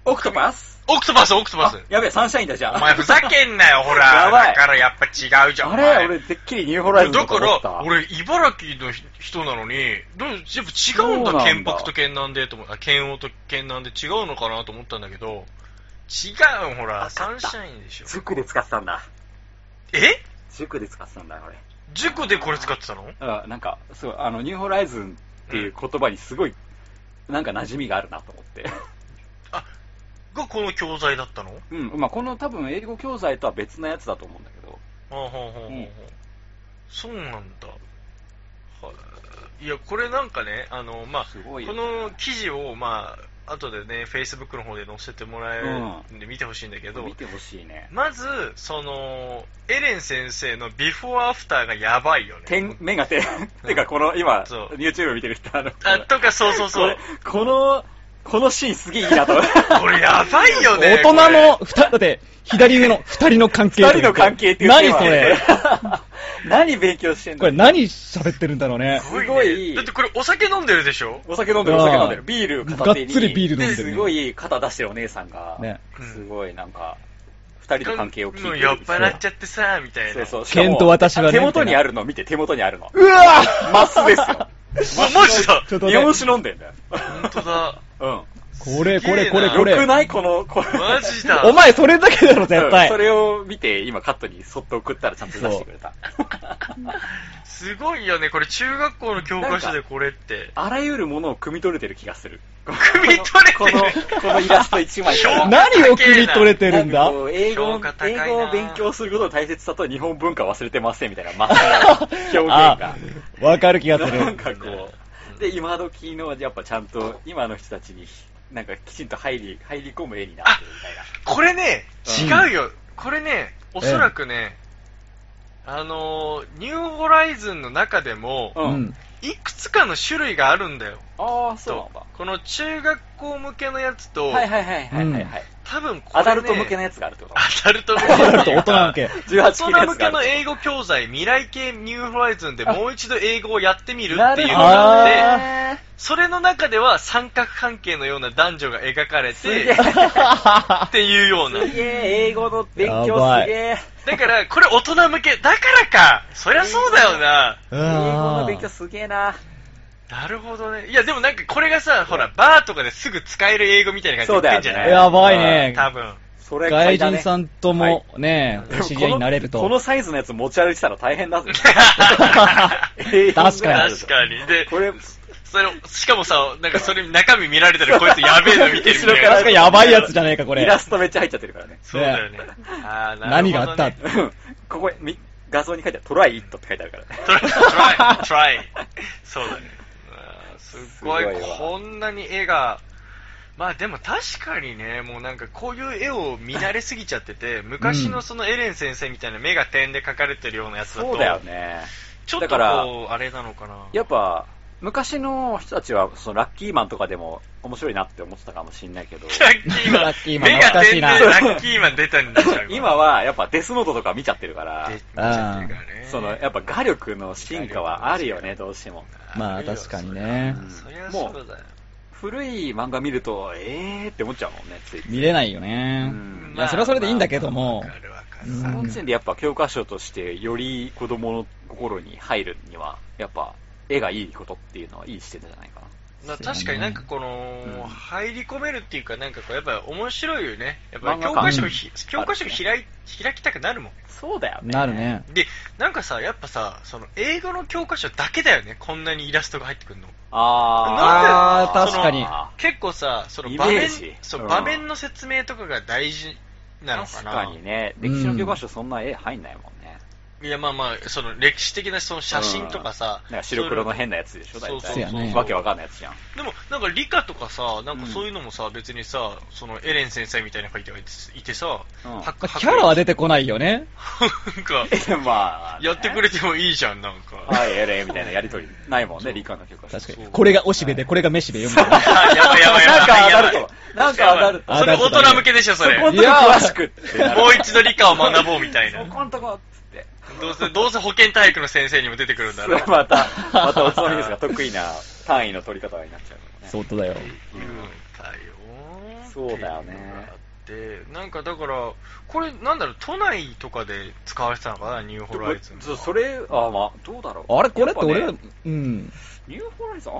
Speaker 3: オクトパス
Speaker 2: オクトパス、オクトパ
Speaker 3: あ
Speaker 2: ス。、
Speaker 3: やべえ、サンシャインだじゃあ。
Speaker 2: お前ふざけんなよ、ほら。
Speaker 3: やばい
Speaker 2: だからやっぱ違うじゃん。
Speaker 3: あ
Speaker 2: お
Speaker 3: れ
Speaker 2: 前
Speaker 3: 俺、てっきりニューホライズン
Speaker 2: だ
Speaker 3: だと
Speaker 2: か
Speaker 3: 思った
Speaker 2: ら、俺、茨城の人なのに、どうやっぱ違うん
Speaker 3: そうなん
Speaker 2: だ、
Speaker 3: だ
Speaker 2: 県北と県南でと思うあ県央と県南で違うのかなと思ったんだけど、違うん、ほ、
Speaker 3: わからった
Speaker 2: サンシャインでしょ。
Speaker 3: 塾で使ってたんだ。
Speaker 2: え
Speaker 3: 塾で使ってたんだ、俺。
Speaker 2: 塾でこれ使ってたの
Speaker 3: うん、なんか、すごい、あの、ニューホライズンっていう言葉にすごい、なんか馴染みがあるなと思って。
Speaker 2: がこの教材だったの
Speaker 3: うん、まあこの多分英語教材とは別のやつだと思うんだけど。
Speaker 2: はあはあはあはあ
Speaker 3: うん
Speaker 2: そうなんだ。はいや、これなんかね、あの、まあ、
Speaker 3: すごいよ
Speaker 2: こ
Speaker 3: ね
Speaker 2: の記事を、まあ、後でね、Facebook の方で載せてもらえるんで見てほしいんだけど、
Speaker 3: 見てほしいね。
Speaker 2: まず、その、エレン先生のビフォーアフターがやばいよね。
Speaker 3: 点、目が点。てかこの今、
Speaker 2: そう
Speaker 3: YouTube 見てる人あの、
Speaker 2: あ、とか、そうそう
Speaker 3: こ
Speaker 2: そう
Speaker 3: れ。この、このシーンすげえいいなと思って。
Speaker 2: これやばい よね
Speaker 4: 大。人の、ふた、だって、左上の二人の関係
Speaker 3: 二
Speaker 4: と
Speaker 3: 人
Speaker 4: 言
Speaker 3: の
Speaker 4: って
Speaker 3: 関係っていう
Speaker 4: 何
Speaker 3: テーマ
Speaker 4: それ。
Speaker 3: 何勉強してんの
Speaker 4: これ何喋ってるんだろうね。
Speaker 2: これ
Speaker 3: すごい
Speaker 2: だってこれお酒飲んでるでしょ
Speaker 3: お酒飲んでる、お酒飲んでる。ビール片手に。
Speaker 4: がっつりビール飲んでるね
Speaker 3: すごい肩出してるお姉さんが、
Speaker 4: ね
Speaker 3: すごいなんか、二人の関係を聞いて
Speaker 2: もう
Speaker 3: る。
Speaker 2: 酔っ払っちゃってさ、みたい
Speaker 3: そ
Speaker 2: な。
Speaker 3: うそう。し
Speaker 4: ケンと私はね
Speaker 3: 手元にあるの見て、手元にあるの。
Speaker 4: うわ
Speaker 3: マスですよ。
Speaker 2: もうマジだ
Speaker 4: ちょっとね
Speaker 3: 日本酒飲んでんだよ。
Speaker 2: 本当だ。
Speaker 3: うん。
Speaker 4: これ、これ、これ、
Speaker 2: す
Speaker 4: こ
Speaker 2: げ
Speaker 3: よ。
Speaker 4: れ
Speaker 3: くないこの、これ。
Speaker 2: マジ だ。
Speaker 4: お前それだけだろ、絶
Speaker 3: うん
Speaker 4: 対
Speaker 3: そ。れを見て、今カットにそっと送ったらちゃんと出してくれた。
Speaker 2: すごいよね、これ中学校の教科書でこれって。
Speaker 3: あらゆるものを汲み取れてる気がする。
Speaker 2: 汲み取れ
Speaker 3: こ
Speaker 2: て
Speaker 3: の
Speaker 2: る。、
Speaker 3: このイラスト一枚から。
Speaker 4: 何を切り取れてるん
Speaker 3: な
Speaker 4: だ
Speaker 3: んかこう英語
Speaker 2: 評価、高い
Speaker 3: 英
Speaker 2: な
Speaker 3: 語を勉強することの大切さと日本文化を忘れてませんみたいな、 まさ表現が
Speaker 4: あ。、わかる気がす
Speaker 3: な
Speaker 4: る
Speaker 3: ん。かこう、で、今時の、やっぱちゃんと、今の人たちに、なんかきちんと入り、入り込む絵になってるみたいな。
Speaker 2: これね、
Speaker 4: うん
Speaker 2: 違うよ。これね、おそらくね、あのー、ニューホライズンの中でも、
Speaker 4: う
Speaker 3: うん
Speaker 4: ん。
Speaker 2: いくつかの種類があるんだよ。
Speaker 3: ああ、そうなんだ。
Speaker 2: この中学校向けのやつと、
Speaker 3: はいはいはいはいはいはい。
Speaker 2: 多分これ、ね、
Speaker 3: アダルト向けのやつがあるってこと
Speaker 2: アダルト向け
Speaker 4: アダルト大人向け。
Speaker 2: 大
Speaker 3: 18
Speaker 2: 人
Speaker 3: 禁のや
Speaker 2: 向
Speaker 3: つが
Speaker 2: け
Speaker 3: ある
Speaker 2: の
Speaker 3: って
Speaker 2: 英語教材、未来系ニューホライズンでもう一度英語をやってみる
Speaker 3: な
Speaker 2: ってい
Speaker 3: る
Speaker 2: う
Speaker 3: ほ
Speaker 2: の
Speaker 3: ど
Speaker 2: が
Speaker 4: なるほ
Speaker 2: あ
Speaker 4: ど
Speaker 2: って、
Speaker 3: ね
Speaker 2: それの中では三角関係のような男女が描かれ
Speaker 3: すげえ
Speaker 2: て、っていうような。
Speaker 3: すげえ英語の勉強
Speaker 4: やばい
Speaker 3: すげえ
Speaker 2: だから、これ大人向け。だからか。そりゃそうだよな。
Speaker 4: 英
Speaker 3: 英語の勉強すげえな
Speaker 2: なるほどね。いや、でもなんかこれがさ、ほら、バーとかですぐ使える英語みたいな感じで言ってんじゃない、
Speaker 3: そうだよね
Speaker 4: やばいね。
Speaker 2: 多分。
Speaker 3: それ買
Speaker 4: 外
Speaker 3: いだ
Speaker 4: 人
Speaker 3: ね
Speaker 4: さんともね、お知り合いになれる。
Speaker 3: でもこのことのサイズのやつ持ち歩いてたら大変だぜ
Speaker 4: 確かに
Speaker 2: 確かに。で、
Speaker 3: これ
Speaker 2: それ、しかもさ、なんかそれ中身見られたらこいつやべえの見てるみたい
Speaker 3: 後ろ
Speaker 2: な。
Speaker 3: から
Speaker 4: 確かにやばいやつじゃねえか、こ
Speaker 3: イ
Speaker 4: れ
Speaker 3: ラ。ストめっちゃ入っちゃってるからね
Speaker 2: そうだよね。あーなるほどね
Speaker 4: 何があった
Speaker 3: うんここみ画像に書いてあるトライイットって書いてあるからね
Speaker 2: トライ、トライ、トライ。そうだね。あーすごい
Speaker 3: すごいわ
Speaker 2: こんなに絵が、まあでも確かにね、もうなんかこういう絵を見慣れすぎちゃってて、昔のそのエレン先生みたいな目が点で描かれてるようなやつだと、
Speaker 3: そうだよね
Speaker 2: ちょっと
Speaker 3: だから
Speaker 2: こう、あれなのかな。
Speaker 3: やっぱ昔の人たちはそのラッキーマンとかでも面白いなって思ってたかもしんないけ ど
Speaker 2: ラッキーマン、
Speaker 4: ラッキーマン
Speaker 2: 目が点でラ
Speaker 4: 懐
Speaker 3: かしいな
Speaker 2: ッキーマン出たんでしょ、
Speaker 3: 今はやっぱデスノートとか見ちゃってるから
Speaker 2: 出出ちゃってるからね。
Speaker 3: そのやっぱ画力の進化はあるよねどうしても
Speaker 4: まあ確かにね
Speaker 2: そりゃそりゃそうだよ。
Speaker 3: 古い漫画見ると、えーって思っちゃうもんね、ついつい。
Speaker 4: 見れないよね。
Speaker 3: うん
Speaker 4: いや、それはそれでいいんだけども
Speaker 2: わ、かるわか
Speaker 4: う
Speaker 2: る。
Speaker 4: ん
Speaker 3: その時点でやっぱ教科書として、より子供の心に入るには、やっぱ、絵がいいことっていうのはいい視点じゃないかな。
Speaker 2: まあ、確かになんかこ
Speaker 3: う
Speaker 2: の、
Speaker 3: ん
Speaker 2: 入り込めるっていうか、なんかこう、やっぱ面白いよね。やっぱ
Speaker 3: 漫画
Speaker 2: 教
Speaker 3: 館
Speaker 2: 科書を
Speaker 4: うん
Speaker 2: ひ、教科書を開い開きたくなるもん。
Speaker 3: そうだよね。
Speaker 4: なる。ね。
Speaker 2: で、なんかさ、やっぱさ、その英語の教科書だけだよね、こんなにイラストが入ってくるの。
Speaker 3: あー。
Speaker 4: なんであー確かに
Speaker 3: その
Speaker 2: 結構さ、その
Speaker 3: イメ
Speaker 2: 場面
Speaker 3: ージ、
Speaker 2: そうう、
Speaker 3: ん
Speaker 2: 場面の説明とかが大事なのか
Speaker 3: 確
Speaker 2: な。
Speaker 3: かにね。歴史の教科書そんな絵入んないもんね。
Speaker 2: いや、まあまあ、その歴史的なその写真とかさ、
Speaker 3: なんか白黒の変なやつでしょ、
Speaker 2: そ
Speaker 3: 大
Speaker 2: うそう
Speaker 3: 体。
Speaker 4: そうやね
Speaker 3: わけわかんないや つじゃん。
Speaker 2: でも、なんか理科とかさ、なんかそういうのもさ、別にさ、そのエレン先生みたいな人がいていてさ、
Speaker 3: うん
Speaker 2: は
Speaker 4: キャラは出て
Speaker 2: こ
Speaker 4: こないよね。
Speaker 2: なんか、
Speaker 3: え、まあ、
Speaker 2: やってくれてもいいじゃん、なんか。
Speaker 3: はい、えれ、みたいなやりとり。ないもんね、理科の教科書。
Speaker 4: 確かに。これがおしべで、これがめしべよ。みたいな
Speaker 2: あ やばいやばい
Speaker 3: な
Speaker 2: やばい。
Speaker 3: んか当たる
Speaker 2: やば
Speaker 3: と。
Speaker 2: い
Speaker 3: なんか当たると。
Speaker 4: あ
Speaker 2: それ大人向けでしょ、それ。
Speaker 3: 本
Speaker 2: もう
Speaker 3: 当に詳しくってなる。
Speaker 2: 一度理科を学ぼうみたいな
Speaker 3: そ。こんとこっつって。
Speaker 2: どうせ、どうせ保健体育の先生にも出てくるんだ
Speaker 3: そ
Speaker 2: ろう
Speaker 3: れ。また、またおつまみですが、得意な単位の取り方になっちゃうのね。
Speaker 4: 相当だよ。
Speaker 2: 言うんだよ。
Speaker 3: そうだよね
Speaker 2: っていうのがあってなんかだからこれなんだろう都内とかで使われてたのかなニューホライズン
Speaker 3: そそれあまあどうだろう
Speaker 4: あれこれって俺
Speaker 3: やぱ
Speaker 4: ら、
Speaker 3: ね
Speaker 4: うん。
Speaker 3: ニューホライズン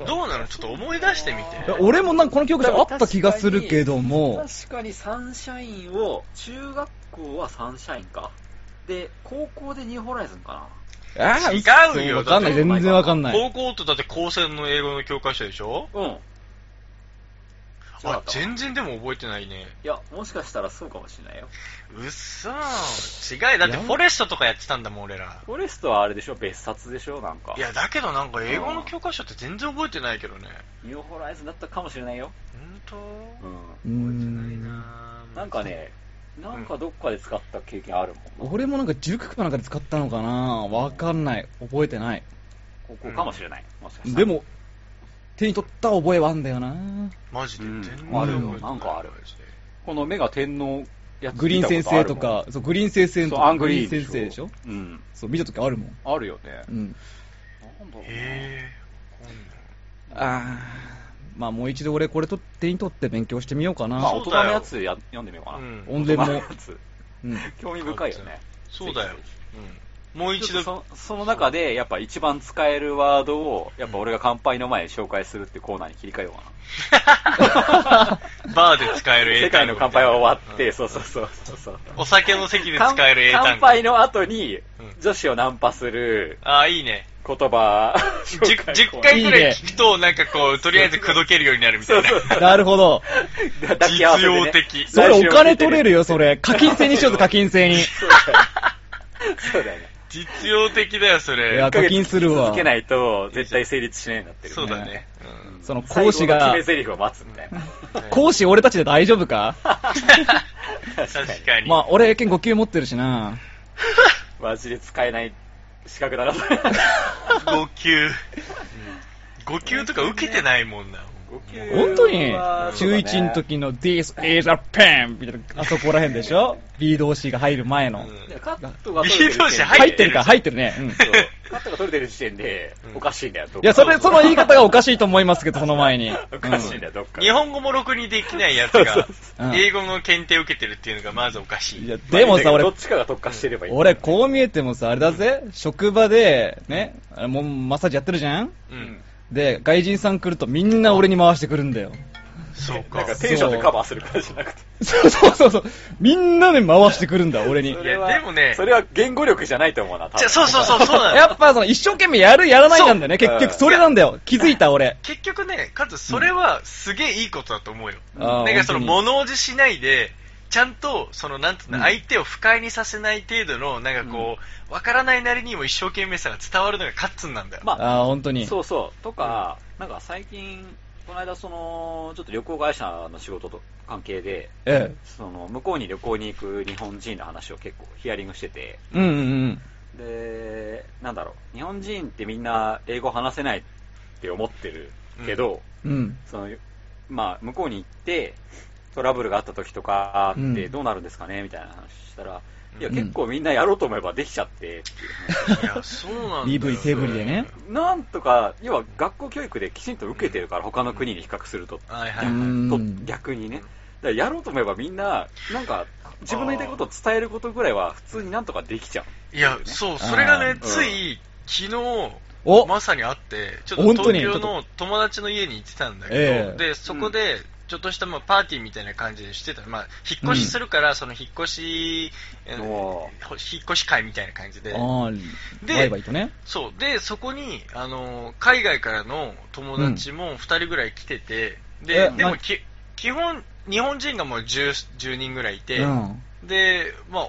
Speaker 3: あん
Speaker 2: どうなのちょっと思い出してみて
Speaker 4: いや俺もなんかこの記憶であった気がするけども、
Speaker 3: 確かにサンシャインを中学校はサンシャインかで高校でニューホライズンか
Speaker 4: あ
Speaker 2: 確かに違うよ
Speaker 4: わかんない。
Speaker 2: だって
Speaker 4: 全然わかんない。
Speaker 2: 高校とだって高専の英語の教科書でしょ
Speaker 3: なうんそうだ
Speaker 2: あ
Speaker 3: った
Speaker 2: 全然でも覚えてないね
Speaker 3: いやもしかしたらそうかもしれないよ
Speaker 2: うっそー違いだってフォレストとかやってたんだもん俺ら
Speaker 3: フォレストはあれでしょ別冊でしょなんか
Speaker 2: いやだけどなんか英語の教科書って全然覚えてないけどね
Speaker 3: ニューホライズンだったかもしれないよ
Speaker 2: 本
Speaker 3: う
Speaker 4: うん
Speaker 2: 当覚えてない
Speaker 4: ん。
Speaker 2: なぁ
Speaker 3: なんかねなんかどっかで使った経験あるもんな
Speaker 4: 俺もなんか塾かなんかで使ったのかなわかんない。覚えてない。
Speaker 3: 高校かもしれないもしかしたら
Speaker 4: でも、手に取った覚えはあんだよな
Speaker 2: マジで
Speaker 3: うん
Speaker 2: 全然
Speaker 4: あるよ
Speaker 2: 覚えてい
Speaker 3: なんかある
Speaker 2: マジで
Speaker 3: この目が天皇やつ
Speaker 4: グリーン先生とか、そう、グリーン先生
Speaker 3: 見たことあるもんそ
Speaker 4: と
Speaker 3: うアングリ
Speaker 4: か、グリ
Speaker 3: ー
Speaker 4: ー
Speaker 3: ン
Speaker 4: ン先生でしょ
Speaker 3: うん
Speaker 4: そう、見た時あるもん。
Speaker 3: あるよね
Speaker 4: うん。
Speaker 3: なんだろうな
Speaker 2: へえ
Speaker 4: あー、まあもう一度俺これと手に取って勉強してみようか
Speaker 3: まあ
Speaker 4: な。
Speaker 3: 大
Speaker 2: そう
Speaker 3: 人
Speaker 2: だよ
Speaker 3: のやつや読んでみようかな、
Speaker 2: うん
Speaker 4: 音電
Speaker 3: 大人の
Speaker 4: も
Speaker 3: や。つ
Speaker 4: うん。
Speaker 3: 興味深いよね
Speaker 2: そうだよ、うん、もう一
Speaker 3: ちょっ
Speaker 2: 度
Speaker 3: とそその中でやっぱ一番使えるワードをやっぱ俺が乾杯の前に紹介するってコーナーに切り替えようか
Speaker 2: バーで使え
Speaker 3: な
Speaker 2: る英
Speaker 3: 世界の乾杯は終わって、そうそうそうそうそう
Speaker 2: お酒の席で 使える英単語
Speaker 3: 乾杯の後に
Speaker 2: うん
Speaker 3: 女子をナンパする
Speaker 2: ああいいね
Speaker 3: 言葉
Speaker 2: 10,
Speaker 3: 紹介コーナー
Speaker 2: 回ぐらい聞くとなんかこうとりあえず口説けるようになるみたいな
Speaker 3: そうそ
Speaker 4: なるほど。
Speaker 3: だ抱き合わせてね
Speaker 2: 実用 的
Speaker 4: それお金取れる
Speaker 3: よ
Speaker 4: よ、それ。課金制にしようと課金制に。い
Speaker 3: そうだよね そうだよね
Speaker 2: 実用的だよそれ
Speaker 4: や、課金するわ
Speaker 3: 続。けないと絶対成立しないんだってる
Speaker 2: そうだね、うん
Speaker 4: その講師が
Speaker 3: 最後の決め台詞を待つみたいな
Speaker 4: 講師俺たちで大丈夫か
Speaker 2: 確かに、
Speaker 4: まあ、俺剣5級持ってるしな。
Speaker 3: マジで使えない資格だな、それ。
Speaker 2: 5級5級とか受けてないもんな
Speaker 4: 本当に
Speaker 3: は
Speaker 4: 中1の時の This is a pen! みたいな、あそこら辺でしょ ?B 動詞が入る前の。
Speaker 2: うん
Speaker 3: カットが取れてる時点で。
Speaker 2: B 同士
Speaker 4: 入
Speaker 2: 入
Speaker 4: っ
Speaker 2: ってて
Speaker 4: る
Speaker 2: る
Speaker 4: か、入ってるね。うん。い
Speaker 3: そうカットが取れてる時点で、
Speaker 2: うん
Speaker 3: おかしいんだよ、どっか
Speaker 4: や、それ、その言い方がおかしいと思いますけ ど、その前に。
Speaker 3: おかしいんだよ、どっか。
Speaker 2: 日本語もろくにできないやつが
Speaker 4: うん
Speaker 2: 英語の検定受けてるっていうのがまずおかし
Speaker 4: うん
Speaker 2: い
Speaker 4: いや、でもさ、
Speaker 3: ど
Speaker 4: 俺
Speaker 3: っ、ちかが特化してればいい。
Speaker 4: 俺、こう見えてもさ、あれだぜ、職場で、ね、あれもうマッサージやってるじゃん
Speaker 2: うん
Speaker 4: で、外人さん来るとみんな俺に回してくるんだよ。
Speaker 2: そうか
Speaker 3: なんかテンションでカバーするからじゃなくて。
Speaker 4: そうそうそうそう。みんなで回してくるんだ、俺に。
Speaker 2: れはでもね
Speaker 3: それは言語力じゃないと思うな、多
Speaker 2: じゃ
Speaker 3: 分
Speaker 2: あそうそうそうそうなの
Speaker 4: やっぱその一生懸命やるやらないなんだよね。
Speaker 3: そう
Speaker 4: 結局それなんだよ。気づいた俺。
Speaker 2: 結局ね、かつそれはすげえいいことだと思うよ。
Speaker 4: うんあー
Speaker 2: なんかその
Speaker 4: 本当に
Speaker 2: 物おじしないで、ちゃんと、その、なんていうの、
Speaker 4: うん
Speaker 2: 相手を不快にさせない程度の、なんかこう、わからないなりにも一生懸命さが伝わるのがカッツンなんだよ。
Speaker 3: まあ、
Speaker 4: ああ、本当に。
Speaker 3: そうそう。とか、なんか最近、この間、その、ちょっと旅行会社の仕事と関係で、
Speaker 4: え
Speaker 3: その、向こうに旅行に行く日本人の話を結構ヒアリングしてて、
Speaker 4: え。うんうんうん。
Speaker 3: で、なんだろう、日本人ってみんな英語話せないって思ってるけど、
Speaker 4: うん。
Speaker 3: そのまあ、向こうに行って、トラブルがあった時とか
Speaker 4: う
Speaker 3: っ
Speaker 4: ん
Speaker 3: てどうなるんですかねみたいな話したら、いや、
Speaker 4: うん
Speaker 3: 結構みんなやろうと思えばできちゃってっていう 話、
Speaker 2: いや、そうなんだよ。
Speaker 4: 身振り手振りでね。
Speaker 3: なんとか、要は学校教育できちんと受けてるから、他の国に比較すると、
Speaker 2: はいは
Speaker 4: う
Speaker 2: いはい。
Speaker 3: と
Speaker 4: ん。
Speaker 3: 逆にね。だからやろうと思えばみんな、なんか、自分の言いたいことを伝えることぐらいは普通になんとかできちゃう。
Speaker 2: いや、そう、それが
Speaker 4: あ
Speaker 2: ね
Speaker 3: ー、
Speaker 2: つい、昨日、
Speaker 4: お
Speaker 2: まさにあって、ちょっ
Speaker 4: 本
Speaker 2: と
Speaker 4: 当に
Speaker 2: 東京の友達の家に行ってたんだけど、
Speaker 4: ええ
Speaker 2: で、そこで、ちょっとしたまあパーティーみたいな感じでしてた。まあ、引っ越しするから、その引っ越し、えー
Speaker 3: お
Speaker 2: 引っ越し会みたいな感じで、
Speaker 4: ああ、
Speaker 2: で
Speaker 4: バイバイとね。
Speaker 2: そう。で、そこに、あのー、海外からの友達も2人ぐらい来てて、で
Speaker 4: え、
Speaker 2: で
Speaker 4: ま
Speaker 2: もき、基本、日本人がもう 10, 10人ぐらいいて、
Speaker 4: うん。
Speaker 2: で、まあ、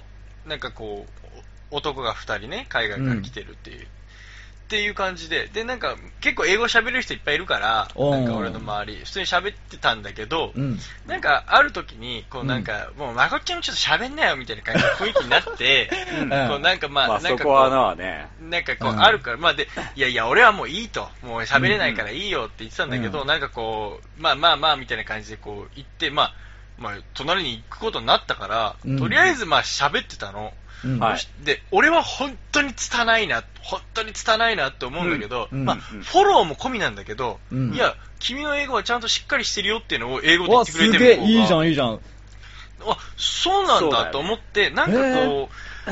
Speaker 2: なんかこう、お男が2人ね、海外から来てるっていう。っていう感じで、で、なんか、結構英語喋れる人いっぱいいるから、
Speaker 4: おー
Speaker 2: なんか俺の周り、普通に喋ってたんだけど、
Speaker 4: うん。
Speaker 2: なんか、ある時に、こうなんか、もう、まこっちゃんもちょっと喋んなよ、みたいな感じの雰囲気 になって、
Speaker 4: ん
Speaker 2: こうなんかまあ、
Speaker 3: まあ、
Speaker 2: なん
Speaker 3: そ
Speaker 2: か
Speaker 3: こはな、ね。
Speaker 2: なんかこう、
Speaker 4: うん
Speaker 2: あるから、まあで、いやいや、俺はもういいと、もう喋れないからいいよって言ってたんだけど、
Speaker 4: うん
Speaker 2: なんかこう、まあまあまあみたいな感じでこう、言って、まあ、まあ、隣に行くことになったから、
Speaker 4: うん
Speaker 2: とりあえずまあ喋ってたの、
Speaker 4: うん
Speaker 3: はい
Speaker 2: で俺は本当に拙いな本当に拙いなって思うんだけど、
Speaker 4: うん
Speaker 2: まあ、
Speaker 3: うん
Speaker 2: フォローも込みなんだけど、
Speaker 4: うん
Speaker 2: いや君の英語はちゃんとしっかりしてるよっていうのを英語で言
Speaker 4: わ、
Speaker 2: ってくれ
Speaker 4: す
Speaker 2: て
Speaker 4: げ
Speaker 2: る
Speaker 4: え、いいじゃ
Speaker 2: ん
Speaker 4: ん、いいじゃん。
Speaker 2: あそうなん
Speaker 3: そうだ
Speaker 2: だ
Speaker 3: よ
Speaker 2: と思ってなんかこ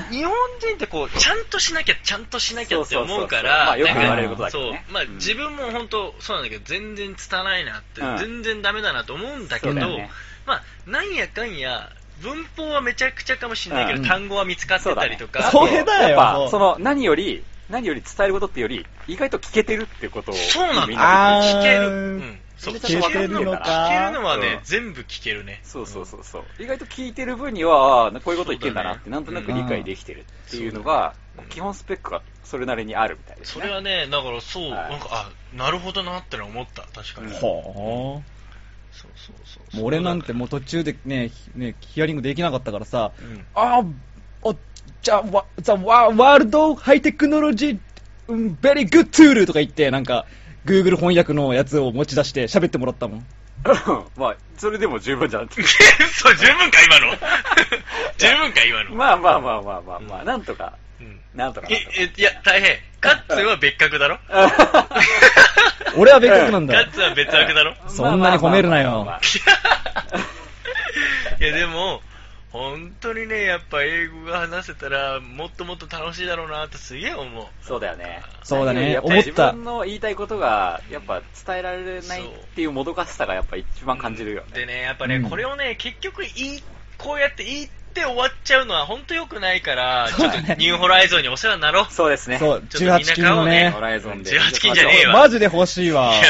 Speaker 2: う、日本人ってこうちゃんとしなきゃちゃんとしなきゃって思うか
Speaker 3: そうそうそうそうま
Speaker 2: ら
Speaker 3: あよ
Speaker 4: く言われること
Speaker 3: だけどね
Speaker 2: そうまあ
Speaker 3: うん
Speaker 2: 自分も本当そうなんだけど全然拙いなって、
Speaker 3: うん
Speaker 2: 全然ダメだなと思うんだけど
Speaker 4: そうだよ
Speaker 3: ね
Speaker 2: まあなんやかんや文法はめちゃくちゃかもしれないけど、
Speaker 4: うん
Speaker 2: 単語は見つかってたりとか、
Speaker 4: そうだねそれだよ
Speaker 3: やっ
Speaker 4: も
Speaker 3: ぱ、
Speaker 4: う
Speaker 3: その、何より、何より伝えることってより、意外と聞けてるってことを。
Speaker 2: そうなん
Speaker 3: み
Speaker 2: だ。
Speaker 4: あー
Speaker 2: 聞ける。うん。そう、
Speaker 3: 聞
Speaker 2: 聞
Speaker 3: け
Speaker 2: け
Speaker 3: る
Speaker 2: る
Speaker 3: の
Speaker 2: の
Speaker 3: か
Speaker 2: 聞けるのはね、
Speaker 3: うん
Speaker 2: 全部聞けるね。
Speaker 3: そうそうそうそう。意外と聞いてる分には、ああこういうこと言ってんだなって、
Speaker 2: そ
Speaker 3: な
Speaker 2: うだ
Speaker 3: ん
Speaker 2: ね
Speaker 3: となく理解できてるっていうのが
Speaker 2: うん、
Speaker 3: 基本スペックがそれなりにあるみたいです
Speaker 2: そ
Speaker 3: ね。
Speaker 2: れはね、だからそう、
Speaker 3: はい
Speaker 2: なんか、あ、なるほどなってのは思った、確かに。
Speaker 3: うん
Speaker 2: そう
Speaker 4: は
Speaker 2: そうそう
Speaker 4: あ。
Speaker 2: そう。
Speaker 4: もう俺なんてもう途中でね、ひね、ヒアリングできなかったからさ、
Speaker 2: うん。
Speaker 4: あお、じゃあ、わ、ザ、ワ、ワールドハイテクノロジー、うん、ベリーグッドツールとか言って、なんか、Google 翻訳のやつを持ち出して喋ってもらったもん。
Speaker 3: まあ、それでも十分 じゃん。
Speaker 2: そう、十分か、今の。十分か、今の。
Speaker 3: まあまあまあまあまあまあ、
Speaker 2: うん
Speaker 3: なんとか、
Speaker 2: うん
Speaker 3: なんとかなんとか。
Speaker 2: え、え、いや、大変。カッツは別格だろ
Speaker 4: 俺は別格なん
Speaker 2: カ
Speaker 4: だよ
Speaker 2: ッ。ツは別格だろ
Speaker 4: そんなに褒めるなよ
Speaker 3: まあまあまあまあ
Speaker 2: いやでも本当にねやっぱ英語が話せたらもっともっと楽しいだろうなってすげえ思う
Speaker 3: そうだよね。
Speaker 4: そうだね
Speaker 3: やっぱ
Speaker 4: 思った
Speaker 3: 自分の言いたいことが、やっぱ伝えられない
Speaker 2: そう
Speaker 3: っていうもどかしさがやっぱ一番感じるよね。
Speaker 2: でねやっぱね、
Speaker 4: うん
Speaker 2: これをね結局いいこうやって言って終わっちゃうのは本当良くないから、ち
Speaker 4: そう
Speaker 2: ょっ
Speaker 4: だね
Speaker 2: とニューホライゾンにお世話になろう
Speaker 3: そうですね。
Speaker 4: そう、
Speaker 2: ちょ
Speaker 4: 18
Speaker 2: っとみんな
Speaker 4: 金のね
Speaker 3: ホ。ライゾンで。
Speaker 2: 18金じゃねえわ
Speaker 4: マジで欲しいわ
Speaker 2: い。や、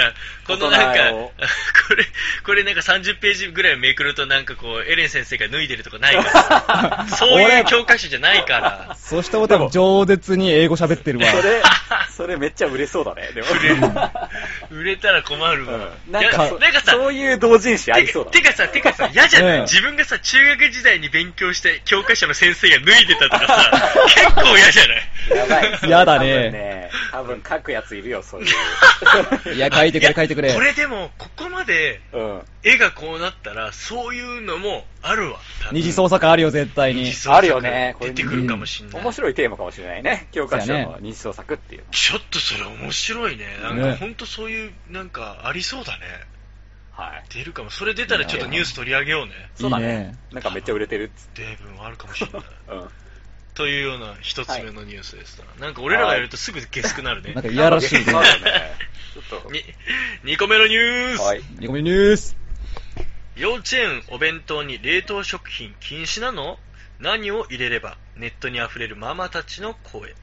Speaker 2: このなん
Speaker 3: 大
Speaker 2: か、
Speaker 3: 人を
Speaker 2: これ、これなんか30ページぐらいめくるとなんかこう、エレン先生が脱いでるとかないから、 そういう教科書じゃないから。
Speaker 4: そうしたことは饒舌に英語喋ってるわ。
Speaker 3: それ、 それめっちゃ売れ そうだね。でも。
Speaker 2: 売れる。売れたら困るわ。
Speaker 3: うん
Speaker 2: い
Speaker 3: なん
Speaker 2: や
Speaker 3: か、そ
Speaker 2: なんかさ、
Speaker 3: そういう同人誌ありそうだね
Speaker 2: てかさ、てかさ、嫌じゃな
Speaker 4: う
Speaker 2: い、
Speaker 4: ん
Speaker 2: 自分がさ、中学時代に勉強して教科書の先生が脱いでたとか さ、結構嫌じゃない
Speaker 3: やばい。それ
Speaker 4: やだね
Speaker 3: 多分ね。多分書くやついるよ、そう いう。
Speaker 4: いや、書いてくれ、書いてくれ。
Speaker 2: これでも、ここまで
Speaker 3: うん。
Speaker 2: 絵がこうなったら、そういうのもあるわ。多分
Speaker 4: 二次創作あるよ、絶対
Speaker 2: 二
Speaker 4: に
Speaker 2: 次。創作
Speaker 3: あるよねこれ
Speaker 2: 出てくるかもしんない。
Speaker 3: 面白いテーマかもしれないね。教科書
Speaker 4: そうや
Speaker 3: の
Speaker 4: ね
Speaker 3: 日創作っていう。
Speaker 2: ちょっとそれ面白いね。なん
Speaker 4: ね
Speaker 2: か本当そういう、なんかありそうだね。
Speaker 3: はい。
Speaker 2: 出るかも。それ出たらちょっとニュース取り上げようね。
Speaker 3: そうだ
Speaker 4: いい
Speaker 3: ね
Speaker 4: ね。
Speaker 3: なんかめっちゃ売れてるっつっ
Speaker 2: 例文あるかもしれない。
Speaker 3: て。うん。
Speaker 2: というような一つ目のニュースですから、なんか俺らがやるとすぐゲスくなるね
Speaker 4: なん。 かいやらしいね。
Speaker 3: そうだね。ちょっ
Speaker 2: に、2個目のニュース、
Speaker 3: と。はい。
Speaker 4: ニコミニュース。
Speaker 2: 幼稚園お弁当に冷凍食品禁止なの何を入れればネットに溢れるママたちの声。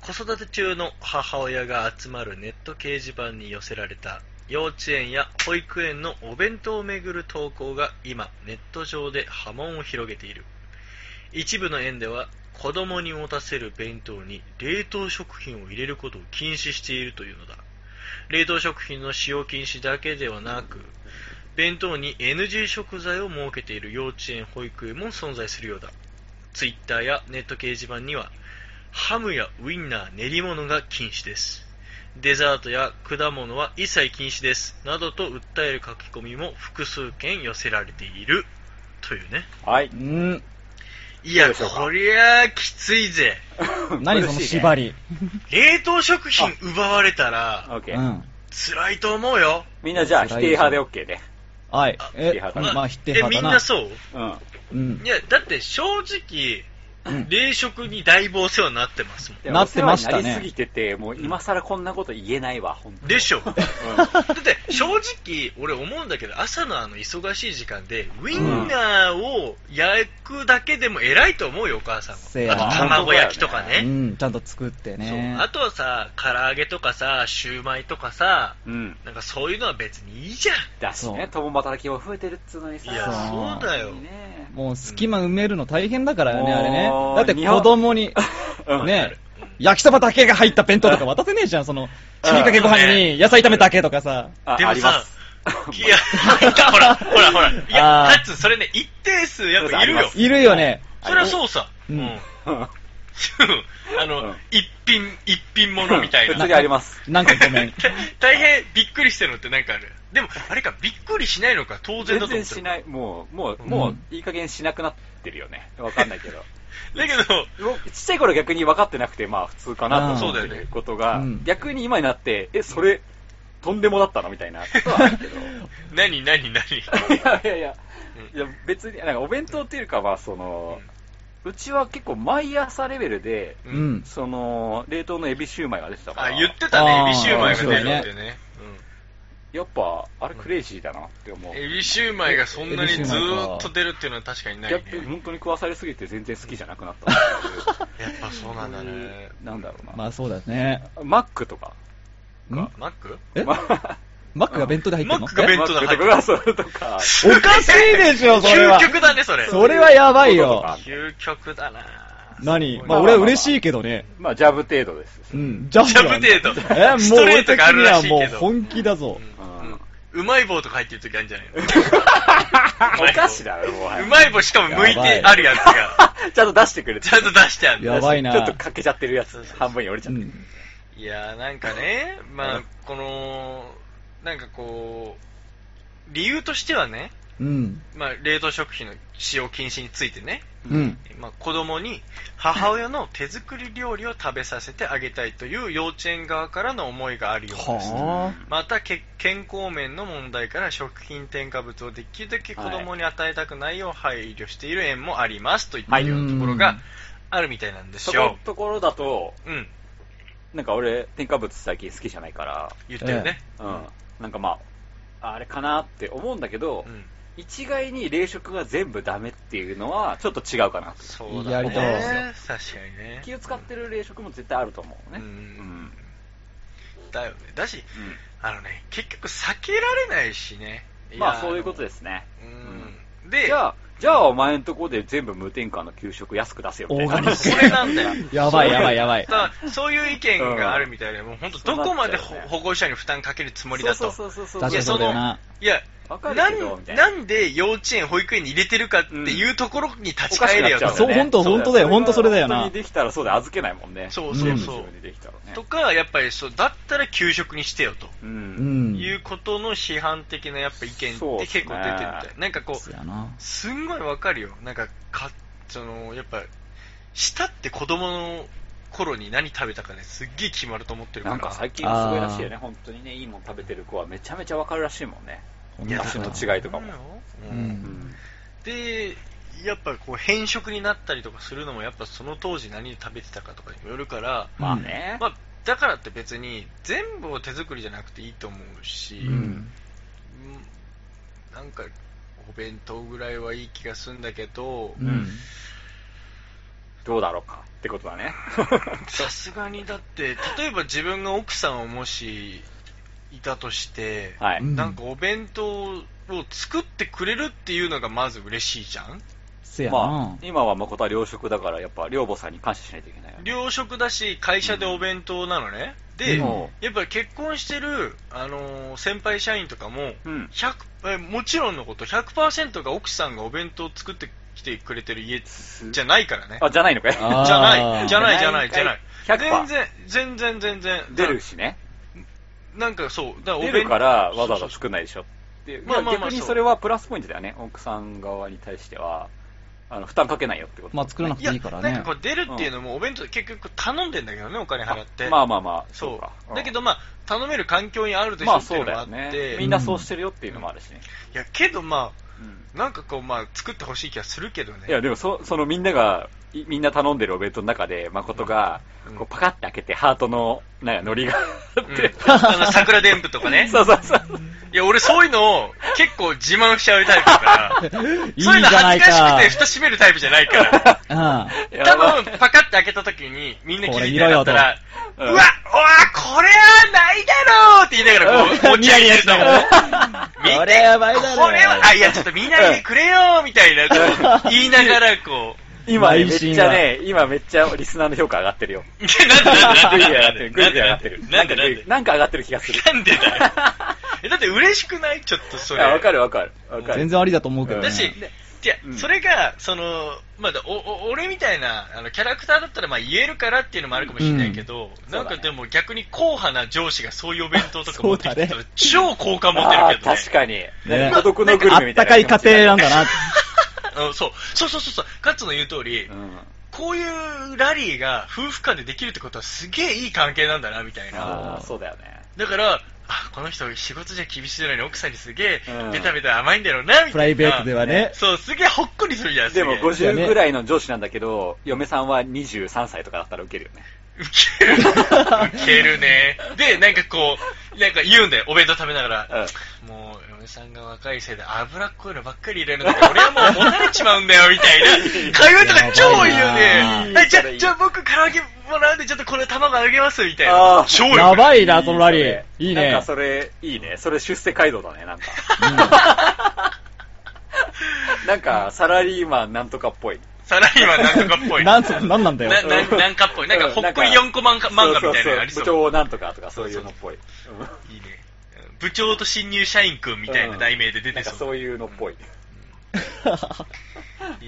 Speaker 2: 子育て中の母親が集まるネット掲示板に寄せられた幼稚園や保育園のお弁当をめぐる投稿が今ネット上で波紋を広げている一部の園では子供に持たせる弁当に冷凍食品を入れることを禁止しているというのだ冷凍食品の使用禁止だけではなく弁当に NG 食材を設けている幼稚園保育園も存在するようだツイッターやネット掲示板にはハムやウインナー練り物が禁止ですデザートや果物は一切禁止ですなどと訴える書き込みも複数件寄せられているというね
Speaker 3: はい。
Speaker 4: うん。
Speaker 2: いや
Speaker 3: どうでしょうか
Speaker 2: こりゃきついぜ
Speaker 4: 何その縛
Speaker 3: り。
Speaker 4: り。
Speaker 2: 冷凍食品奪われたら
Speaker 3: オッケ
Speaker 4: う
Speaker 3: ー。
Speaker 4: ん。
Speaker 2: 辛いと思うよ
Speaker 3: みんなじゃあ否定派でオッケーね。
Speaker 4: はい
Speaker 2: あ。
Speaker 4: え
Speaker 3: 否定派、だな
Speaker 4: まあ、否定
Speaker 2: えみ
Speaker 4: 派
Speaker 2: ん
Speaker 4: だな
Speaker 2: な。そう
Speaker 3: うん。
Speaker 4: うん
Speaker 2: い。やだって正直
Speaker 4: うん
Speaker 2: 冷食にだいぶお世話になってますもん
Speaker 3: いや
Speaker 4: なってましたね
Speaker 3: お世話になりすぎてて、もう今更こんなこと言えないわ、本当
Speaker 2: でしょ
Speaker 3: うん
Speaker 2: だって正直俺思うんだけど朝のあの忙しい時間でウインナーを焼くだけでも偉いと思うよお母さん
Speaker 4: せ
Speaker 2: は
Speaker 4: やな
Speaker 2: あと卵焼きとか
Speaker 4: う
Speaker 2: ね
Speaker 4: ん、ちゃんと作ってね
Speaker 2: そう。あとはさ唐揚げとかさシューマイとかさ
Speaker 3: うん。
Speaker 2: なんかそういうのは別にいいじゃん
Speaker 3: だし
Speaker 4: そ
Speaker 3: ね
Speaker 4: う、
Speaker 3: 共働きも増えてるっつうのにさ。
Speaker 2: いや
Speaker 4: そう
Speaker 2: だよ
Speaker 3: ね
Speaker 4: もう隙間埋めるの大変だからね、
Speaker 3: うん
Speaker 4: あれね
Speaker 3: もう。
Speaker 4: だって子供に、
Speaker 3: うん
Speaker 4: ね、焼きそばだけが入った弁当とか渡せねえじゃん、その、ふりかけご飯に野菜炒めだけとかさ。
Speaker 3: あ
Speaker 2: で
Speaker 3: あ
Speaker 2: も
Speaker 3: りま
Speaker 2: さ
Speaker 3: す。
Speaker 2: いや、ほら、ほら、ほら。いや
Speaker 4: あ、ー
Speaker 2: かつ、それね、一定数やっぱいる
Speaker 3: そう
Speaker 2: よ
Speaker 3: そ。
Speaker 4: いるよね。
Speaker 2: それはそうさ。
Speaker 4: う
Speaker 2: うんん。
Speaker 3: うん
Speaker 2: あの、
Speaker 3: うん
Speaker 2: 一品、一品物みたい
Speaker 3: 普通
Speaker 2: な。
Speaker 3: にあります。
Speaker 4: なんかごめん。
Speaker 2: 大変びっくりしてるのってなんかある。でも、あれか、びっくりしないのか当然
Speaker 3: 全
Speaker 2: だと思
Speaker 3: 然
Speaker 2: って
Speaker 3: し
Speaker 2: る。
Speaker 3: ない。もう、もう、
Speaker 4: ん
Speaker 3: もう、いい加減しなくなってるよね。わかんないけど。
Speaker 2: だけど、
Speaker 3: もうちっちゃい頃逆に分かってなくて、まあ普通かなと思って
Speaker 2: あーそうだよ
Speaker 3: る
Speaker 2: ね
Speaker 3: ことが、
Speaker 4: うん
Speaker 3: 逆に今になって、え、それ、とんでもだったの みたいなことはあるけど。
Speaker 2: 何、何、何。
Speaker 3: いやいやいや、いや別に、なんかお弁当っていうかは、その、うちは結構毎朝レベルで、
Speaker 4: う
Speaker 2: うんん。
Speaker 3: その、冷凍のエビシューマイが出てたか
Speaker 2: あ、
Speaker 3: ら、
Speaker 2: 言ってたね、
Speaker 4: あー
Speaker 2: エビシューマイが出るってね。
Speaker 3: やっぱ、あれクレイジーだなって思う
Speaker 2: うん。エビシューマイがそんなにずーっと出るっていうのは確かにないね。
Speaker 3: 逆に本当に食わされすぎて全然好きじゃなくなった って
Speaker 2: やっぱそうなんだ
Speaker 3: い
Speaker 2: ね
Speaker 3: う。なんだろうな、
Speaker 4: まあそうだね。
Speaker 3: マックとか、
Speaker 4: ん
Speaker 2: マック
Speaker 4: え
Speaker 3: マッ
Speaker 4: マックが弁当で入ってんの
Speaker 2: マックが弁
Speaker 3: ク
Speaker 2: 当
Speaker 3: と
Speaker 2: だ
Speaker 3: かが、それとか、
Speaker 4: おかしいでしょ、それは
Speaker 2: 究。極だね、それ。
Speaker 4: それはやばいよ。
Speaker 2: 究極だな
Speaker 4: 何
Speaker 2: ま
Speaker 4: まあ
Speaker 2: あ、
Speaker 4: 俺は嬉しいけどね。
Speaker 3: まあ、ジャブ程度です。
Speaker 4: うん、ジャ
Speaker 2: ジャブ
Speaker 4: なんだ
Speaker 2: 程度
Speaker 4: え、もう
Speaker 2: ストレ
Speaker 4: 俺
Speaker 2: ート
Speaker 4: 的
Speaker 2: がある
Speaker 4: に
Speaker 2: ら
Speaker 4: は
Speaker 2: しいけ
Speaker 4: もう
Speaker 2: ど
Speaker 4: 本気だぞ。
Speaker 3: うん
Speaker 2: うんうまい棒とか入ってる時あるんじゃないの
Speaker 3: お菓子だろ、もはや
Speaker 2: うまい棒しかも剥いてあるやつが、
Speaker 3: ちゃんと出してくれて
Speaker 2: ちゃんと出してある
Speaker 4: やばいな
Speaker 3: ちょっとかけちゃってるやつ、半分に折れち
Speaker 4: う
Speaker 3: ゃってる。
Speaker 4: ん。
Speaker 2: いやーなんかね、ま
Speaker 3: う
Speaker 2: あ
Speaker 3: ん、
Speaker 2: この、なんかこう、理由としてはね、
Speaker 4: うん。
Speaker 2: まあ、冷凍食品の使用禁止についてね、
Speaker 4: うん。
Speaker 2: まあ、子供に母親の手作り料理を食べさせてあげたいという幼稚園側からの思いがあるようです。
Speaker 4: は
Speaker 2: またけ健康面の問題から食品添加物をできるだけ子供に与えたくないよう配慮している園もありますといったようなところがあるみたいなんです
Speaker 3: そこの
Speaker 2: よ。
Speaker 3: ところだと、
Speaker 2: うん、
Speaker 3: なんか俺、添加物最近好きじゃないから、
Speaker 2: 言ったよね。
Speaker 3: うん。なんかまあ、あれかなって思うんだけど、
Speaker 2: うん、
Speaker 3: 一概に冷食が全部ダメっていうのは、ちょっと違うかなと。
Speaker 2: そう
Speaker 4: や
Speaker 2: だ
Speaker 4: り
Speaker 2: ね。確
Speaker 4: たいですよ
Speaker 2: かにね。
Speaker 3: 気を使ってる冷食も絶対あると思うね。
Speaker 2: うん
Speaker 3: うん
Speaker 2: だよね。だし、あのね、結局避けられないしね。。
Speaker 3: うんまあ、そういうことですすね。
Speaker 2: うん。で、
Speaker 3: じゃあ、じゃあお前んとこで全部無添加の給食安く出せよみたいな。
Speaker 4: オーガニック
Speaker 2: それなんだよ。
Speaker 4: やばいやばいやばい。
Speaker 2: だからそういう意見があるみたいで、もう本当どこまで
Speaker 3: そう
Speaker 2: ほ
Speaker 3: なっちゃうね
Speaker 2: 保護者に負担かけるつもりだ
Speaker 3: そう
Speaker 2: と。
Speaker 3: そうそうそう。
Speaker 4: 確かにそうだよな。
Speaker 2: いや、
Speaker 3: わか
Speaker 2: な
Speaker 3: るけど、みたい
Speaker 2: ん
Speaker 3: な。
Speaker 2: なんで幼稚園、保育園に入れてるかっていうところに立ち返れよ
Speaker 4: ゃう
Speaker 2: と。
Speaker 4: ねそう本当本当だよ本当それだよな
Speaker 3: 本当にできたらそうだよ、預けないもんね。
Speaker 2: そう
Speaker 4: そうそう
Speaker 3: 全部自分でできたらね。
Speaker 2: とか、やっぱりそう、だったら給食にしてよと。
Speaker 3: う。
Speaker 4: うんん。
Speaker 2: いうことの批判的なやっぱ意見って結構出てるみ
Speaker 3: そう
Speaker 2: た
Speaker 3: っす
Speaker 2: い
Speaker 3: ね。
Speaker 2: なんかこ
Speaker 4: そう
Speaker 2: う、
Speaker 4: やな。
Speaker 2: すんごいわかるよ。なんか、か、その、やっぱ、舌って子供の頃に何食べたかね、すっげえ決まると思ってるか
Speaker 3: な
Speaker 2: ら。
Speaker 3: んか最近すごいらしいよね。本当にね、いいもん食べてる子はめちゃめちゃわかるらしいもんね。
Speaker 4: ほん
Speaker 2: いや
Speaker 4: と
Speaker 3: だ
Speaker 4: そ
Speaker 3: か
Speaker 4: う
Speaker 3: ら
Speaker 4: だ
Speaker 3: 昔の違いとかも
Speaker 2: そうよ
Speaker 4: う
Speaker 2: うんん
Speaker 3: う
Speaker 2: で、やっぱこう変色になったりとかするのも、やっぱその当時何食べてたかとかにもよるから、
Speaker 3: まあね。
Speaker 2: まあ、だからって別に全部を手作りじゃなくていいと思うし、
Speaker 4: う
Speaker 2: うん
Speaker 4: ん。
Speaker 2: なんかお弁当ぐらいはいい気がするんだけど
Speaker 4: う、ん。
Speaker 3: どうだろうかってことだね。
Speaker 2: さすがにだって、例えば自分が奥さんをもしいたとして、
Speaker 3: はい。
Speaker 4: うん
Speaker 2: なんかお弁当を作ってくれるっていうのがまず嬉しいじゃん
Speaker 4: せや
Speaker 3: ま
Speaker 4: な
Speaker 3: あ、。今は誠は良食だから、やっぱ、良母さんに感謝しないといけないよね。
Speaker 2: 両食だし会社でお弁当なのね、で、
Speaker 3: うん
Speaker 2: やっぱり結婚してる、あのー先輩社員とかも
Speaker 3: うん。
Speaker 2: 100えもちろんのこと100%が奥さんがお弁当を作ってきてくれてる家じゃないからね
Speaker 3: あ、じゃないのかい
Speaker 4: あ
Speaker 2: じゃな
Speaker 4: あー
Speaker 2: いじゃないじゃないじゃない全
Speaker 3: 100%
Speaker 2: 然全然全然
Speaker 3: 出るしね。
Speaker 2: なんかそうだらお
Speaker 3: 出
Speaker 2: 弁
Speaker 3: るからわざわざ作んないでしょって
Speaker 2: まあまあまあ
Speaker 3: 逆にそれはプラスポイントだよね奥さん側に対してはあの負担かけないよってこと、
Speaker 4: まあ作らなく
Speaker 2: い
Speaker 4: て
Speaker 2: や
Speaker 4: いいから
Speaker 2: なん
Speaker 4: ね
Speaker 2: か。こう出るっていうのもお弁当結局頼んでんだけどねお金払って
Speaker 3: まあまあまあ
Speaker 2: そう
Speaker 3: かん
Speaker 2: だけどまあ頼める環境にあるでし
Speaker 3: ま
Speaker 2: ょ
Speaker 3: あ
Speaker 2: ってい
Speaker 3: そうう
Speaker 2: の
Speaker 3: だ
Speaker 2: もあ
Speaker 3: よ
Speaker 2: って、
Speaker 3: ねみ
Speaker 2: い
Speaker 3: んなそうしてるよっていうのもあるしね、
Speaker 2: やけどまあ
Speaker 3: うん
Speaker 2: なんかこう、まあ、作ってほしい気はするけどね。
Speaker 3: いやでもそそのみんながいみんな頼んでるお弁当の中で誠が
Speaker 2: うん
Speaker 3: こうパカって開けてハートのなんか海苔があ
Speaker 2: うん
Speaker 3: って、
Speaker 2: あの、桜伝布とかね。
Speaker 3: そうそう そう
Speaker 2: いや、俺そういうのを結構自慢しちゃうタイプだ から。
Speaker 4: いいじ
Speaker 2: そういうの
Speaker 4: ゃない
Speaker 2: 恥ずか
Speaker 4: か
Speaker 2: しくて。蓋閉めるタイプじゃないから。
Speaker 4: うん。
Speaker 2: 多
Speaker 3: ば
Speaker 2: 分、パカって開けた時に、みんな気づいてなかったら、う
Speaker 3: こ
Speaker 2: わ、
Speaker 3: れ見ろよと
Speaker 2: うわ、これはないだろうって言いながらこう、持ち上げてると思う。見て
Speaker 4: これはないだろう
Speaker 2: これは、あ、いや、ちょっと見ないでくれよみたいな、こう言いながらこう。
Speaker 3: 今ね
Speaker 4: 内
Speaker 3: めっ
Speaker 4: 心は
Speaker 3: ちゃね今めっちゃリスナーの評価上がってるよ
Speaker 2: いや なん
Speaker 3: グイ
Speaker 2: で
Speaker 3: グイ
Speaker 2: な
Speaker 3: 上
Speaker 2: んで
Speaker 3: が
Speaker 2: な
Speaker 3: っ
Speaker 2: ん
Speaker 3: てるグ
Speaker 2: で
Speaker 3: イグイ上がってる
Speaker 2: なんでなんで
Speaker 3: なんか上がってる気がする
Speaker 2: なんでだよ。えだって嬉しくないちょっとそれ。
Speaker 3: あわかるわかるわかる
Speaker 4: 全然ありだと思うけどね。
Speaker 2: だし、いや、
Speaker 3: うん
Speaker 2: それが、その、まだ、お、お俺みたいな、あの、キャラクターだったら、まあ、言えるからっていうのもあるかもしれないけど、
Speaker 3: ん
Speaker 2: な
Speaker 3: そ
Speaker 2: ん
Speaker 3: うだ
Speaker 2: か
Speaker 3: ね
Speaker 2: でも逆に、硬派な上司がそういうお弁当とか持ってきてた
Speaker 4: そう
Speaker 2: ら、超好感持て
Speaker 3: あー
Speaker 2: るけどね。
Speaker 3: 確かに。
Speaker 4: ね
Speaker 3: 孤独のグル
Speaker 4: あ
Speaker 3: メみ
Speaker 4: った
Speaker 3: いな。
Speaker 4: たかい家庭なんだな。
Speaker 2: うんそうそうそうそうそう、カッツの言う通り、
Speaker 3: うん。
Speaker 2: こういうラリーが夫婦間でできるってことはすげえいい関係なんだな、みたいな。
Speaker 3: ああ、そうだよね。
Speaker 2: だから、あ、この人仕事じゃ厳しいのに奥さんにすげえ
Speaker 3: うん、
Speaker 2: ベタベタ甘いんだろうな、みたいな。
Speaker 4: プライベートではね。
Speaker 2: そう、すげえほっこりするじゃん、すげ
Speaker 3: で
Speaker 2: え
Speaker 3: も50ぐらいの上司なんだけど、嫁さんは23歳とかだったらウケるよね。
Speaker 2: ウケる。ウケるね。で、なんかこう、なんか言うんだよ、お弁当食べながら。もう、嫁さんが若いせいで脂っこいのばっかり入れるんだから、俺はもうもたれちまうんだよ、みたいな。会話とか超いいよ
Speaker 4: やばい
Speaker 2: ね。
Speaker 3: な
Speaker 2: あじゃあ、じゃあ僕唐揚げもらうんで、ちょっとこれ卵あげます、みたい
Speaker 3: あ
Speaker 2: な
Speaker 3: ー。
Speaker 2: 超よ
Speaker 4: やばいな、
Speaker 3: い
Speaker 4: そのラリー
Speaker 3: ね。
Speaker 4: いい
Speaker 3: なん
Speaker 4: ね
Speaker 3: か。それ、いいね。それ出世街道だね、なんか。なんか、サラリーマンなんとかっぽい。
Speaker 2: サラリーマンなんとかっぽい。
Speaker 4: なんそ、なんなんだよ。
Speaker 2: なななんかっぽいなんかほっこり四コマ漫画漫画みたいなのありそう
Speaker 3: 部長なんとかとかそういうのっぽい。うん
Speaker 2: いいね。部長と新入社員くんみたいな題名で出
Speaker 3: な
Speaker 2: て
Speaker 3: んか
Speaker 2: そう。
Speaker 3: そういうのっぽい。
Speaker 2: い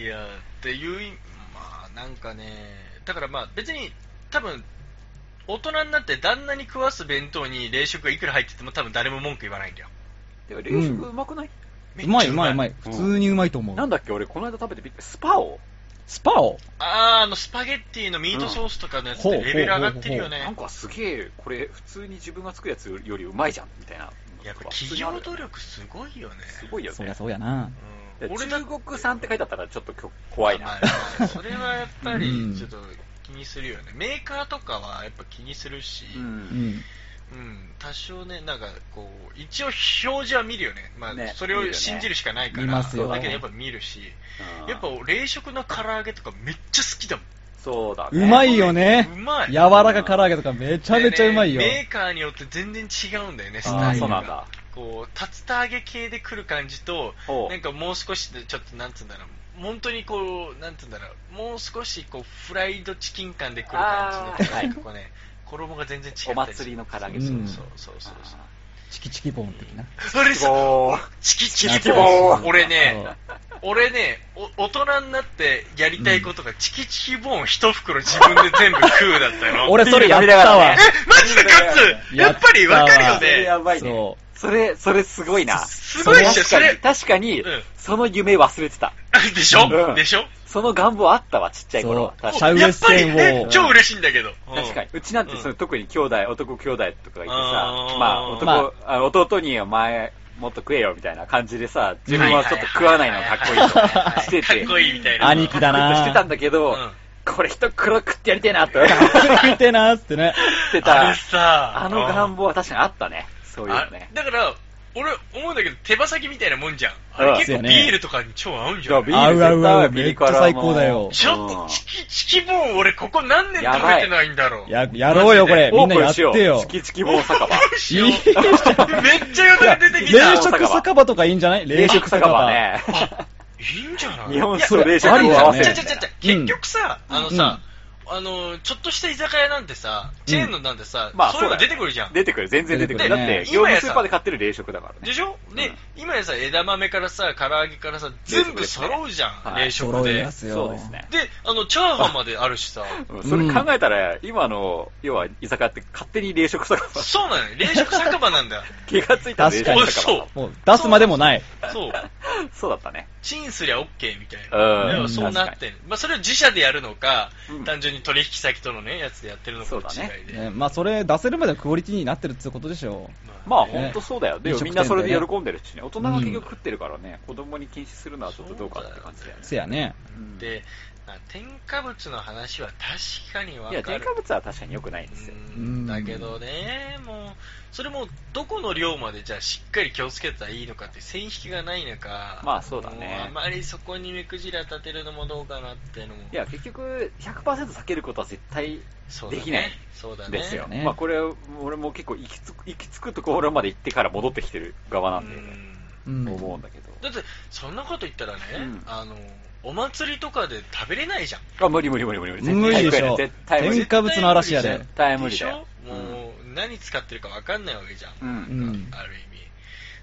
Speaker 2: やーっていうい、まあなんかね、だからまあ別に多分、大人になって旦那に食わす弁当に冷食がいくら入ってても多分誰も文句言わないんだよ。
Speaker 3: でも、冷食うまくない、
Speaker 2: めっ
Speaker 4: う
Speaker 2: ちゃ
Speaker 4: まいうまいうまい。普通にうまいと思
Speaker 3: なん
Speaker 4: う。
Speaker 3: だっけ、俺、この間食べてびっくりスパオ
Speaker 4: スパを
Speaker 2: あー、あのスパゲッティのミートソースとかのやつってレベル上がってるよね。
Speaker 3: なんかすげえ、これ、普通に自分が作るやつよりうまいじゃん、みたいな。
Speaker 2: やっぱ企業努力すごいよね。
Speaker 3: すごいよ
Speaker 4: そり
Speaker 3: ね
Speaker 4: ゃ。そうやな。
Speaker 2: うん、俺だっ
Speaker 3: 中国産って書いてあったらちょっと今日怖いな
Speaker 2: まあ。まあそれはやっぱりちょっと気にするよね、メーカーとかはやっぱ気にするし、
Speaker 3: う。
Speaker 2: うん
Speaker 4: うんん。
Speaker 2: 多少ね、なんかこう、一応表示は見るよね、まあ
Speaker 3: ね
Speaker 2: それ
Speaker 3: 見る
Speaker 2: を
Speaker 3: よね
Speaker 2: 信じるしかないから、
Speaker 4: 見ますよ
Speaker 2: だけどやっぱ見るし、
Speaker 3: うん
Speaker 2: やっぱ、冷食の唐揚げとかめっちゃ好きだもん、
Speaker 3: そうだね。
Speaker 4: うまいよね
Speaker 2: う。まい、
Speaker 4: 柔らか唐揚げとかめちゃめちゃうまいよ。
Speaker 2: でねメーカーによって全然違うんだよね、ス
Speaker 3: あ
Speaker 2: タ
Speaker 3: あ、
Speaker 2: イル
Speaker 3: そう
Speaker 2: が。
Speaker 3: なんだ。
Speaker 2: こう竜田揚げ系で来る感じと、
Speaker 3: ほう
Speaker 2: なんかもう少しで、ちょっとなんつうんだろう、本当にこう、なんつうんだろう、もう少しこうフライドチキン感で来る感じのと
Speaker 3: あ
Speaker 2: か、
Speaker 3: ー
Speaker 2: なんかこうね、衣が全然違ったりす
Speaker 3: お
Speaker 2: る
Speaker 3: 祭りの唐揚げ
Speaker 4: う
Speaker 2: そ
Speaker 4: ん
Speaker 2: うそうそうそうそう。
Speaker 4: チキチキボン的な。
Speaker 2: それさ、
Speaker 3: おー
Speaker 2: チキチ
Speaker 3: チ
Speaker 2: キ
Speaker 3: キ
Speaker 2: ボ
Speaker 3: ボ
Speaker 2: ー
Speaker 3: ー
Speaker 2: ン
Speaker 3: ン
Speaker 2: 俺ね、俺ね、お大人になってやりたいことが、チキチキボーン一袋自分で全部食うだったの。
Speaker 4: 俺それやったわ
Speaker 2: え。、マジでカッツやっぱりわかるよ
Speaker 4: やったわそ
Speaker 3: れや
Speaker 2: ね。
Speaker 3: ばいね。
Speaker 4: そ
Speaker 3: それ、それすごいな。
Speaker 2: すごいっしょ
Speaker 3: それ
Speaker 2: それ
Speaker 3: 確かに、確か
Speaker 2: うん
Speaker 3: に、その夢忘れてた。
Speaker 2: でしょ
Speaker 3: うん
Speaker 2: でしょ
Speaker 3: その願望あったわ、ちっちゃ
Speaker 4: う。
Speaker 3: い頃は。
Speaker 4: そう。
Speaker 3: 確
Speaker 4: シ
Speaker 3: か
Speaker 4: ャ
Speaker 3: に。
Speaker 4: ウ
Speaker 2: や
Speaker 4: エ
Speaker 2: っ
Speaker 4: ッ
Speaker 2: ぱ
Speaker 4: セ
Speaker 2: り
Speaker 4: ン
Speaker 2: ね
Speaker 4: を、。
Speaker 2: 超嬉しいんだけど。うん
Speaker 3: 確かに。うちなんてその、
Speaker 2: うん
Speaker 3: 特に兄弟、男兄弟とかがいて
Speaker 2: あー
Speaker 3: さ、まあ、男、
Speaker 4: ま
Speaker 3: あ弟にお前、もっと食えよ、みたいな感じでさ、自分はちょっと食わないのがかっこいいと
Speaker 2: は
Speaker 3: かしてて、
Speaker 2: かっこいいみたいな。
Speaker 4: 兄貴だな
Speaker 3: してたんだけど、
Speaker 2: うん
Speaker 3: これ一黒食ってやりてえな、と 思っ
Speaker 4: 食いてえなーっつってね。
Speaker 3: て
Speaker 2: あ
Speaker 3: た
Speaker 2: れ。さ、
Speaker 3: あの願
Speaker 2: 望
Speaker 3: 望は確かにあったね。そういうのね。
Speaker 2: だから、俺思うんだけど、手羽先みたいなもんじゃん。あ
Speaker 3: う
Speaker 2: れ
Speaker 3: ん
Speaker 2: 結構
Speaker 4: そうやね
Speaker 2: ビールとかに超合うんじ
Speaker 3: じゃ
Speaker 2: ゃ
Speaker 3: あ
Speaker 2: ん
Speaker 3: ビ。ール絶対合
Speaker 4: 合う合
Speaker 3: う
Speaker 4: う
Speaker 3: ビリからも
Speaker 4: めっちゃ最高だよ
Speaker 2: ちょっとチキ、チキボーン俺ここ何年食べてないんだろう。
Speaker 4: や、やろうよ、これ。
Speaker 3: オ
Speaker 4: みん
Speaker 3: ー
Speaker 4: な
Speaker 3: プ
Speaker 4: や
Speaker 3: ン
Speaker 4: って
Speaker 3: しよ
Speaker 4: よ
Speaker 3: う。。チキチキ棒酒場。
Speaker 2: どうしよう めっちゃよだれ出てきた。
Speaker 4: 冷食酒場とかいいんじゃない 冷食酒場。
Speaker 3: ね。
Speaker 2: いいんじゃない
Speaker 3: 日本
Speaker 2: いや
Speaker 3: 酒と冷食
Speaker 2: あり
Speaker 4: を
Speaker 2: だ
Speaker 4: 合
Speaker 2: よ
Speaker 4: わ
Speaker 2: ね
Speaker 4: せる
Speaker 2: ちゃ
Speaker 4: み
Speaker 2: ちゃちゃちゃ
Speaker 4: う
Speaker 2: 結
Speaker 4: ん
Speaker 2: 局さ、あのさ、あの、ちょっとした居酒屋なんてさ、チェーンのなんてさ、
Speaker 3: まあ
Speaker 2: そういうの
Speaker 3: そうだよ
Speaker 2: 出てくるじゃん。
Speaker 3: 出てくる、全然出てくる。
Speaker 4: 出
Speaker 3: だ
Speaker 4: て
Speaker 3: っ
Speaker 4: くるね
Speaker 3: て、業務スーパーで買ってる冷食だからね。
Speaker 2: でしょで、
Speaker 3: うん
Speaker 2: 今やさ、枝豆からさ、唐揚げからさ、全部揃うじゃん、冷
Speaker 3: 冷
Speaker 2: 食
Speaker 4: 揃
Speaker 2: で。
Speaker 4: い
Speaker 2: で
Speaker 4: ま、すよ。
Speaker 3: そうですね。
Speaker 2: あの、チャーハンまであるしさ。
Speaker 3: うんそれ考えたら、今の、要は居酒屋って勝手に冷食酒場。
Speaker 2: そうなのよ、冷食酒場なんだよ。
Speaker 3: 気がついたら冷
Speaker 4: 確
Speaker 3: 食
Speaker 4: か
Speaker 2: に
Speaker 3: 酒場。
Speaker 4: もう出すまでもない。
Speaker 2: そう。
Speaker 3: そうだったね。
Speaker 2: チンすりゃ OK みたい
Speaker 3: うん
Speaker 2: な。でもそうなってる。まあ、それを自社でやるのか、
Speaker 3: うん
Speaker 2: 単純に取引先とのね、やつでやってるのかの
Speaker 3: そうだね
Speaker 2: 違いで。
Speaker 4: ねまあ、それ出せるまでのクオリティになってるってことでしょ
Speaker 3: まあ
Speaker 2: ね
Speaker 3: 本当そうだよ。で
Speaker 4: 飲
Speaker 3: も
Speaker 4: 食
Speaker 3: み
Speaker 4: 店
Speaker 3: んな
Speaker 4: だよね
Speaker 3: それで喜んでるしね。大人が結局食ってるからね、子供に禁止するのはちょっとどうかなって感じだよ
Speaker 4: う。
Speaker 3: ね。
Speaker 4: せやね。
Speaker 3: うん
Speaker 2: で、まあ添加物の話は確かにわ
Speaker 3: いや、
Speaker 2: か
Speaker 3: 添
Speaker 2: る
Speaker 3: 加。物は確かに良くないんですよ。
Speaker 2: うーんだけどね、もう、それもどこの量までじゃあしっかり気をつけたらいいのかって線引きがないのか、
Speaker 3: まあそうだね
Speaker 2: もあまりそこに目くじら立てるのもどうかなっていうのも、
Speaker 3: いや、結局、100%避けることは絶対
Speaker 2: そうだね
Speaker 3: できない
Speaker 2: そうだね。
Speaker 3: ですよ。
Speaker 4: ね
Speaker 3: まあこれ、俺も結構行きつく、行き着くところまで行ってから戻ってきてる側
Speaker 2: う
Speaker 3: なんで、ね、
Speaker 2: ん
Speaker 4: うん。
Speaker 3: 思うんだけど。
Speaker 2: だって、そんなこと言ったらね、
Speaker 3: うん
Speaker 2: あの、お祭りとかで食べれないじゃん。
Speaker 3: あ、無理無理無理無理無理。
Speaker 4: 無理でしょ
Speaker 3: 絶。対無理
Speaker 4: 添
Speaker 3: 絶
Speaker 4: 加物の嵐やで
Speaker 2: 絶。
Speaker 3: 対無
Speaker 2: で
Speaker 3: 理
Speaker 2: し
Speaker 3: だよ
Speaker 2: ょ。もう、何使ってるかわかんないわけじゃん。
Speaker 3: うん。
Speaker 4: うん。
Speaker 2: ある意味。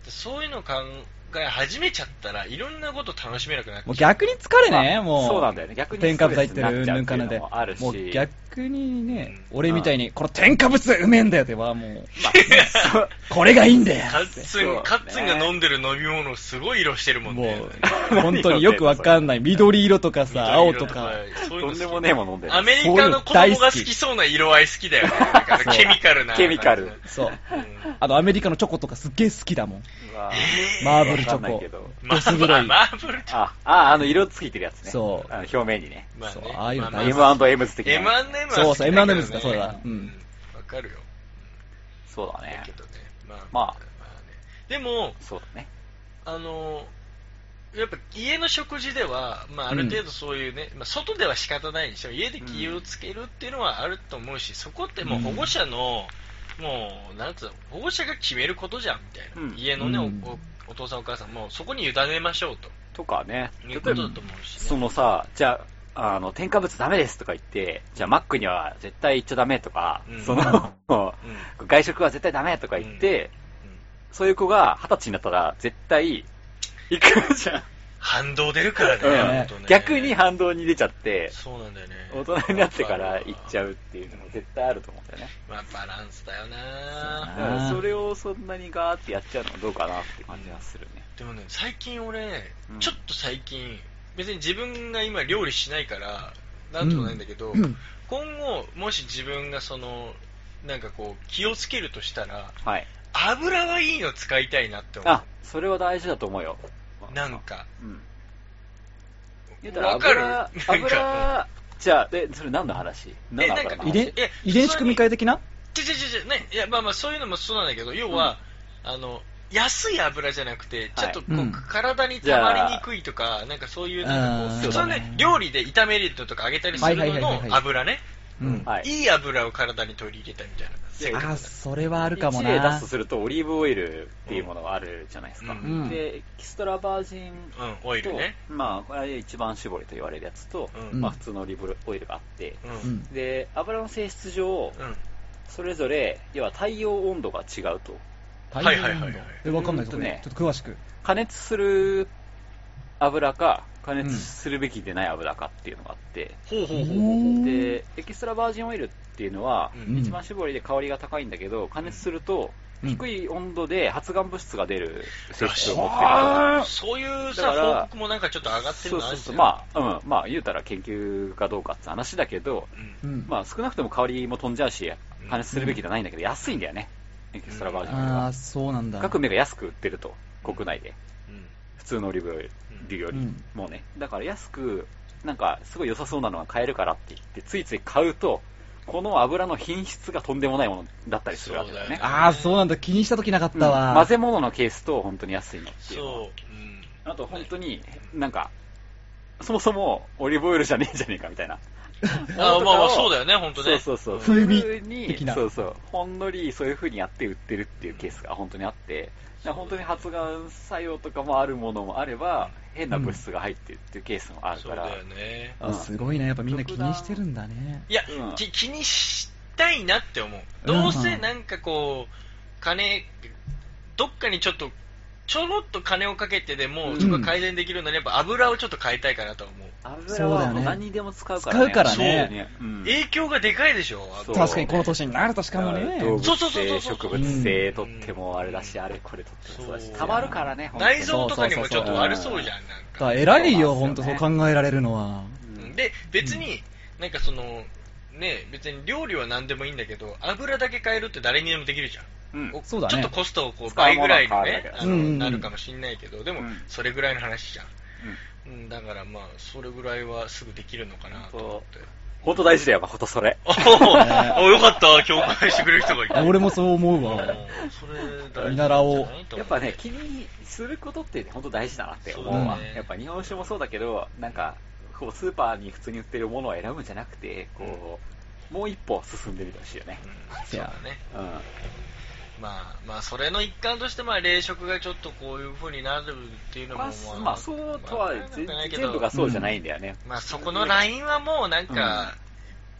Speaker 2: でそういうのかん回始めちゃったらいろんなこと楽しめなくなっちゃ
Speaker 4: も
Speaker 2: う
Speaker 4: う逆に疲れね、
Speaker 3: まあ
Speaker 4: もう。
Speaker 3: そうなんだよね逆に
Speaker 4: 添加物入ってる、うんぬんかんぬん
Speaker 3: ストレスになっちゃうっていう
Speaker 4: で。
Speaker 3: のもあるし
Speaker 4: もう逆にね、
Speaker 2: うん
Speaker 4: 俺みたいに、この添加物うめえんだよっては、もう、
Speaker 3: まあ そう
Speaker 4: これがいいんだよ
Speaker 2: カッツ
Speaker 3: そうね
Speaker 2: ン、カッツンが飲んでる飲み物すごい色してるもん
Speaker 4: も
Speaker 2: ね。
Speaker 4: う、本当によくわかんない。緑色とか
Speaker 2: 緑
Speaker 4: さ、
Speaker 2: 色
Speaker 4: 青とか。
Speaker 2: そ
Speaker 3: と
Speaker 2: ういうの好
Speaker 3: ん
Speaker 2: き
Speaker 3: でもねえもん飲んでる
Speaker 2: アメリカの子供が好きそうな色合い好きだよね。なんか
Speaker 4: そう
Speaker 2: ケミカルな。
Speaker 3: ケミカル
Speaker 4: そう。
Speaker 2: うん
Speaker 4: あの、アメリカのチョコとかすっげえ好きだもん。
Speaker 3: うわ
Speaker 4: マーブルチ
Speaker 3: わかんない
Speaker 4: ョ
Speaker 3: け
Speaker 4: コ。
Speaker 3: ど
Speaker 2: マ
Speaker 4: ドス黒
Speaker 2: ー
Speaker 4: い
Speaker 2: マーブルチョ
Speaker 3: あああの色ついてるやつね
Speaker 4: そう
Speaker 3: あの表面にね
Speaker 2: まあ
Speaker 4: そう
Speaker 2: ね。
Speaker 4: ああいうの
Speaker 2: ま
Speaker 4: 大
Speaker 2: ま
Speaker 4: 好
Speaker 3: M&M 的な
Speaker 2: M&M は好きだけどね
Speaker 4: そうそう M&M's だそうだうん
Speaker 2: わかるよ。
Speaker 3: そうだね
Speaker 2: だけどね。まあ
Speaker 3: まあ
Speaker 2: ね。でも、
Speaker 3: そうだね
Speaker 2: あのやっぱ家の食事では、まあ、ある程度そういうね、まあ、外では仕方ないにしても家で気をつけるっていうのはあると思うし、そこってもう保護者の、もうなんつうの保護者が決めることじゃんみたいな、
Speaker 3: うん
Speaker 2: 家のね、
Speaker 4: うん
Speaker 2: おおお父さんお母さんもそこに委ねましょうと
Speaker 3: とかね
Speaker 2: いうことだと思うし、ね、
Speaker 3: そのさ、じゃあ、あの、添加物ダメですとか言って、じゃあマックには絶対行っちゃダメとか、
Speaker 2: うん
Speaker 3: その、
Speaker 2: うんうん
Speaker 3: 外食は絶対ダメとか言って、そういう子が二十歳になったら絶対行くじゃん。
Speaker 2: 反動出るからね,、
Speaker 3: うん
Speaker 2: 本当ね
Speaker 3: 逆に反動に出ちゃって、
Speaker 2: そうなんだよね
Speaker 3: 大人になってから行っちゃ
Speaker 2: う、
Speaker 3: うっていうのも絶対あると思うんだよね。
Speaker 2: まあ、バランスだよ
Speaker 4: そう
Speaker 2: な
Speaker 4: だ
Speaker 3: だ
Speaker 4: ね
Speaker 3: からそれをそんなにガーってやっちゃうのはどうかなって感じはするね。
Speaker 2: でもね、最近俺、
Speaker 3: うん
Speaker 2: ちょっと最近、別に自分が今料理しないから、なんともないんだけど、
Speaker 4: うん
Speaker 2: 今後、もし自分がその、なんかこう、気をつけるとしたら、
Speaker 3: はい。
Speaker 2: 油はいいの使いたいなって思
Speaker 3: あ
Speaker 2: う。、
Speaker 3: それは大事だと思うよ。
Speaker 2: なんか。
Speaker 3: うん。言うたら
Speaker 2: わかる
Speaker 3: 油、
Speaker 2: なんか、
Speaker 3: 油、じゃあ、え、それ何の話何の
Speaker 2: えなんか
Speaker 3: 油の
Speaker 4: 遺
Speaker 3: 話
Speaker 4: 伝
Speaker 2: え
Speaker 4: 遺伝子組み換え的な
Speaker 2: ちょちょちょちょ、ね、いや、まあまあ、そういうのもそうなんだけど、要は、あの、安い油じゃなくて、ちょっとこう、
Speaker 4: うん
Speaker 2: 体に溜まりにくいとか、なんかそういう、なんかこう、
Speaker 4: あー
Speaker 2: 普通ね
Speaker 4: そうだね
Speaker 2: 料理で炒めるのとか揚げたりするの
Speaker 4: はいはいはいはい
Speaker 2: の
Speaker 4: はい
Speaker 2: 油ね。
Speaker 4: うん。
Speaker 3: はい。
Speaker 2: いい油を体に取り入れたみたいな性格
Speaker 4: あ
Speaker 2: なん
Speaker 4: あ、
Speaker 2: だ
Speaker 4: それはあるかも
Speaker 3: 一例出す
Speaker 4: な
Speaker 3: と。すると、オリーブオイルっていうものがあるじゃないですか。
Speaker 2: うん
Speaker 3: で、エキストラバージン
Speaker 2: うん、オイル
Speaker 3: と、
Speaker 2: ね。
Speaker 3: まあ、これは一番搾りと言われるやつと、
Speaker 2: うん
Speaker 3: まあ、普通のオリーブオイルがあって、
Speaker 4: う
Speaker 2: う。
Speaker 4: んん。
Speaker 3: で、油の性質上、
Speaker 2: うん。
Speaker 3: それぞれ、要は太陽温度が違うと。
Speaker 4: 大
Speaker 2: はい
Speaker 4: 変
Speaker 2: はいはい
Speaker 4: な
Speaker 2: は
Speaker 4: ん
Speaker 2: い
Speaker 4: だえ、わかんない、
Speaker 3: うん
Speaker 4: そ
Speaker 3: と
Speaker 4: こ
Speaker 3: ね
Speaker 4: ね。ちょっと詳しく。
Speaker 3: 加熱する油か、加熱するべきでない油かっていうのがあって、
Speaker 2: ほうほうほう。
Speaker 4: で、
Speaker 3: で、エキストラバージンオイルっていうのは、
Speaker 2: うん
Speaker 3: 一番搾りで香りが高いんだけど、加熱すると、
Speaker 4: うん
Speaker 3: 低い温度で発がん物質が出る性質を持ってる
Speaker 4: はあ
Speaker 2: そういう
Speaker 3: だ
Speaker 2: さ、
Speaker 3: から
Speaker 2: 報告もなんかちょっと上がってる
Speaker 3: そう
Speaker 2: のあ
Speaker 3: そう
Speaker 2: る
Speaker 3: そ
Speaker 2: じ
Speaker 3: う
Speaker 2: ゃん。
Speaker 3: まあ、うん、まあ、言うたら研究かどうかって話だけど、
Speaker 2: うん
Speaker 4: うん。
Speaker 3: まあ、少なくとも香りも飛んじゃうし、加熱するべきじゃないんだけど、安いんだよね、エキストラバージンオイル
Speaker 4: あ
Speaker 3: は
Speaker 4: あ、。そうなんだ。
Speaker 3: 各銘が安く売ってると、国内で。
Speaker 2: うん
Speaker 3: 普通のオリーブオイル
Speaker 2: うん
Speaker 3: より
Speaker 4: うん
Speaker 3: もうね。だから安く、なんか、すごい良さそうなのが買えるからって言って、ついつい買うと、この油の品質がとんでもないものだったりするわけだよね。
Speaker 2: そうだよね
Speaker 4: ああ、そうなんだ。気にしたときなかっ
Speaker 3: うん
Speaker 4: たわ。
Speaker 3: 混ぜ物のケースと本当に安いのっていうのは
Speaker 2: そう。うん
Speaker 3: あと本当に、なんか、そもそもオリーブオイルじゃねえんじゃねえかみたいな。
Speaker 2: あまあまあ、そうだ
Speaker 3: よ。
Speaker 2: よね、本当
Speaker 3: そう
Speaker 2: ね。
Speaker 3: そうそう。
Speaker 2: ん
Speaker 4: 風
Speaker 3: 普
Speaker 4: 味
Speaker 3: 通に
Speaker 4: 的な
Speaker 3: そうそう。ほんのりそういう風にやって売ってるっていうケースが本当にあって、だから本当に発がん作用とかもあるものもあれば、変な物質が入ってるっていうケースもある
Speaker 2: そう
Speaker 3: から。
Speaker 2: だよね。
Speaker 4: あすごいね。やっぱみんな気にしてるんだね。
Speaker 2: いや
Speaker 3: うん、
Speaker 2: き気にしたいなって思う。どうせなんかこう、金、どっかにちょっと、ちょろっと金をかけてでも、
Speaker 3: うん
Speaker 2: そこが改善できるようになれば、油をちょっと変えたいかなと思う。
Speaker 3: 油はもう何にでも使うから
Speaker 4: そうだよね使うからね
Speaker 3: そううん
Speaker 2: 影響がでかいでしょ、
Speaker 3: そう
Speaker 4: 確かにこの年になるとしかもね。
Speaker 3: 動
Speaker 2: そ
Speaker 3: 物
Speaker 2: うそうそうそ
Speaker 3: 性、
Speaker 2: うそう
Speaker 3: 植物性
Speaker 2: うん
Speaker 3: とってもあれだし、あれこれとってもそうだし、
Speaker 2: そう
Speaker 3: たまるからね、
Speaker 2: 内臓
Speaker 3: 本
Speaker 2: とかにもちょっと悪そうじゃん、なん
Speaker 4: だ
Speaker 2: か
Speaker 4: か。ら偉いよ、
Speaker 3: そう
Speaker 4: ほ
Speaker 3: なん
Speaker 4: ん
Speaker 3: で
Speaker 4: と
Speaker 3: す
Speaker 4: そ
Speaker 3: よね
Speaker 4: う考えられるのは。
Speaker 3: 当にうん
Speaker 2: で、別に、なんかその、ね、別に料理は何でもいいんだけど、油だけ変えるって誰にでもできるじゃん。
Speaker 3: うん
Speaker 4: そうだね
Speaker 2: ちょっとコストをこう倍ぐらいのね、
Speaker 3: 使
Speaker 2: あ
Speaker 4: うものは変わるだけだう
Speaker 2: の
Speaker 4: んうん
Speaker 2: なるかもしんないけど、でも
Speaker 3: うん、
Speaker 2: それぐらいの話じゃん。うん、だからまあ、それぐらいはすぐできるのかなと思って。
Speaker 3: 本当大事だよ、誠それ。
Speaker 2: おー お、よかった、共感してくれる人がい
Speaker 4: あ
Speaker 2: た。
Speaker 4: 俺もそう思う
Speaker 2: うん、
Speaker 4: わ。
Speaker 2: それ大事
Speaker 4: 見習おう
Speaker 3: やっぱね、気にすることって本当大事だなって思う
Speaker 4: そ
Speaker 3: わ
Speaker 4: うだ
Speaker 2: ね。
Speaker 3: やっぱ日本酒もそうだけど、なんか、こうスーパーに普通に売ってるものを選ぶんじゃなくて、こう、もう一歩進んでみてほしいよね。
Speaker 2: うんそうだね。
Speaker 3: うん。
Speaker 2: まあ、まあ、それの一環として、まあ、冷食がちょっとこういう風になるっていうのも、
Speaker 3: まあ、まあ、そうとは
Speaker 2: まあ
Speaker 3: 全
Speaker 2: わかんないけど
Speaker 3: 全部がそうじゃないんだよね。
Speaker 2: まあそこのラインはもうなんか、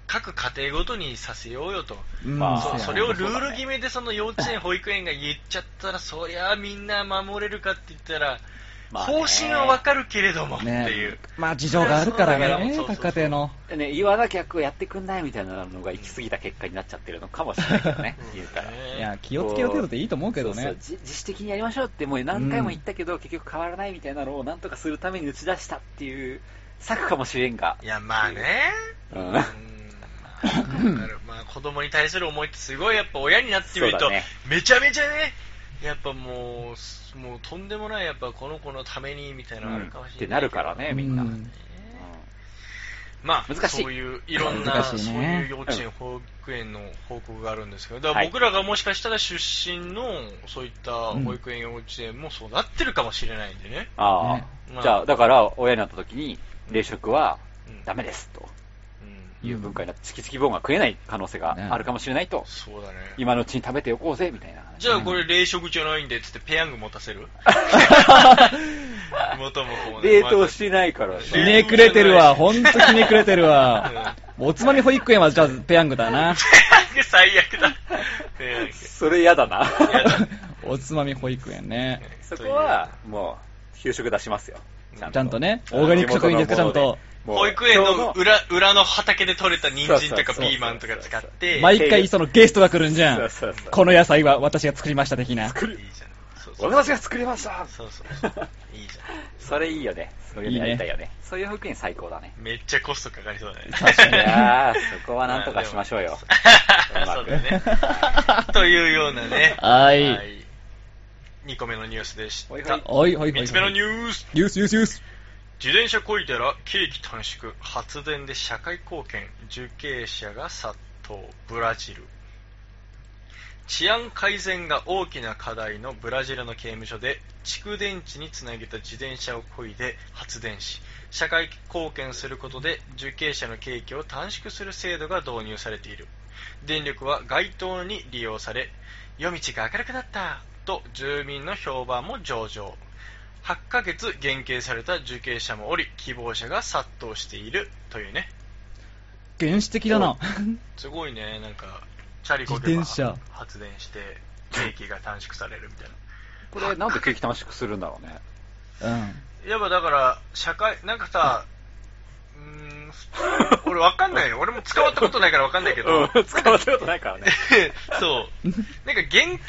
Speaker 2: 各家庭ごとにさせようよと、
Speaker 4: うん
Speaker 3: まあ
Speaker 2: そ
Speaker 4: そううや
Speaker 2: それをルール決めでその幼稚園、保育園が言っちゃったら、そりゃあみんな守れるかって言ったら、
Speaker 3: まあね
Speaker 2: 方針はわかるけれどもって
Speaker 4: ね
Speaker 2: いう、
Speaker 4: まあ事情があるから
Speaker 2: そうだけ
Speaker 4: ね
Speaker 2: ど、
Speaker 4: 各家庭の。
Speaker 3: ね、言わなきゃやってくんないみたいなのが行き過ぎた結果になっちゃってるのかもしれないけどね
Speaker 2: う、ん
Speaker 3: 言うたら。
Speaker 4: いや、気をつけよう程度でいいと思うけど
Speaker 3: そうそ
Speaker 4: ね
Speaker 3: う。じ自主的にやりましょうってもう何回も言ったけど、結局変わらないみたいなのをなんとかするために打ち出したっていう策かもしれんが
Speaker 2: い、や、まあね。
Speaker 3: うん
Speaker 2: うんわかるまあ子供に対する思いってすごいやっぱ親になってみる
Speaker 3: そ
Speaker 2: と、
Speaker 3: うだね
Speaker 2: めちゃめちゃね、やっぱもうす、もうとんでもないやっぱこの子のためにみたいなのあるかも
Speaker 3: っ
Speaker 2: してれ
Speaker 3: な
Speaker 2: ないけ
Speaker 3: る
Speaker 2: ど。
Speaker 3: からね、みんな。
Speaker 4: う
Speaker 3: うん
Speaker 4: ん
Speaker 2: まあ、
Speaker 3: 難しい
Speaker 2: そういういろんな、
Speaker 4: 難
Speaker 2: そう
Speaker 4: しい
Speaker 2: いう
Speaker 4: ね
Speaker 2: 幼稚園、保育園の報告があるんですけど、だか
Speaker 3: は
Speaker 2: ら
Speaker 3: い
Speaker 2: 僕らがもしかしたら出身のそういった
Speaker 4: うん
Speaker 2: 保育園、幼稚園もそうなってるかもしれないんでね。
Speaker 3: ああ、
Speaker 4: ね
Speaker 2: まあ
Speaker 3: じゃあ、だから親になった時に、冷食は
Speaker 2: うん
Speaker 3: ダメですと
Speaker 2: うん
Speaker 3: いう文化になって、チキチキボーンが食えない可能性があるかもしれないと、
Speaker 2: そうだね。
Speaker 3: 今のうちに食べておこうぜみたいな話。
Speaker 2: じゃあこれ冷食じゃないんでっつってペヤング持た せる元も子もね
Speaker 3: 冷凍してないから
Speaker 4: ひ
Speaker 2: ね
Speaker 4: ねくれてるわ、ほんとひねくれてるわ。おつまみ保育園はじゃあペヤングだな。
Speaker 2: 最悪 だ。ペヤング
Speaker 3: それ嫌だな。
Speaker 2: やだ
Speaker 4: おつまみ保育園ね。
Speaker 3: そこは、もう、給食出しますよ。
Speaker 4: ちゃんとね、オーガニック食品ですか、ちゃんと。
Speaker 3: もう。
Speaker 2: 保育園の
Speaker 3: 今日
Speaker 2: 裏裏の畑で採れた人参とか
Speaker 3: そうそうそうそう
Speaker 2: ピーマンとか使って、
Speaker 4: 毎回そのゲストが来るんじゃ
Speaker 3: そうんそうそう。
Speaker 4: この野菜は私が作りました的な。
Speaker 2: いいじゃん。そうそう
Speaker 3: 私が作りました
Speaker 2: そうそうそう。いいじゃ
Speaker 3: それいいよね。そういうのやりたいよね。そういう保育園最高だね。
Speaker 2: ん。めっちゃコストかかりそうだね。
Speaker 3: いやー、 そこはなんとかしましょうよ。う ま
Speaker 2: そう
Speaker 3: く
Speaker 2: だね。というようなね。
Speaker 4: はい
Speaker 2: 2個目のニュースでし
Speaker 3: ほいほ
Speaker 2: た
Speaker 3: い。
Speaker 4: おいおいおいおい。
Speaker 2: 3つ目のニュース。
Speaker 4: ユースユースユース。
Speaker 2: 自転車こいだら刑期短縮発電で社会貢献受刑者が殺到ブラジル治安改善が大きな課題のブラジルの刑務所で蓄電池につなげた自転車をこいで発電し社会貢献することで受刑者の刑期を短縮する制度が導入されている電力は街灯に利用され夜道が明るくなったと住民の評判も上々8ヶ月減刑された受刑者もおり希望者が殺到しているというね
Speaker 4: 原始的だな。
Speaker 2: すごいねなんかチャリこけ
Speaker 4: 自
Speaker 2: ば
Speaker 4: 転車
Speaker 2: 発電して刑期が短縮されるみたいな
Speaker 3: これなんで景気短縮するんだろうね。
Speaker 4: うん。
Speaker 2: やっぱだから社会なんかさうーん俺わかんないよ俺も捕まったことないからわかんないけど、
Speaker 3: うん、使われたことないからね。
Speaker 2: そうなんか原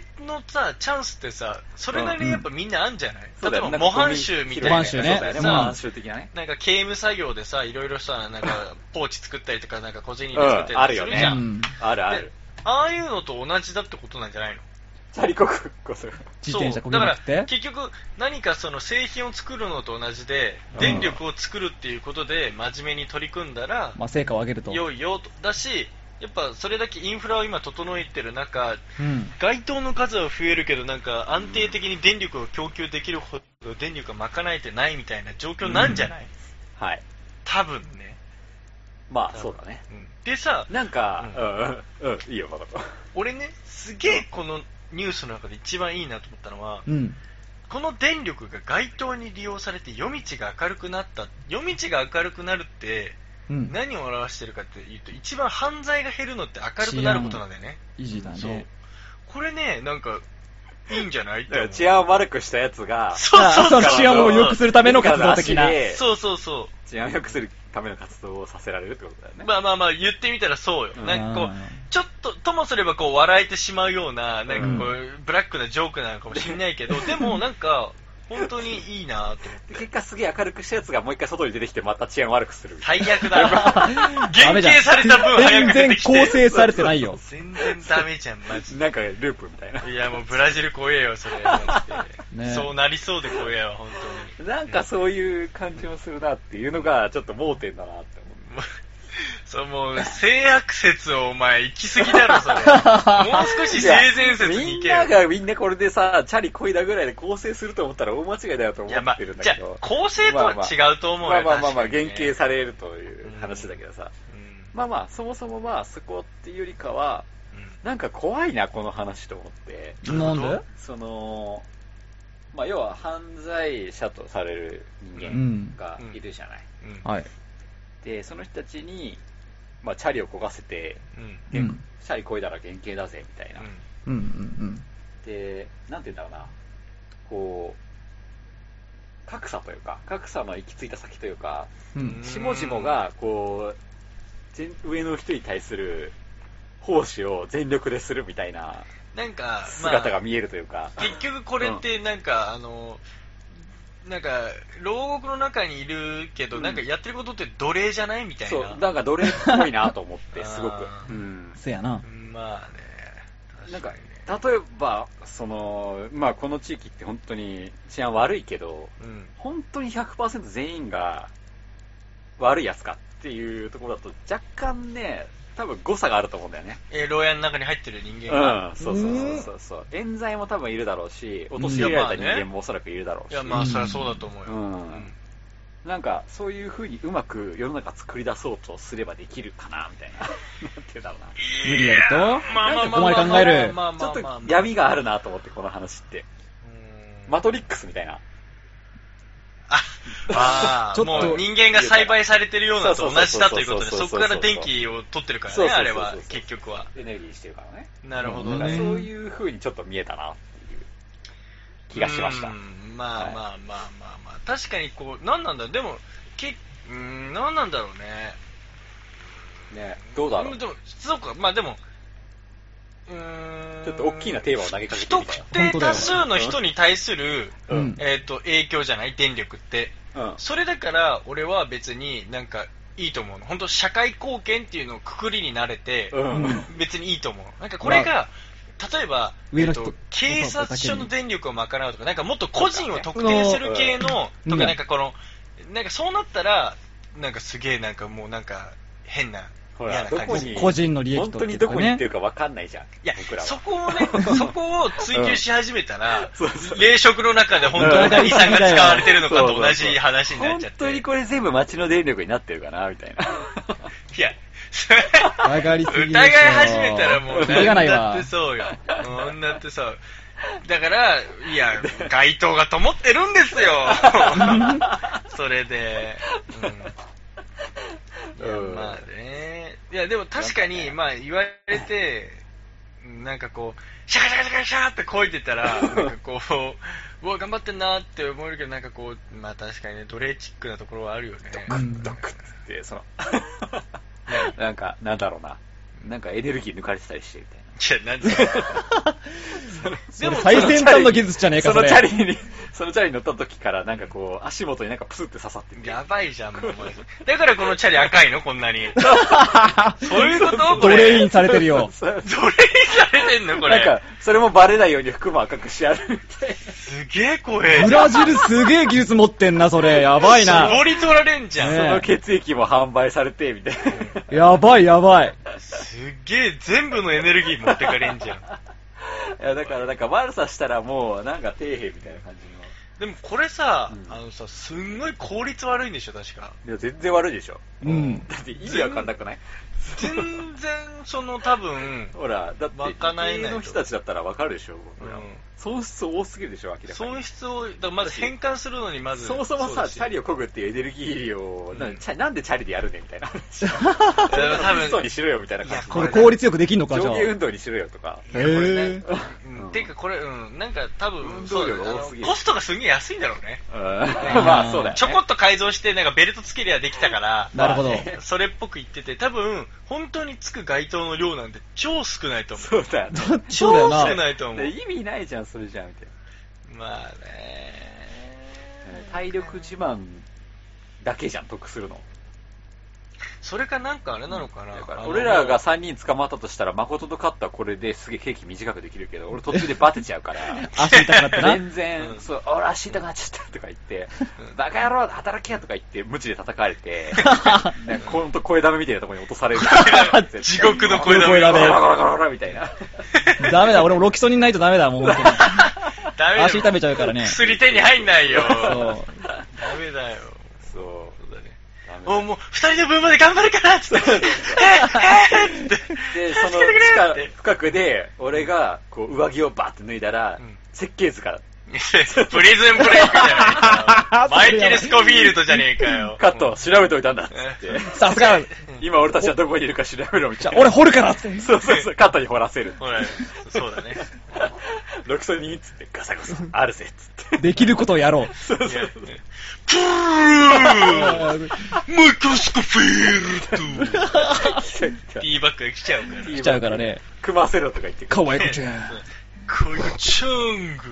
Speaker 2: 型のさチャンスってさそれなりにやっぱみんなあんじゃない、例えば模範囚みたいな
Speaker 4: 模範囚
Speaker 3: そ
Speaker 4: ね
Speaker 3: うだよ
Speaker 4: うん
Speaker 3: 模範囚的なね。
Speaker 2: なんか刑務作業でさ、いろいろさ、なんかポーチ作ったりとか、なんか小銭入れ作ったりとかするじゃん。
Speaker 4: う
Speaker 2: あ,、
Speaker 4: ん
Speaker 3: あるある。
Speaker 2: あいうのと同じだってことなんじゃないの
Speaker 3: チャリコクこする。
Speaker 4: 自転車こ
Speaker 2: そう
Speaker 4: げ
Speaker 2: だか
Speaker 4: な
Speaker 2: ら
Speaker 4: くて。
Speaker 2: 結局、何かその製品を作るのと同じで、
Speaker 3: うん
Speaker 2: 電力を作るっていうことで真面目に取り組んだら、
Speaker 4: まあ成果を上げると。
Speaker 2: 良いよとだし、やっぱそれだけインフラを今整えてる中、
Speaker 4: うん。
Speaker 2: 街灯の数は増えるけど、なんか安定的に電力を供給できるほど電力が賄えてないみたいな状況なんじゃない、
Speaker 3: はい。
Speaker 2: 多分ね。
Speaker 3: まあ、そうだね。
Speaker 2: うんでさ、
Speaker 3: なんか、うん、うん、いいよ、バカと。
Speaker 2: 俺ね、すげえこのニュースの中で一番いいなと思ったのは、
Speaker 4: うん。
Speaker 2: この電力が街灯に利用されて夜道が明るくなった。夜道が明るくなるって、
Speaker 4: うん。
Speaker 2: 何を表してるかっていうと、一番犯罪が減るのって明るくなることなんだよね。
Speaker 4: 維持だ
Speaker 2: そう
Speaker 4: ね。。
Speaker 2: これね、なんか、いいんじゃないって
Speaker 3: だから
Speaker 2: 思う。
Speaker 3: 治安を悪くしたやつが、
Speaker 2: そうそうそ
Speaker 4: あそ
Speaker 2: う。
Speaker 4: の治安を良くするための活動
Speaker 3: 自
Speaker 4: 的な
Speaker 3: らの足で
Speaker 2: そうそうそ
Speaker 3: 治安を良くするための活動をさせられるってことだよ
Speaker 2: う。
Speaker 3: ね。
Speaker 2: まあまあまあ、言ってみたらそうよ。
Speaker 3: うん
Speaker 2: なんかこう、ちょっと、ともすればこう、笑えてしまうような、なんかこう、ブラックなジョークなのかもしれないけ ど、でもなんか、本当にいいなぁと思って。
Speaker 3: で結果すげえ明るくしたやつがもう一回外に出てきてまた治安悪くするみたいな。
Speaker 2: 最悪だ。減刑された分早
Speaker 4: 全
Speaker 2: く出て
Speaker 4: 然
Speaker 2: きて。
Speaker 4: 構成されてないよ。
Speaker 2: 全然ダメじゃん、マジ
Speaker 3: なんかループみたいな。
Speaker 2: で。いや、もうブラジル怖えよ、それ。マジで
Speaker 4: ね
Speaker 2: そうなりそうで怖えよ、本当に。
Speaker 3: なんかそういう感じもするなっていうのが、ちょっと盲点だなって 思
Speaker 2: もうそう、もう、性悪説をお前、行き過ぎだろ、それ。もう少
Speaker 3: う。
Speaker 2: し性善説に
Speaker 3: み
Speaker 2: 行
Speaker 3: ん
Speaker 2: け
Speaker 3: な
Speaker 2: よ。
Speaker 3: がみんなこれでさ、チャリこいだぐらいで構成すると思ったら大間違いだよと
Speaker 2: い
Speaker 3: 思
Speaker 2: や、ま
Speaker 3: っ
Speaker 2: あ
Speaker 3: てるん、だ
Speaker 2: じゃあ
Speaker 3: けど。、
Speaker 2: 構成とは違うと思う
Speaker 3: まあ
Speaker 2: よ。
Speaker 3: まあまあまあ、
Speaker 2: 確かに
Speaker 3: 減
Speaker 2: ね
Speaker 3: 刑されるという話だけどさ。
Speaker 2: うん
Speaker 3: まあまあ、そもそもまあ、そこっていうよりかは、
Speaker 2: うん
Speaker 3: なんか怖いな、この話と思って。
Speaker 4: なんで
Speaker 3: その、まあ要は犯罪者とされる人間がいるじゃない。
Speaker 2: うん
Speaker 4: はい。
Speaker 3: で、その人たちに、まあ、チャリを焦がせて、
Speaker 2: うん
Speaker 4: う
Speaker 3: で
Speaker 4: ん
Speaker 3: チャリこいだら原型だぜ、みたいな。
Speaker 4: うんうん
Speaker 3: で、なんて言うんだろうな、こう、格差というか、格差の行き着いた先というか、
Speaker 4: うんう
Speaker 2: うんん
Speaker 3: 下々が、こう、全上の人に対する奉仕を全力でするみたいな
Speaker 2: なんか、まあ
Speaker 3: 姿が見えるというか、
Speaker 2: 結局これってなんか、あのなんか牢獄の中にいるけど、
Speaker 3: うん
Speaker 2: なんかやってることって奴隷じゃないみたい
Speaker 3: そう、
Speaker 2: な
Speaker 3: なんか奴隷っぽいなと思って、
Speaker 2: あー
Speaker 3: すごく。うん
Speaker 4: せやな
Speaker 2: まあね
Speaker 3: なん
Speaker 2: 確
Speaker 3: か
Speaker 2: かにね、
Speaker 3: 例えば、その、まあこの地域って本当に治安悪いけど、
Speaker 2: うん
Speaker 3: 本当に100%全員が悪いやつかっていうところだと若干ね、多分誤差があると思うんだよね。
Speaker 2: えー牢屋の中に入ってる人間が、
Speaker 3: うん、そうそうそうそうそう。冤罪も多分いるだろうし、落とし入れられた人間もおそらくいるだろう
Speaker 2: い
Speaker 3: し。
Speaker 2: やまあそりゃそうだと思うよ、
Speaker 3: うんなんか、そういう風にうまく世の中作り出そうとすればできるかな、みたいな。 なんて言うんだろうな。
Speaker 4: 無理やりと
Speaker 2: まあまあ
Speaker 4: ここ
Speaker 2: まあま
Speaker 4: まで
Speaker 2: あ
Speaker 4: 考
Speaker 2: まあ
Speaker 4: える
Speaker 2: まあまあまあまあ
Speaker 3: ちょっと闇があるなと思って、この話って。
Speaker 2: うん
Speaker 3: マトリックスみたいな。
Speaker 2: ああ、
Speaker 4: ちょっと
Speaker 2: もう人間が栽培されてるようなのと同じだということで、
Speaker 3: そうそうそうそう
Speaker 2: そこから電気を取ってるから
Speaker 3: そう
Speaker 2: ね、
Speaker 3: そうそう
Speaker 2: あれ
Speaker 3: そう
Speaker 2: は、結局は。
Speaker 3: エネルギーしてるからね。
Speaker 2: なるほど
Speaker 3: だから
Speaker 2: ね
Speaker 3: そう。いう風にちょっと見えたなっていう気がしました
Speaker 2: う。んまあまあまあまあまあ、確かにこう、なんなんだろう、でも、けうん、なんなんだろうね。
Speaker 3: ね、どうだろ
Speaker 2: ん
Speaker 3: う。
Speaker 2: でも、そうか、まあでも、うーん
Speaker 3: ちょっと大きなテーマを投げかけ
Speaker 2: 不
Speaker 3: てみ
Speaker 2: 特
Speaker 3: たよ。
Speaker 2: 定多数の人に対する、
Speaker 4: うん
Speaker 3: うん
Speaker 2: えっと、影響じゃない電力って。
Speaker 3: うん
Speaker 2: それだから、俺は別になんか、いいと思うの。本当社会貢献っていうのをくくりになれて、
Speaker 3: うん。うん
Speaker 2: 別にいいと思う。なんかこれが、例えば、
Speaker 4: 上の
Speaker 2: え
Speaker 4: 人
Speaker 2: っと警察署の電力を賄うとか、なんかもっと個人を特
Speaker 4: そうだ
Speaker 2: 定
Speaker 4: ね
Speaker 2: する系の、
Speaker 4: うん
Speaker 2: と
Speaker 4: う
Speaker 2: か、
Speaker 4: ん
Speaker 2: なんかこの、なんかそうなったら、なんかすげえなんかもうなんか変な、
Speaker 3: ほ
Speaker 2: 嫌
Speaker 3: ら、
Speaker 2: な
Speaker 3: ど
Speaker 2: 感じ
Speaker 3: こに、
Speaker 4: 個人の利益
Speaker 3: 本
Speaker 4: と
Speaker 3: 当にどこに行ってるか分かんないじゃん。
Speaker 2: いや
Speaker 3: 僕ら、は。
Speaker 2: そこ をね、そこを追求し始めたら、
Speaker 3: そうそう
Speaker 2: 冷食の中で本当に遺産が使われてるのかと同じ話になっ
Speaker 3: 本
Speaker 2: ちゃって。
Speaker 3: 当にこれ全部街の電力になってるかな、みたいな。
Speaker 2: いや、
Speaker 4: 上がりすぎでしょ
Speaker 2: 疑い始めたらもう、
Speaker 4: キリがない
Speaker 2: だっ
Speaker 4: わ
Speaker 2: てそうよ。女ってさ、だから、いや、街灯が灯ってるんです よ。それで、うん。いや、
Speaker 3: うん
Speaker 2: まあね。いや、でも確かに、まあ言われて、なんかこう、シャカシャカシャカシャーってこいてたら、なんかこう、うわ、頑張ってんなって思えるけど、なんかこう、まあ確かにね、奴隷チックなところはあるよね。
Speaker 4: うん
Speaker 3: ドクッて、その、なんか、なんだろうな。なんかエネルギー抜かれてたりして、みたいな。
Speaker 2: いや、なんでそれ
Speaker 4: それ最先端の技術じゃねえか
Speaker 3: そ
Speaker 4: そ
Speaker 3: の
Speaker 4: れ
Speaker 3: チャリに、そのチャリに乗った時から、なんかこう、足元になんかプスって刺さってて。
Speaker 2: やばいじゃん、もう。マジでだからこのチャリ赤いのこんな に。そういうことこ
Speaker 4: 奴
Speaker 2: れ。
Speaker 4: 隷インされてるよ
Speaker 3: そう
Speaker 2: 奴隷されてんのこ
Speaker 3: なん
Speaker 2: れ
Speaker 3: か。、それもバレないように服も赤くしてあるみたい な。
Speaker 2: すげえ怖え
Speaker 4: ブ
Speaker 2: じゃん。
Speaker 4: ラジルすげえ技術持ってんなそれやばいな
Speaker 2: 絞り取られんじゃん。
Speaker 4: ね
Speaker 3: その血液も販売されて、みたいな。
Speaker 4: やばいやばい
Speaker 2: すげえ全部のエネルギー持ってかれん じゃん。
Speaker 3: いや、だから、なんか悪さしたらもう、なんか底辺みたいな感じ
Speaker 2: でもこれさ
Speaker 3: う、ん
Speaker 2: あのさ、すんごい効率悪いんでしょ、確か。
Speaker 3: の。いや、全然悪いでしょ。
Speaker 4: うん
Speaker 3: だって意味わかんなくない
Speaker 2: 全然、その多分、
Speaker 3: ほら、だって、
Speaker 2: まかないないと
Speaker 3: 普通の人たちだったらわかるでしょ、僕ら
Speaker 2: うん
Speaker 3: 損失多すぎるでしょ、明らかに。
Speaker 2: 損失を、だからまず変換するのにまず。
Speaker 3: そもそもさ、チャ
Speaker 2: リ
Speaker 3: リをこぐっていうエネルギー量を、
Speaker 2: うん
Speaker 3: なん、チャなんでチャリでやるねんみたいな話。
Speaker 2: 多
Speaker 3: 物騒
Speaker 2: 分
Speaker 3: に、しろよみたいな感じ。
Speaker 4: これ効率よくできんのかじゃ
Speaker 3: 上
Speaker 4: あ
Speaker 3: 下運動にしろよとか。
Speaker 4: へえ
Speaker 2: えうんてかこれ、うん、なんか多分、
Speaker 3: 運
Speaker 2: そ
Speaker 3: 動
Speaker 2: う
Speaker 3: 量が
Speaker 2: あ
Speaker 3: 多
Speaker 2: の
Speaker 3: すぎる
Speaker 2: コストがすげえ安いんだろうね。
Speaker 3: うんまあそうだよ、ね。
Speaker 2: ちょこっと改造して、なんかベルトつけりゃできたから、
Speaker 4: なるほど
Speaker 3: まあね
Speaker 2: それっぽく言ってて、多分、本当につく街灯の量なんて超少ないと思う。
Speaker 3: そうだよね。
Speaker 4: そうだよ
Speaker 2: 超少
Speaker 4: な
Speaker 2: ないと思う
Speaker 3: で。意味ないじゃん、それじゃん、みたい
Speaker 2: まあね
Speaker 3: な。体力自慢だけじゃん、得するの。
Speaker 2: それかなんかあれなのかな
Speaker 3: だか。
Speaker 2: あ
Speaker 3: ら
Speaker 2: の
Speaker 3: 俺らが、3人捕まったとしたら、誠とカットはこれですげえケーキ短くできるけど、俺途中でバテちゃうから。
Speaker 4: 足痛くなってな
Speaker 3: 全然、
Speaker 2: うん
Speaker 3: そう、俺足痛くなっちゃったとか言って、バカ野郎働けやとか言って、無知で叩かれて、なんかほんと声ダメみたいなところに落とされる。
Speaker 2: 地獄の声
Speaker 4: 声
Speaker 2: だ
Speaker 4: だ
Speaker 2: め
Speaker 4: めだね
Speaker 2: だめ
Speaker 3: ゴラゴラゴラゴラみたいな。
Speaker 4: ダメだ俺もロキソニンないとダメだもう本当に
Speaker 2: だ
Speaker 4: 足痛めちゃうからね
Speaker 2: 薬手に入んないよ。ダ
Speaker 4: そう
Speaker 2: メだよ。
Speaker 3: そ
Speaker 2: そうだね。
Speaker 3: う。ダメ
Speaker 2: おもう、二人の分まで頑張るからっつって、えええっつって、
Speaker 3: で、その
Speaker 2: 助けてくれっ
Speaker 3: 地
Speaker 2: て
Speaker 3: 下深くで、俺が、こう、上着をバーって脱いだら、
Speaker 2: うん
Speaker 3: 設計図から
Speaker 2: プリズンブレイクじゃねえかよマイケル・スコフィールドじゃねえかよ。
Speaker 3: カット、調べといたんだっつって。
Speaker 4: さすが
Speaker 3: 今俺たちはどこにいるか調べろみ
Speaker 4: じ
Speaker 3: た
Speaker 4: ゃ
Speaker 3: い
Speaker 4: あ
Speaker 3: な。
Speaker 4: 俺掘るからって。
Speaker 3: そうそうそう、カットに掘らせる。
Speaker 2: ほら、そうだね。
Speaker 3: ロキソニンっつってガサガサ、あるぜっつって。
Speaker 4: できることをやろ う。
Speaker 3: そうそう
Speaker 2: いや
Speaker 3: そう。
Speaker 2: プーマイケル・スコフィールド
Speaker 3: 来た来た
Speaker 2: ティーバックが来ちゃうから。
Speaker 4: 来ちゃうからね。
Speaker 3: 組ませろとか言ってく
Speaker 4: か
Speaker 3: る。
Speaker 4: わいこちゃん。
Speaker 2: こいちゃんが。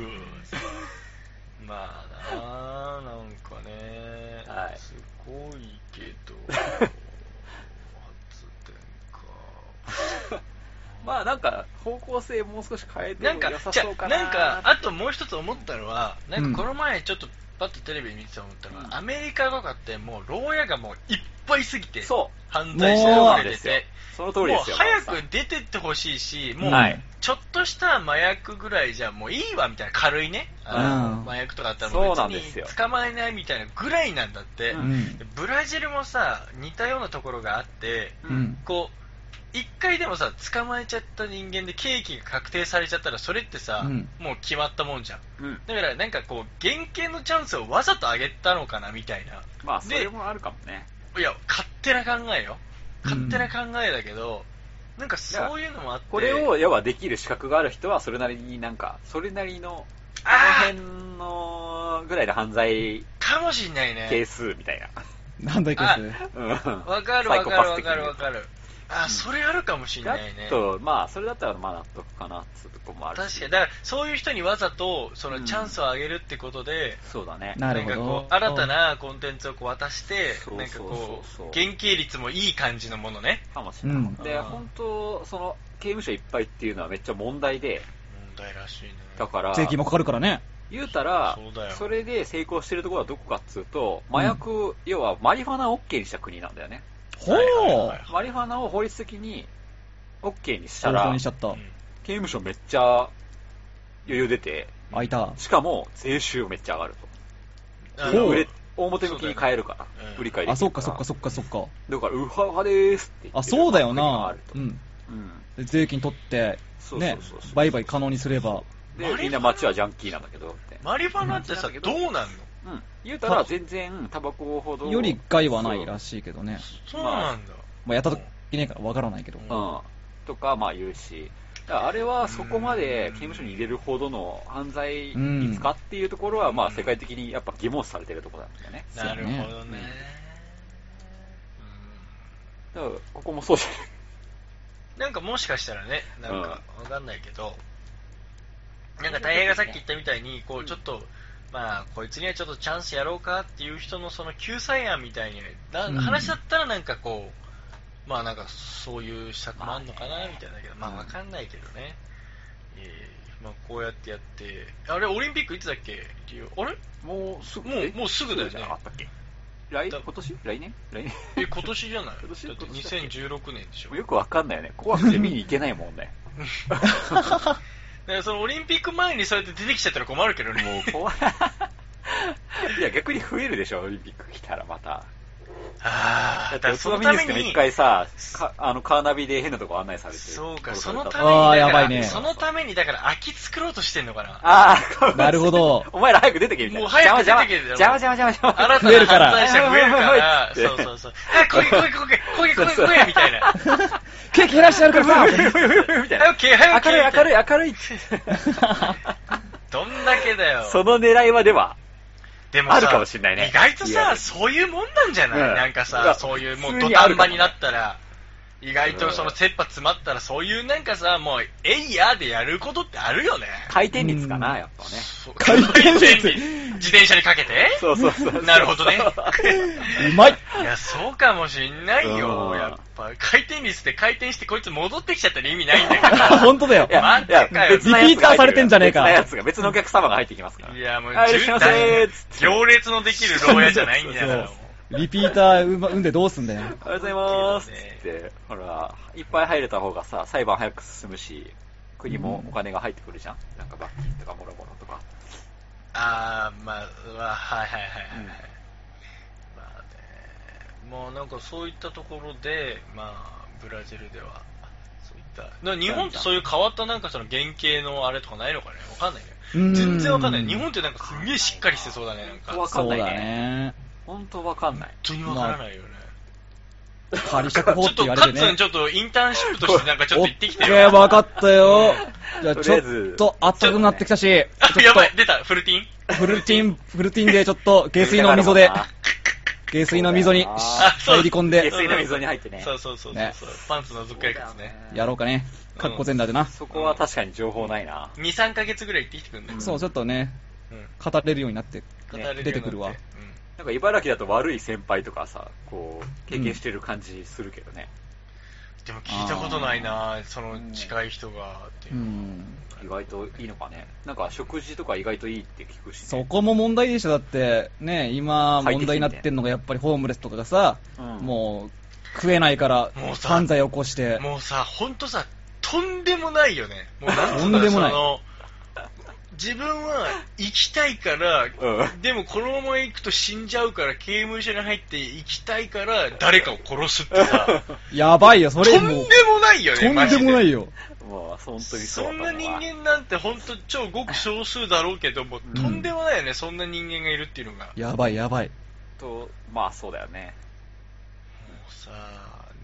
Speaker 2: まあなあ、なんかね、
Speaker 3: はい
Speaker 2: すごいけど、発電か。
Speaker 3: まあなんか、方向性もう少し変えて
Speaker 2: なん
Speaker 3: も
Speaker 2: か、
Speaker 3: 良さ
Speaker 2: じゃ
Speaker 3: そう
Speaker 2: あ
Speaker 3: かな。
Speaker 2: なんか、あともう一つ思ったのは、なんかこの前ちょっとパッとテレビで見てて思ったのは、アメリカとかってもう牢屋がもういっぱいすぎて、
Speaker 3: そう。
Speaker 2: 犯罪者が
Speaker 3: そう
Speaker 2: 出
Speaker 3: で
Speaker 2: て
Speaker 3: すよ
Speaker 2: て、
Speaker 3: その通
Speaker 2: も
Speaker 3: り
Speaker 2: う
Speaker 3: ですよ。
Speaker 2: 早く出てってほしいし、もう
Speaker 4: はい
Speaker 2: ちょっとした麻薬ぐらいじゃもういいわみたいな軽いね、あの
Speaker 4: うん
Speaker 2: 麻薬とかあったら
Speaker 3: そう
Speaker 2: 別
Speaker 3: なんです
Speaker 2: に
Speaker 3: よ
Speaker 2: 捕まえないみたいなぐらいなんだって、
Speaker 3: う
Speaker 4: うん。
Speaker 2: ブラジルもさ似たようなところがあって
Speaker 3: う
Speaker 4: うんん。
Speaker 2: こう一回でもさ捕まえちゃった人間で刑期が確定されちゃったらそれってさ、
Speaker 4: うん
Speaker 2: もう決まったもんじゃん
Speaker 3: うん。
Speaker 2: だからなんかこう減刑のチャンスをわざと上げたのかなみたいな
Speaker 3: まあ、それもあるかもね。
Speaker 2: いや勝手な考えよ
Speaker 4: うん
Speaker 2: 勝手な考えだけど、なんかそういうのもあって
Speaker 3: これを、要はできる資格がある人は、それなりになんか、それなりの、こ
Speaker 2: あー
Speaker 3: の辺のぐらいの犯罪
Speaker 2: かもしんないね
Speaker 3: 係数みたい な。
Speaker 4: なんだいこい
Speaker 2: あ
Speaker 3: うん
Speaker 2: わかる
Speaker 3: サイ
Speaker 2: わ
Speaker 3: コ
Speaker 2: か
Speaker 3: パ
Speaker 2: る
Speaker 3: ス
Speaker 2: わ
Speaker 3: 的
Speaker 2: か
Speaker 3: に
Speaker 2: るわかるあ、それあるかもしん
Speaker 3: だ
Speaker 2: ないね
Speaker 3: と、まあ、それだったらまあ納得かなっていうとこもある
Speaker 2: 確
Speaker 3: し
Speaker 2: かにだからそういう人にわざとその
Speaker 3: うん
Speaker 2: チャンスをあげるってことで、
Speaker 3: そうだね。
Speaker 4: なるほど
Speaker 2: んかこう新たなコンテンツをこう渡して
Speaker 3: そう
Speaker 2: なんかこ
Speaker 3: そうそうそう
Speaker 2: う減刑率もいい感じのものね
Speaker 3: かもしれない。
Speaker 4: うん
Speaker 3: で、
Speaker 2: あー
Speaker 3: 本当その、刑務所いっぱいっていうのはめっちゃ問題で、
Speaker 2: 問題らしいね
Speaker 3: だから、
Speaker 4: と。税金もかかるからね。
Speaker 3: 言うたら
Speaker 2: そうだよ、
Speaker 3: それで成功してるところはどこかっつうと、麻薬、要はマリファナを OK にした国なんだよね。
Speaker 4: ほう
Speaker 2: はいはいはい
Speaker 3: マリファナを法律的に OK にした
Speaker 4: 参
Speaker 3: ら、
Speaker 4: 考にしちゃ
Speaker 3: 刑
Speaker 4: った。
Speaker 3: 務所めっちゃ余裕出て、
Speaker 4: 開いた。
Speaker 3: しかも税収めっちゃ上がると。
Speaker 2: うん
Speaker 4: ほう
Speaker 3: 売れ表向きに買えるから
Speaker 2: そうだよね、うん
Speaker 3: 売り買いで
Speaker 4: あ、
Speaker 3: き
Speaker 4: そ
Speaker 3: る
Speaker 4: っかそっかそっかそっか。
Speaker 3: だから、ウハウハでーすって言ってる
Speaker 4: あ、そうだよ
Speaker 3: 国があ
Speaker 4: な
Speaker 3: る。と
Speaker 4: うん。
Speaker 3: うん
Speaker 4: で税金取って、
Speaker 3: そうそう
Speaker 4: ね
Speaker 3: そうそう、
Speaker 4: 売買可能にすれば。
Speaker 3: で、みんな街はジャンキーなんだけど、って。
Speaker 2: マリファナってさ
Speaker 3: うん
Speaker 2: どうなんの
Speaker 3: うん。言うたら、全然、タバコほど。
Speaker 4: より害はないら
Speaker 3: しい。
Speaker 4: しいけどね。
Speaker 2: そうなんだ、
Speaker 4: まあ、やったときねえからわからないけど。
Speaker 2: う
Speaker 3: うん。とか、まあ言うし。だからあれはそこまで刑務所に入れるほどの犯罪率かっていうところは、
Speaker 2: うん
Speaker 3: まあ世界的にやっぱ疑問視されてるところなんだよね。
Speaker 2: なるほどね
Speaker 3: そうだねだから、ここもそうじゃない。
Speaker 2: うんなんかもしかしたらねなんかわかんないけど、なんか大平がさっき言ったみたいにこうちょっと、まあこいつにはちょっとチャンスやろうかっていう人のその救済案みたいにな
Speaker 4: うん
Speaker 2: 話だったらなんかこうまあなんかそういう施策もあんのかなみたいだけどまあ
Speaker 3: うん
Speaker 2: わかんないけどね、えーまあこうやってやってあれオリンピックいつだっけ理由あれ
Speaker 3: もうす
Speaker 2: もうもうすぐだよね
Speaker 3: じゃなかったっけ来
Speaker 2: だ
Speaker 3: 今年来年来年
Speaker 2: え今年じゃない
Speaker 3: 今年
Speaker 2: だって
Speaker 3: 今年だっけ
Speaker 2: 2016年 でしょ
Speaker 3: よくわかんないよね。怖くて見に行けないもんね。
Speaker 2: だからそのオリンピック前にそうやって出てきちゃったら困るけどね。
Speaker 3: もう怖い。 いや、逆に増えるでしょ、オリンピック来たらまた。
Speaker 2: ああ、
Speaker 3: だ
Speaker 2: だ
Speaker 3: って、
Speaker 2: か
Speaker 3: お
Speaker 2: ら
Speaker 3: つま
Speaker 2: その
Speaker 3: み
Speaker 2: た
Speaker 3: ニュース
Speaker 2: め
Speaker 3: でも
Speaker 2: に
Speaker 3: 一、回さ、かあの、カーナビで変なとこ案内されて
Speaker 2: そうか、
Speaker 3: 殺
Speaker 2: そ
Speaker 3: され
Speaker 2: の
Speaker 3: た
Speaker 2: た
Speaker 4: あー
Speaker 2: めに、だか
Speaker 4: やばい
Speaker 2: ら
Speaker 4: ね
Speaker 2: そのために、だから空き作ろうとしてんのかな。
Speaker 3: ああ、かわいそう
Speaker 4: なるほど
Speaker 3: お前ら早く出てけ、みたいな。
Speaker 2: もう早く出てけ
Speaker 3: 邪魔邪魔邪魔邪魔邪魔
Speaker 2: 新た
Speaker 4: 増える
Speaker 2: な
Speaker 4: から
Speaker 2: 犯罪者増えるから、
Speaker 3: 増える
Speaker 2: そ
Speaker 3: から
Speaker 2: うそ うそう。あ、来い来い来い来い来い来い来いみたいな。あ
Speaker 4: ケーキ減らしてやるからさ
Speaker 3: みたいな。
Speaker 2: 早く消え早く消え
Speaker 3: 明るい、明るい、明るいって。
Speaker 2: どんだけだよ。
Speaker 3: その狙いはでは、
Speaker 2: でもさ
Speaker 3: あるかもしんないね
Speaker 2: 意外と
Speaker 3: いや
Speaker 2: さ、そういうもんなんじゃない、
Speaker 3: うん
Speaker 2: なんか
Speaker 3: いや
Speaker 2: さ、そういう、も
Speaker 3: 普通
Speaker 2: う土
Speaker 3: にあるかも
Speaker 2: 壇場になったら、意外とその切羽詰まったら、そういうなんかさ、もう、えいやでやることってあるよね。
Speaker 3: 回転率かな、やっぱね。
Speaker 2: そう
Speaker 4: 回転率
Speaker 2: 自転車にかけて
Speaker 3: そうそうそう。
Speaker 2: なるほどね。
Speaker 4: うまい
Speaker 2: いや、そうかもしんないよ、
Speaker 3: うん
Speaker 2: やっぱ。回転率で回転して、こいつ戻ってきちゃったら意味ないんだ か
Speaker 4: 本当だよ
Speaker 3: い。や、
Speaker 2: 待
Speaker 3: い
Speaker 2: っ
Speaker 3: や
Speaker 2: てかよ。
Speaker 3: 別なやつが入ってる
Speaker 4: リピーターされてんじゃねえか
Speaker 3: 別なやつが、別のお客様が入ってきますから ら。
Speaker 2: いや、もう、
Speaker 3: はいいらっしゃいませーっつって
Speaker 2: 行列のできる牢屋じゃないんだから。
Speaker 4: そうリピーターうま産んでどうすんだよ。
Speaker 3: ありがとうございますっつって、ほら、いっぱい入れた方がさ、裁判早く進むし、国もお金が入ってくるじゃん。なんか罰金とかもろもろとか。
Speaker 2: あー、まあ、うわはいはいはいはい。
Speaker 3: うん
Speaker 2: まあね、もうなんかそういったところで、まあ、ブラジルでは、そういったでも日本ってそういう変わったなんかその原型のあれとかないのかねわかんないね
Speaker 4: うん
Speaker 2: 全然わかんない日本ってなんかすげえしっかりしてそうだねなんか
Speaker 3: わ
Speaker 2: 本
Speaker 3: かんないね
Speaker 4: そうだね。
Speaker 3: 本当わかんない。
Speaker 2: 当にわからないよね
Speaker 4: 仮釈放
Speaker 2: ち
Speaker 4: っ
Speaker 2: ょってと
Speaker 4: 言われ
Speaker 2: カ
Speaker 4: て
Speaker 2: ッツン
Speaker 4: ね。
Speaker 2: ちょっとインターンシップとしてなんかちょっと行ってきて
Speaker 4: オッケ
Speaker 2: よ
Speaker 4: ー、わかったよ。じゃあ
Speaker 3: と
Speaker 4: ち
Speaker 3: りあえ
Speaker 4: ょ
Speaker 3: ず
Speaker 4: っと暑くなってきたし、ち
Speaker 2: あ
Speaker 4: ょ
Speaker 2: や
Speaker 4: っ
Speaker 2: ばい出たフルティン
Speaker 4: と、フルティン、フルティンでちょっと、下水 の溝で、下水の溝に
Speaker 3: あ
Speaker 2: そう
Speaker 4: 入り込んで
Speaker 3: 下、水の溝に入ってね。
Speaker 2: そうそうそうそう、
Speaker 4: ね
Speaker 2: パンツのぞっかり靴ね
Speaker 4: やろうかね。かっこ全裸でな。
Speaker 3: そこは確かに情報ないな。
Speaker 2: 23ヶ月ぐらい行ってきてくんね
Speaker 4: そう、ちょっとね、
Speaker 2: うん
Speaker 4: 語れるようになって。
Speaker 2: 語れるようになって
Speaker 4: 出てくるわ
Speaker 2: うん
Speaker 3: なんか茨城だと悪い先輩とかさ、こう、経験してる感じするけどね。
Speaker 2: でも聞いたことないなその近い人がっていうう、
Speaker 4: ん。
Speaker 3: 意外といいのかね。なんか食事とか意外といいって聞くし、ね。
Speaker 4: そこも問題でしょ、だって、ね、今、
Speaker 3: 入ってきてみて
Speaker 4: 問題になってんのが、やっぱりホームレスとかがさ、
Speaker 3: うん
Speaker 4: もう、食えないから
Speaker 2: もう、さ
Speaker 4: 犯罪を起こして、
Speaker 2: もうさ本当さとんでもないよねもうなんつう
Speaker 4: と
Speaker 2: の
Speaker 4: んでもない
Speaker 2: その自分は行きたいから、
Speaker 3: う
Speaker 2: でもこのまま行くと死んじゃうから刑務所に入って行きたいから誰かを殺すっ てさ
Speaker 4: やばいよ、そ
Speaker 2: と
Speaker 4: れ
Speaker 2: んで
Speaker 4: もう、
Speaker 2: もないよね
Speaker 4: とんでもない
Speaker 2: よ
Speaker 4: よ。
Speaker 3: もう、本当にそう
Speaker 2: そ
Speaker 3: だ
Speaker 2: ん
Speaker 3: と思うわ
Speaker 2: な人間なんて本当超ごく少数だろうけども、とんでもないよねそんな人間がいるっていうのが
Speaker 4: やばい、やばい。
Speaker 3: と、まあそうだよね。
Speaker 2: もうさ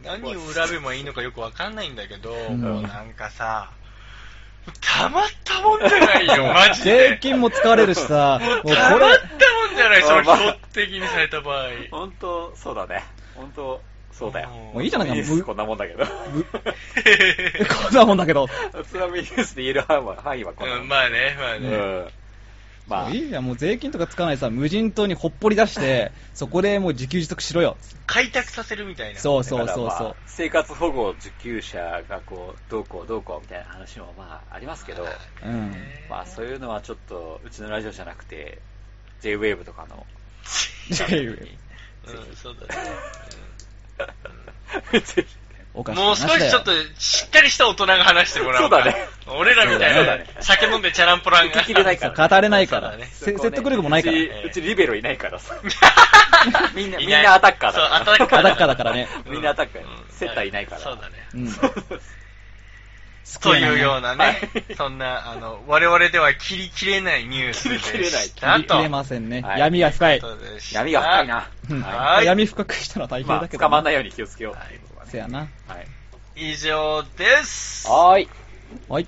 Speaker 2: 何を恨めばいいのかよくわかんないんだけど、
Speaker 4: ん
Speaker 2: もうなんかさたまったもんじゃない よマジで
Speaker 4: 税金も使われるしさ、もう
Speaker 2: た
Speaker 4: こ
Speaker 2: まったも
Speaker 4: れ、
Speaker 2: んじゃないそれ
Speaker 3: まあ
Speaker 2: 標的にされた場合
Speaker 3: 本当、そうだね。本当、そうだよ。
Speaker 4: もういいじゃないか
Speaker 3: いいです
Speaker 4: む
Speaker 3: こんなもんだけど。
Speaker 4: こんなもんだけど、
Speaker 3: 津波ニュースで言える範囲は範囲はこんなも。
Speaker 2: うんんまあねまあね、
Speaker 3: うん。まあ、
Speaker 4: いいじゃん、もう税金とか使わないさ、無人島にほっぽり出して、そこでもう自給自足しろよ。
Speaker 2: 開拓させるみたいな
Speaker 4: そ
Speaker 3: だ
Speaker 4: う
Speaker 3: か
Speaker 4: そ
Speaker 3: ら
Speaker 4: うそう
Speaker 3: まあ
Speaker 4: そう。
Speaker 3: 生活保護受給者がこう、どうこうどうこうみたいな話もまあありますけど、
Speaker 4: うん。
Speaker 3: まあそういうのはちょっと、うちのラジオじゃなくて、JWAVE とかの、
Speaker 2: うんそうだね
Speaker 3: ぜひ
Speaker 4: おかしい
Speaker 2: もう
Speaker 4: 話
Speaker 2: 少
Speaker 4: だ
Speaker 2: し
Speaker 4: よ
Speaker 2: ちょっとしっかりした大人が話してもらおうか
Speaker 3: そうだね
Speaker 2: 俺らみた
Speaker 3: そ
Speaker 2: いう
Speaker 3: だ
Speaker 2: な、
Speaker 3: ね
Speaker 2: 酒飲んでチャランポランが
Speaker 3: 聞ききれないから、
Speaker 4: 語れないか
Speaker 2: そ
Speaker 4: ら、
Speaker 2: うだね
Speaker 4: せ説得力もないから
Speaker 3: う。ちうちリベロいないから さ。みんな、み
Speaker 2: い
Speaker 3: ん
Speaker 2: い
Speaker 3: なアタッカー
Speaker 2: そう
Speaker 3: だ
Speaker 2: ア
Speaker 3: か
Speaker 2: タッカー
Speaker 4: アタッカーだからね
Speaker 2: う
Speaker 3: みんなアタッカーやね
Speaker 2: うん
Speaker 3: セッターいないから
Speaker 2: そうだね
Speaker 4: うん。
Speaker 2: というような
Speaker 3: は
Speaker 2: ね
Speaker 3: い、
Speaker 2: そんな、あの、我々では切り切れないニュースで
Speaker 3: 切り切れない
Speaker 2: した
Speaker 4: 切り切れ
Speaker 2: と
Speaker 4: ませんね。
Speaker 3: はい
Speaker 4: 闇が深い。
Speaker 2: ということでし
Speaker 3: ら。
Speaker 2: た
Speaker 3: 闇が深いな。
Speaker 4: うん
Speaker 2: はい
Speaker 4: 闇深くしたのは大変
Speaker 3: まあ、
Speaker 4: だけどね。
Speaker 3: 捕まんないように気をつけようっていうことだ
Speaker 4: せ
Speaker 3: ね。
Speaker 4: やな。
Speaker 3: はい。
Speaker 2: 以上です。
Speaker 3: はーい。
Speaker 4: はい。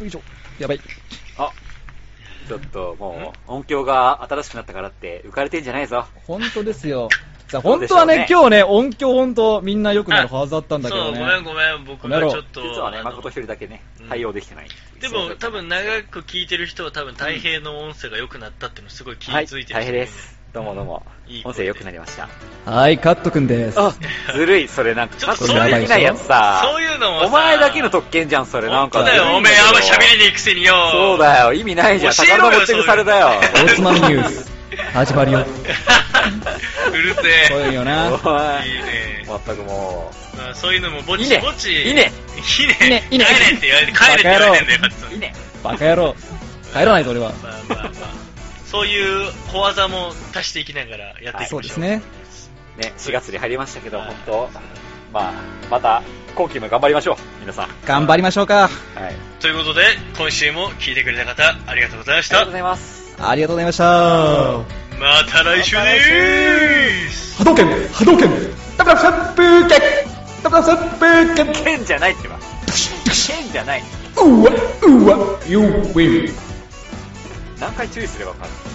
Speaker 4: よいしょ。やばい。
Speaker 3: あ、ちょっともう、音響が新しくなったからって浮かれてんじゃないぞ。
Speaker 4: 本当ですよ。さ
Speaker 3: そう
Speaker 4: あ、本
Speaker 3: でし
Speaker 4: 当
Speaker 3: ょ
Speaker 4: は
Speaker 3: うね
Speaker 4: ね、今日ね、音響本当、みんな良くなるはずだったんだけど
Speaker 2: そう、ごめん
Speaker 4: ね。
Speaker 2: ごめん、僕
Speaker 4: や
Speaker 2: が
Speaker 4: ろう
Speaker 2: ちょっと。
Speaker 3: 実はね、
Speaker 2: あの
Speaker 3: 誠一人だけね
Speaker 2: う、ん
Speaker 3: 対応できてない。
Speaker 2: でも、多分長く聞いてる人は多分太平の音声が良くなったっていうのすごい気
Speaker 3: は
Speaker 2: づ
Speaker 3: い、
Speaker 2: いてる人
Speaker 3: 大変です。どうもどうも
Speaker 2: いい。声
Speaker 3: 音声良くなりました。
Speaker 4: はい、カットくんです。
Speaker 3: あ、ずるい、それなんか、
Speaker 2: ち
Speaker 3: ち
Speaker 2: ょ
Speaker 3: ょ
Speaker 2: っ
Speaker 3: っ
Speaker 2: と
Speaker 3: と
Speaker 4: それ
Speaker 3: できないやつさ。
Speaker 2: そういうのもさ
Speaker 3: お前だけの特権じゃん、それ。なん
Speaker 2: 本
Speaker 3: か。
Speaker 2: 当だよ、おめえあんま喋れねえくせによ。
Speaker 3: そうだよ、意味ないじゃん。
Speaker 2: 教えろよ
Speaker 3: 宝の持ってくされだよ。
Speaker 4: おつまみニュー ス、始まるよ。
Speaker 2: うるせ
Speaker 4: そういう
Speaker 2: え。
Speaker 4: んよな。
Speaker 3: おい
Speaker 2: いいね。
Speaker 3: まったくも
Speaker 2: まあそういうのもぼ
Speaker 3: う。い
Speaker 2: ち
Speaker 3: いね
Speaker 2: ぼち。。
Speaker 3: いいね。
Speaker 2: いいね。
Speaker 4: いいねいいね
Speaker 2: 帰れって言われて、帰れって言われてんだよ、カッツン
Speaker 3: いいね。
Speaker 4: バカ野郎。帰らないと俺は。
Speaker 2: まあまあまあ、そういう小技も足していきながらやっていきましょう。
Speaker 4: そうですね。
Speaker 3: ね、4月に入りましたけど、
Speaker 2: はい
Speaker 3: 本当まあ、また、今期も頑張りましょう。皆さん。
Speaker 4: 頑張りましょうか。
Speaker 3: はい。
Speaker 2: ということで、今週も聞いてくれた方、ありがとうございまし
Speaker 3: ありがとう
Speaker 2: た
Speaker 3: ご。ざいます。
Speaker 4: ありがとうございました。波
Speaker 2: また来週で
Speaker 3: また来週
Speaker 2: ーす。
Speaker 4: 動拳波動拳ダブル旋風拳ダブル旋風拳
Speaker 3: 剣じゃないってば。剣じゃない。
Speaker 4: うわ、うわ、You win!
Speaker 3: 何回注意すればわかんない。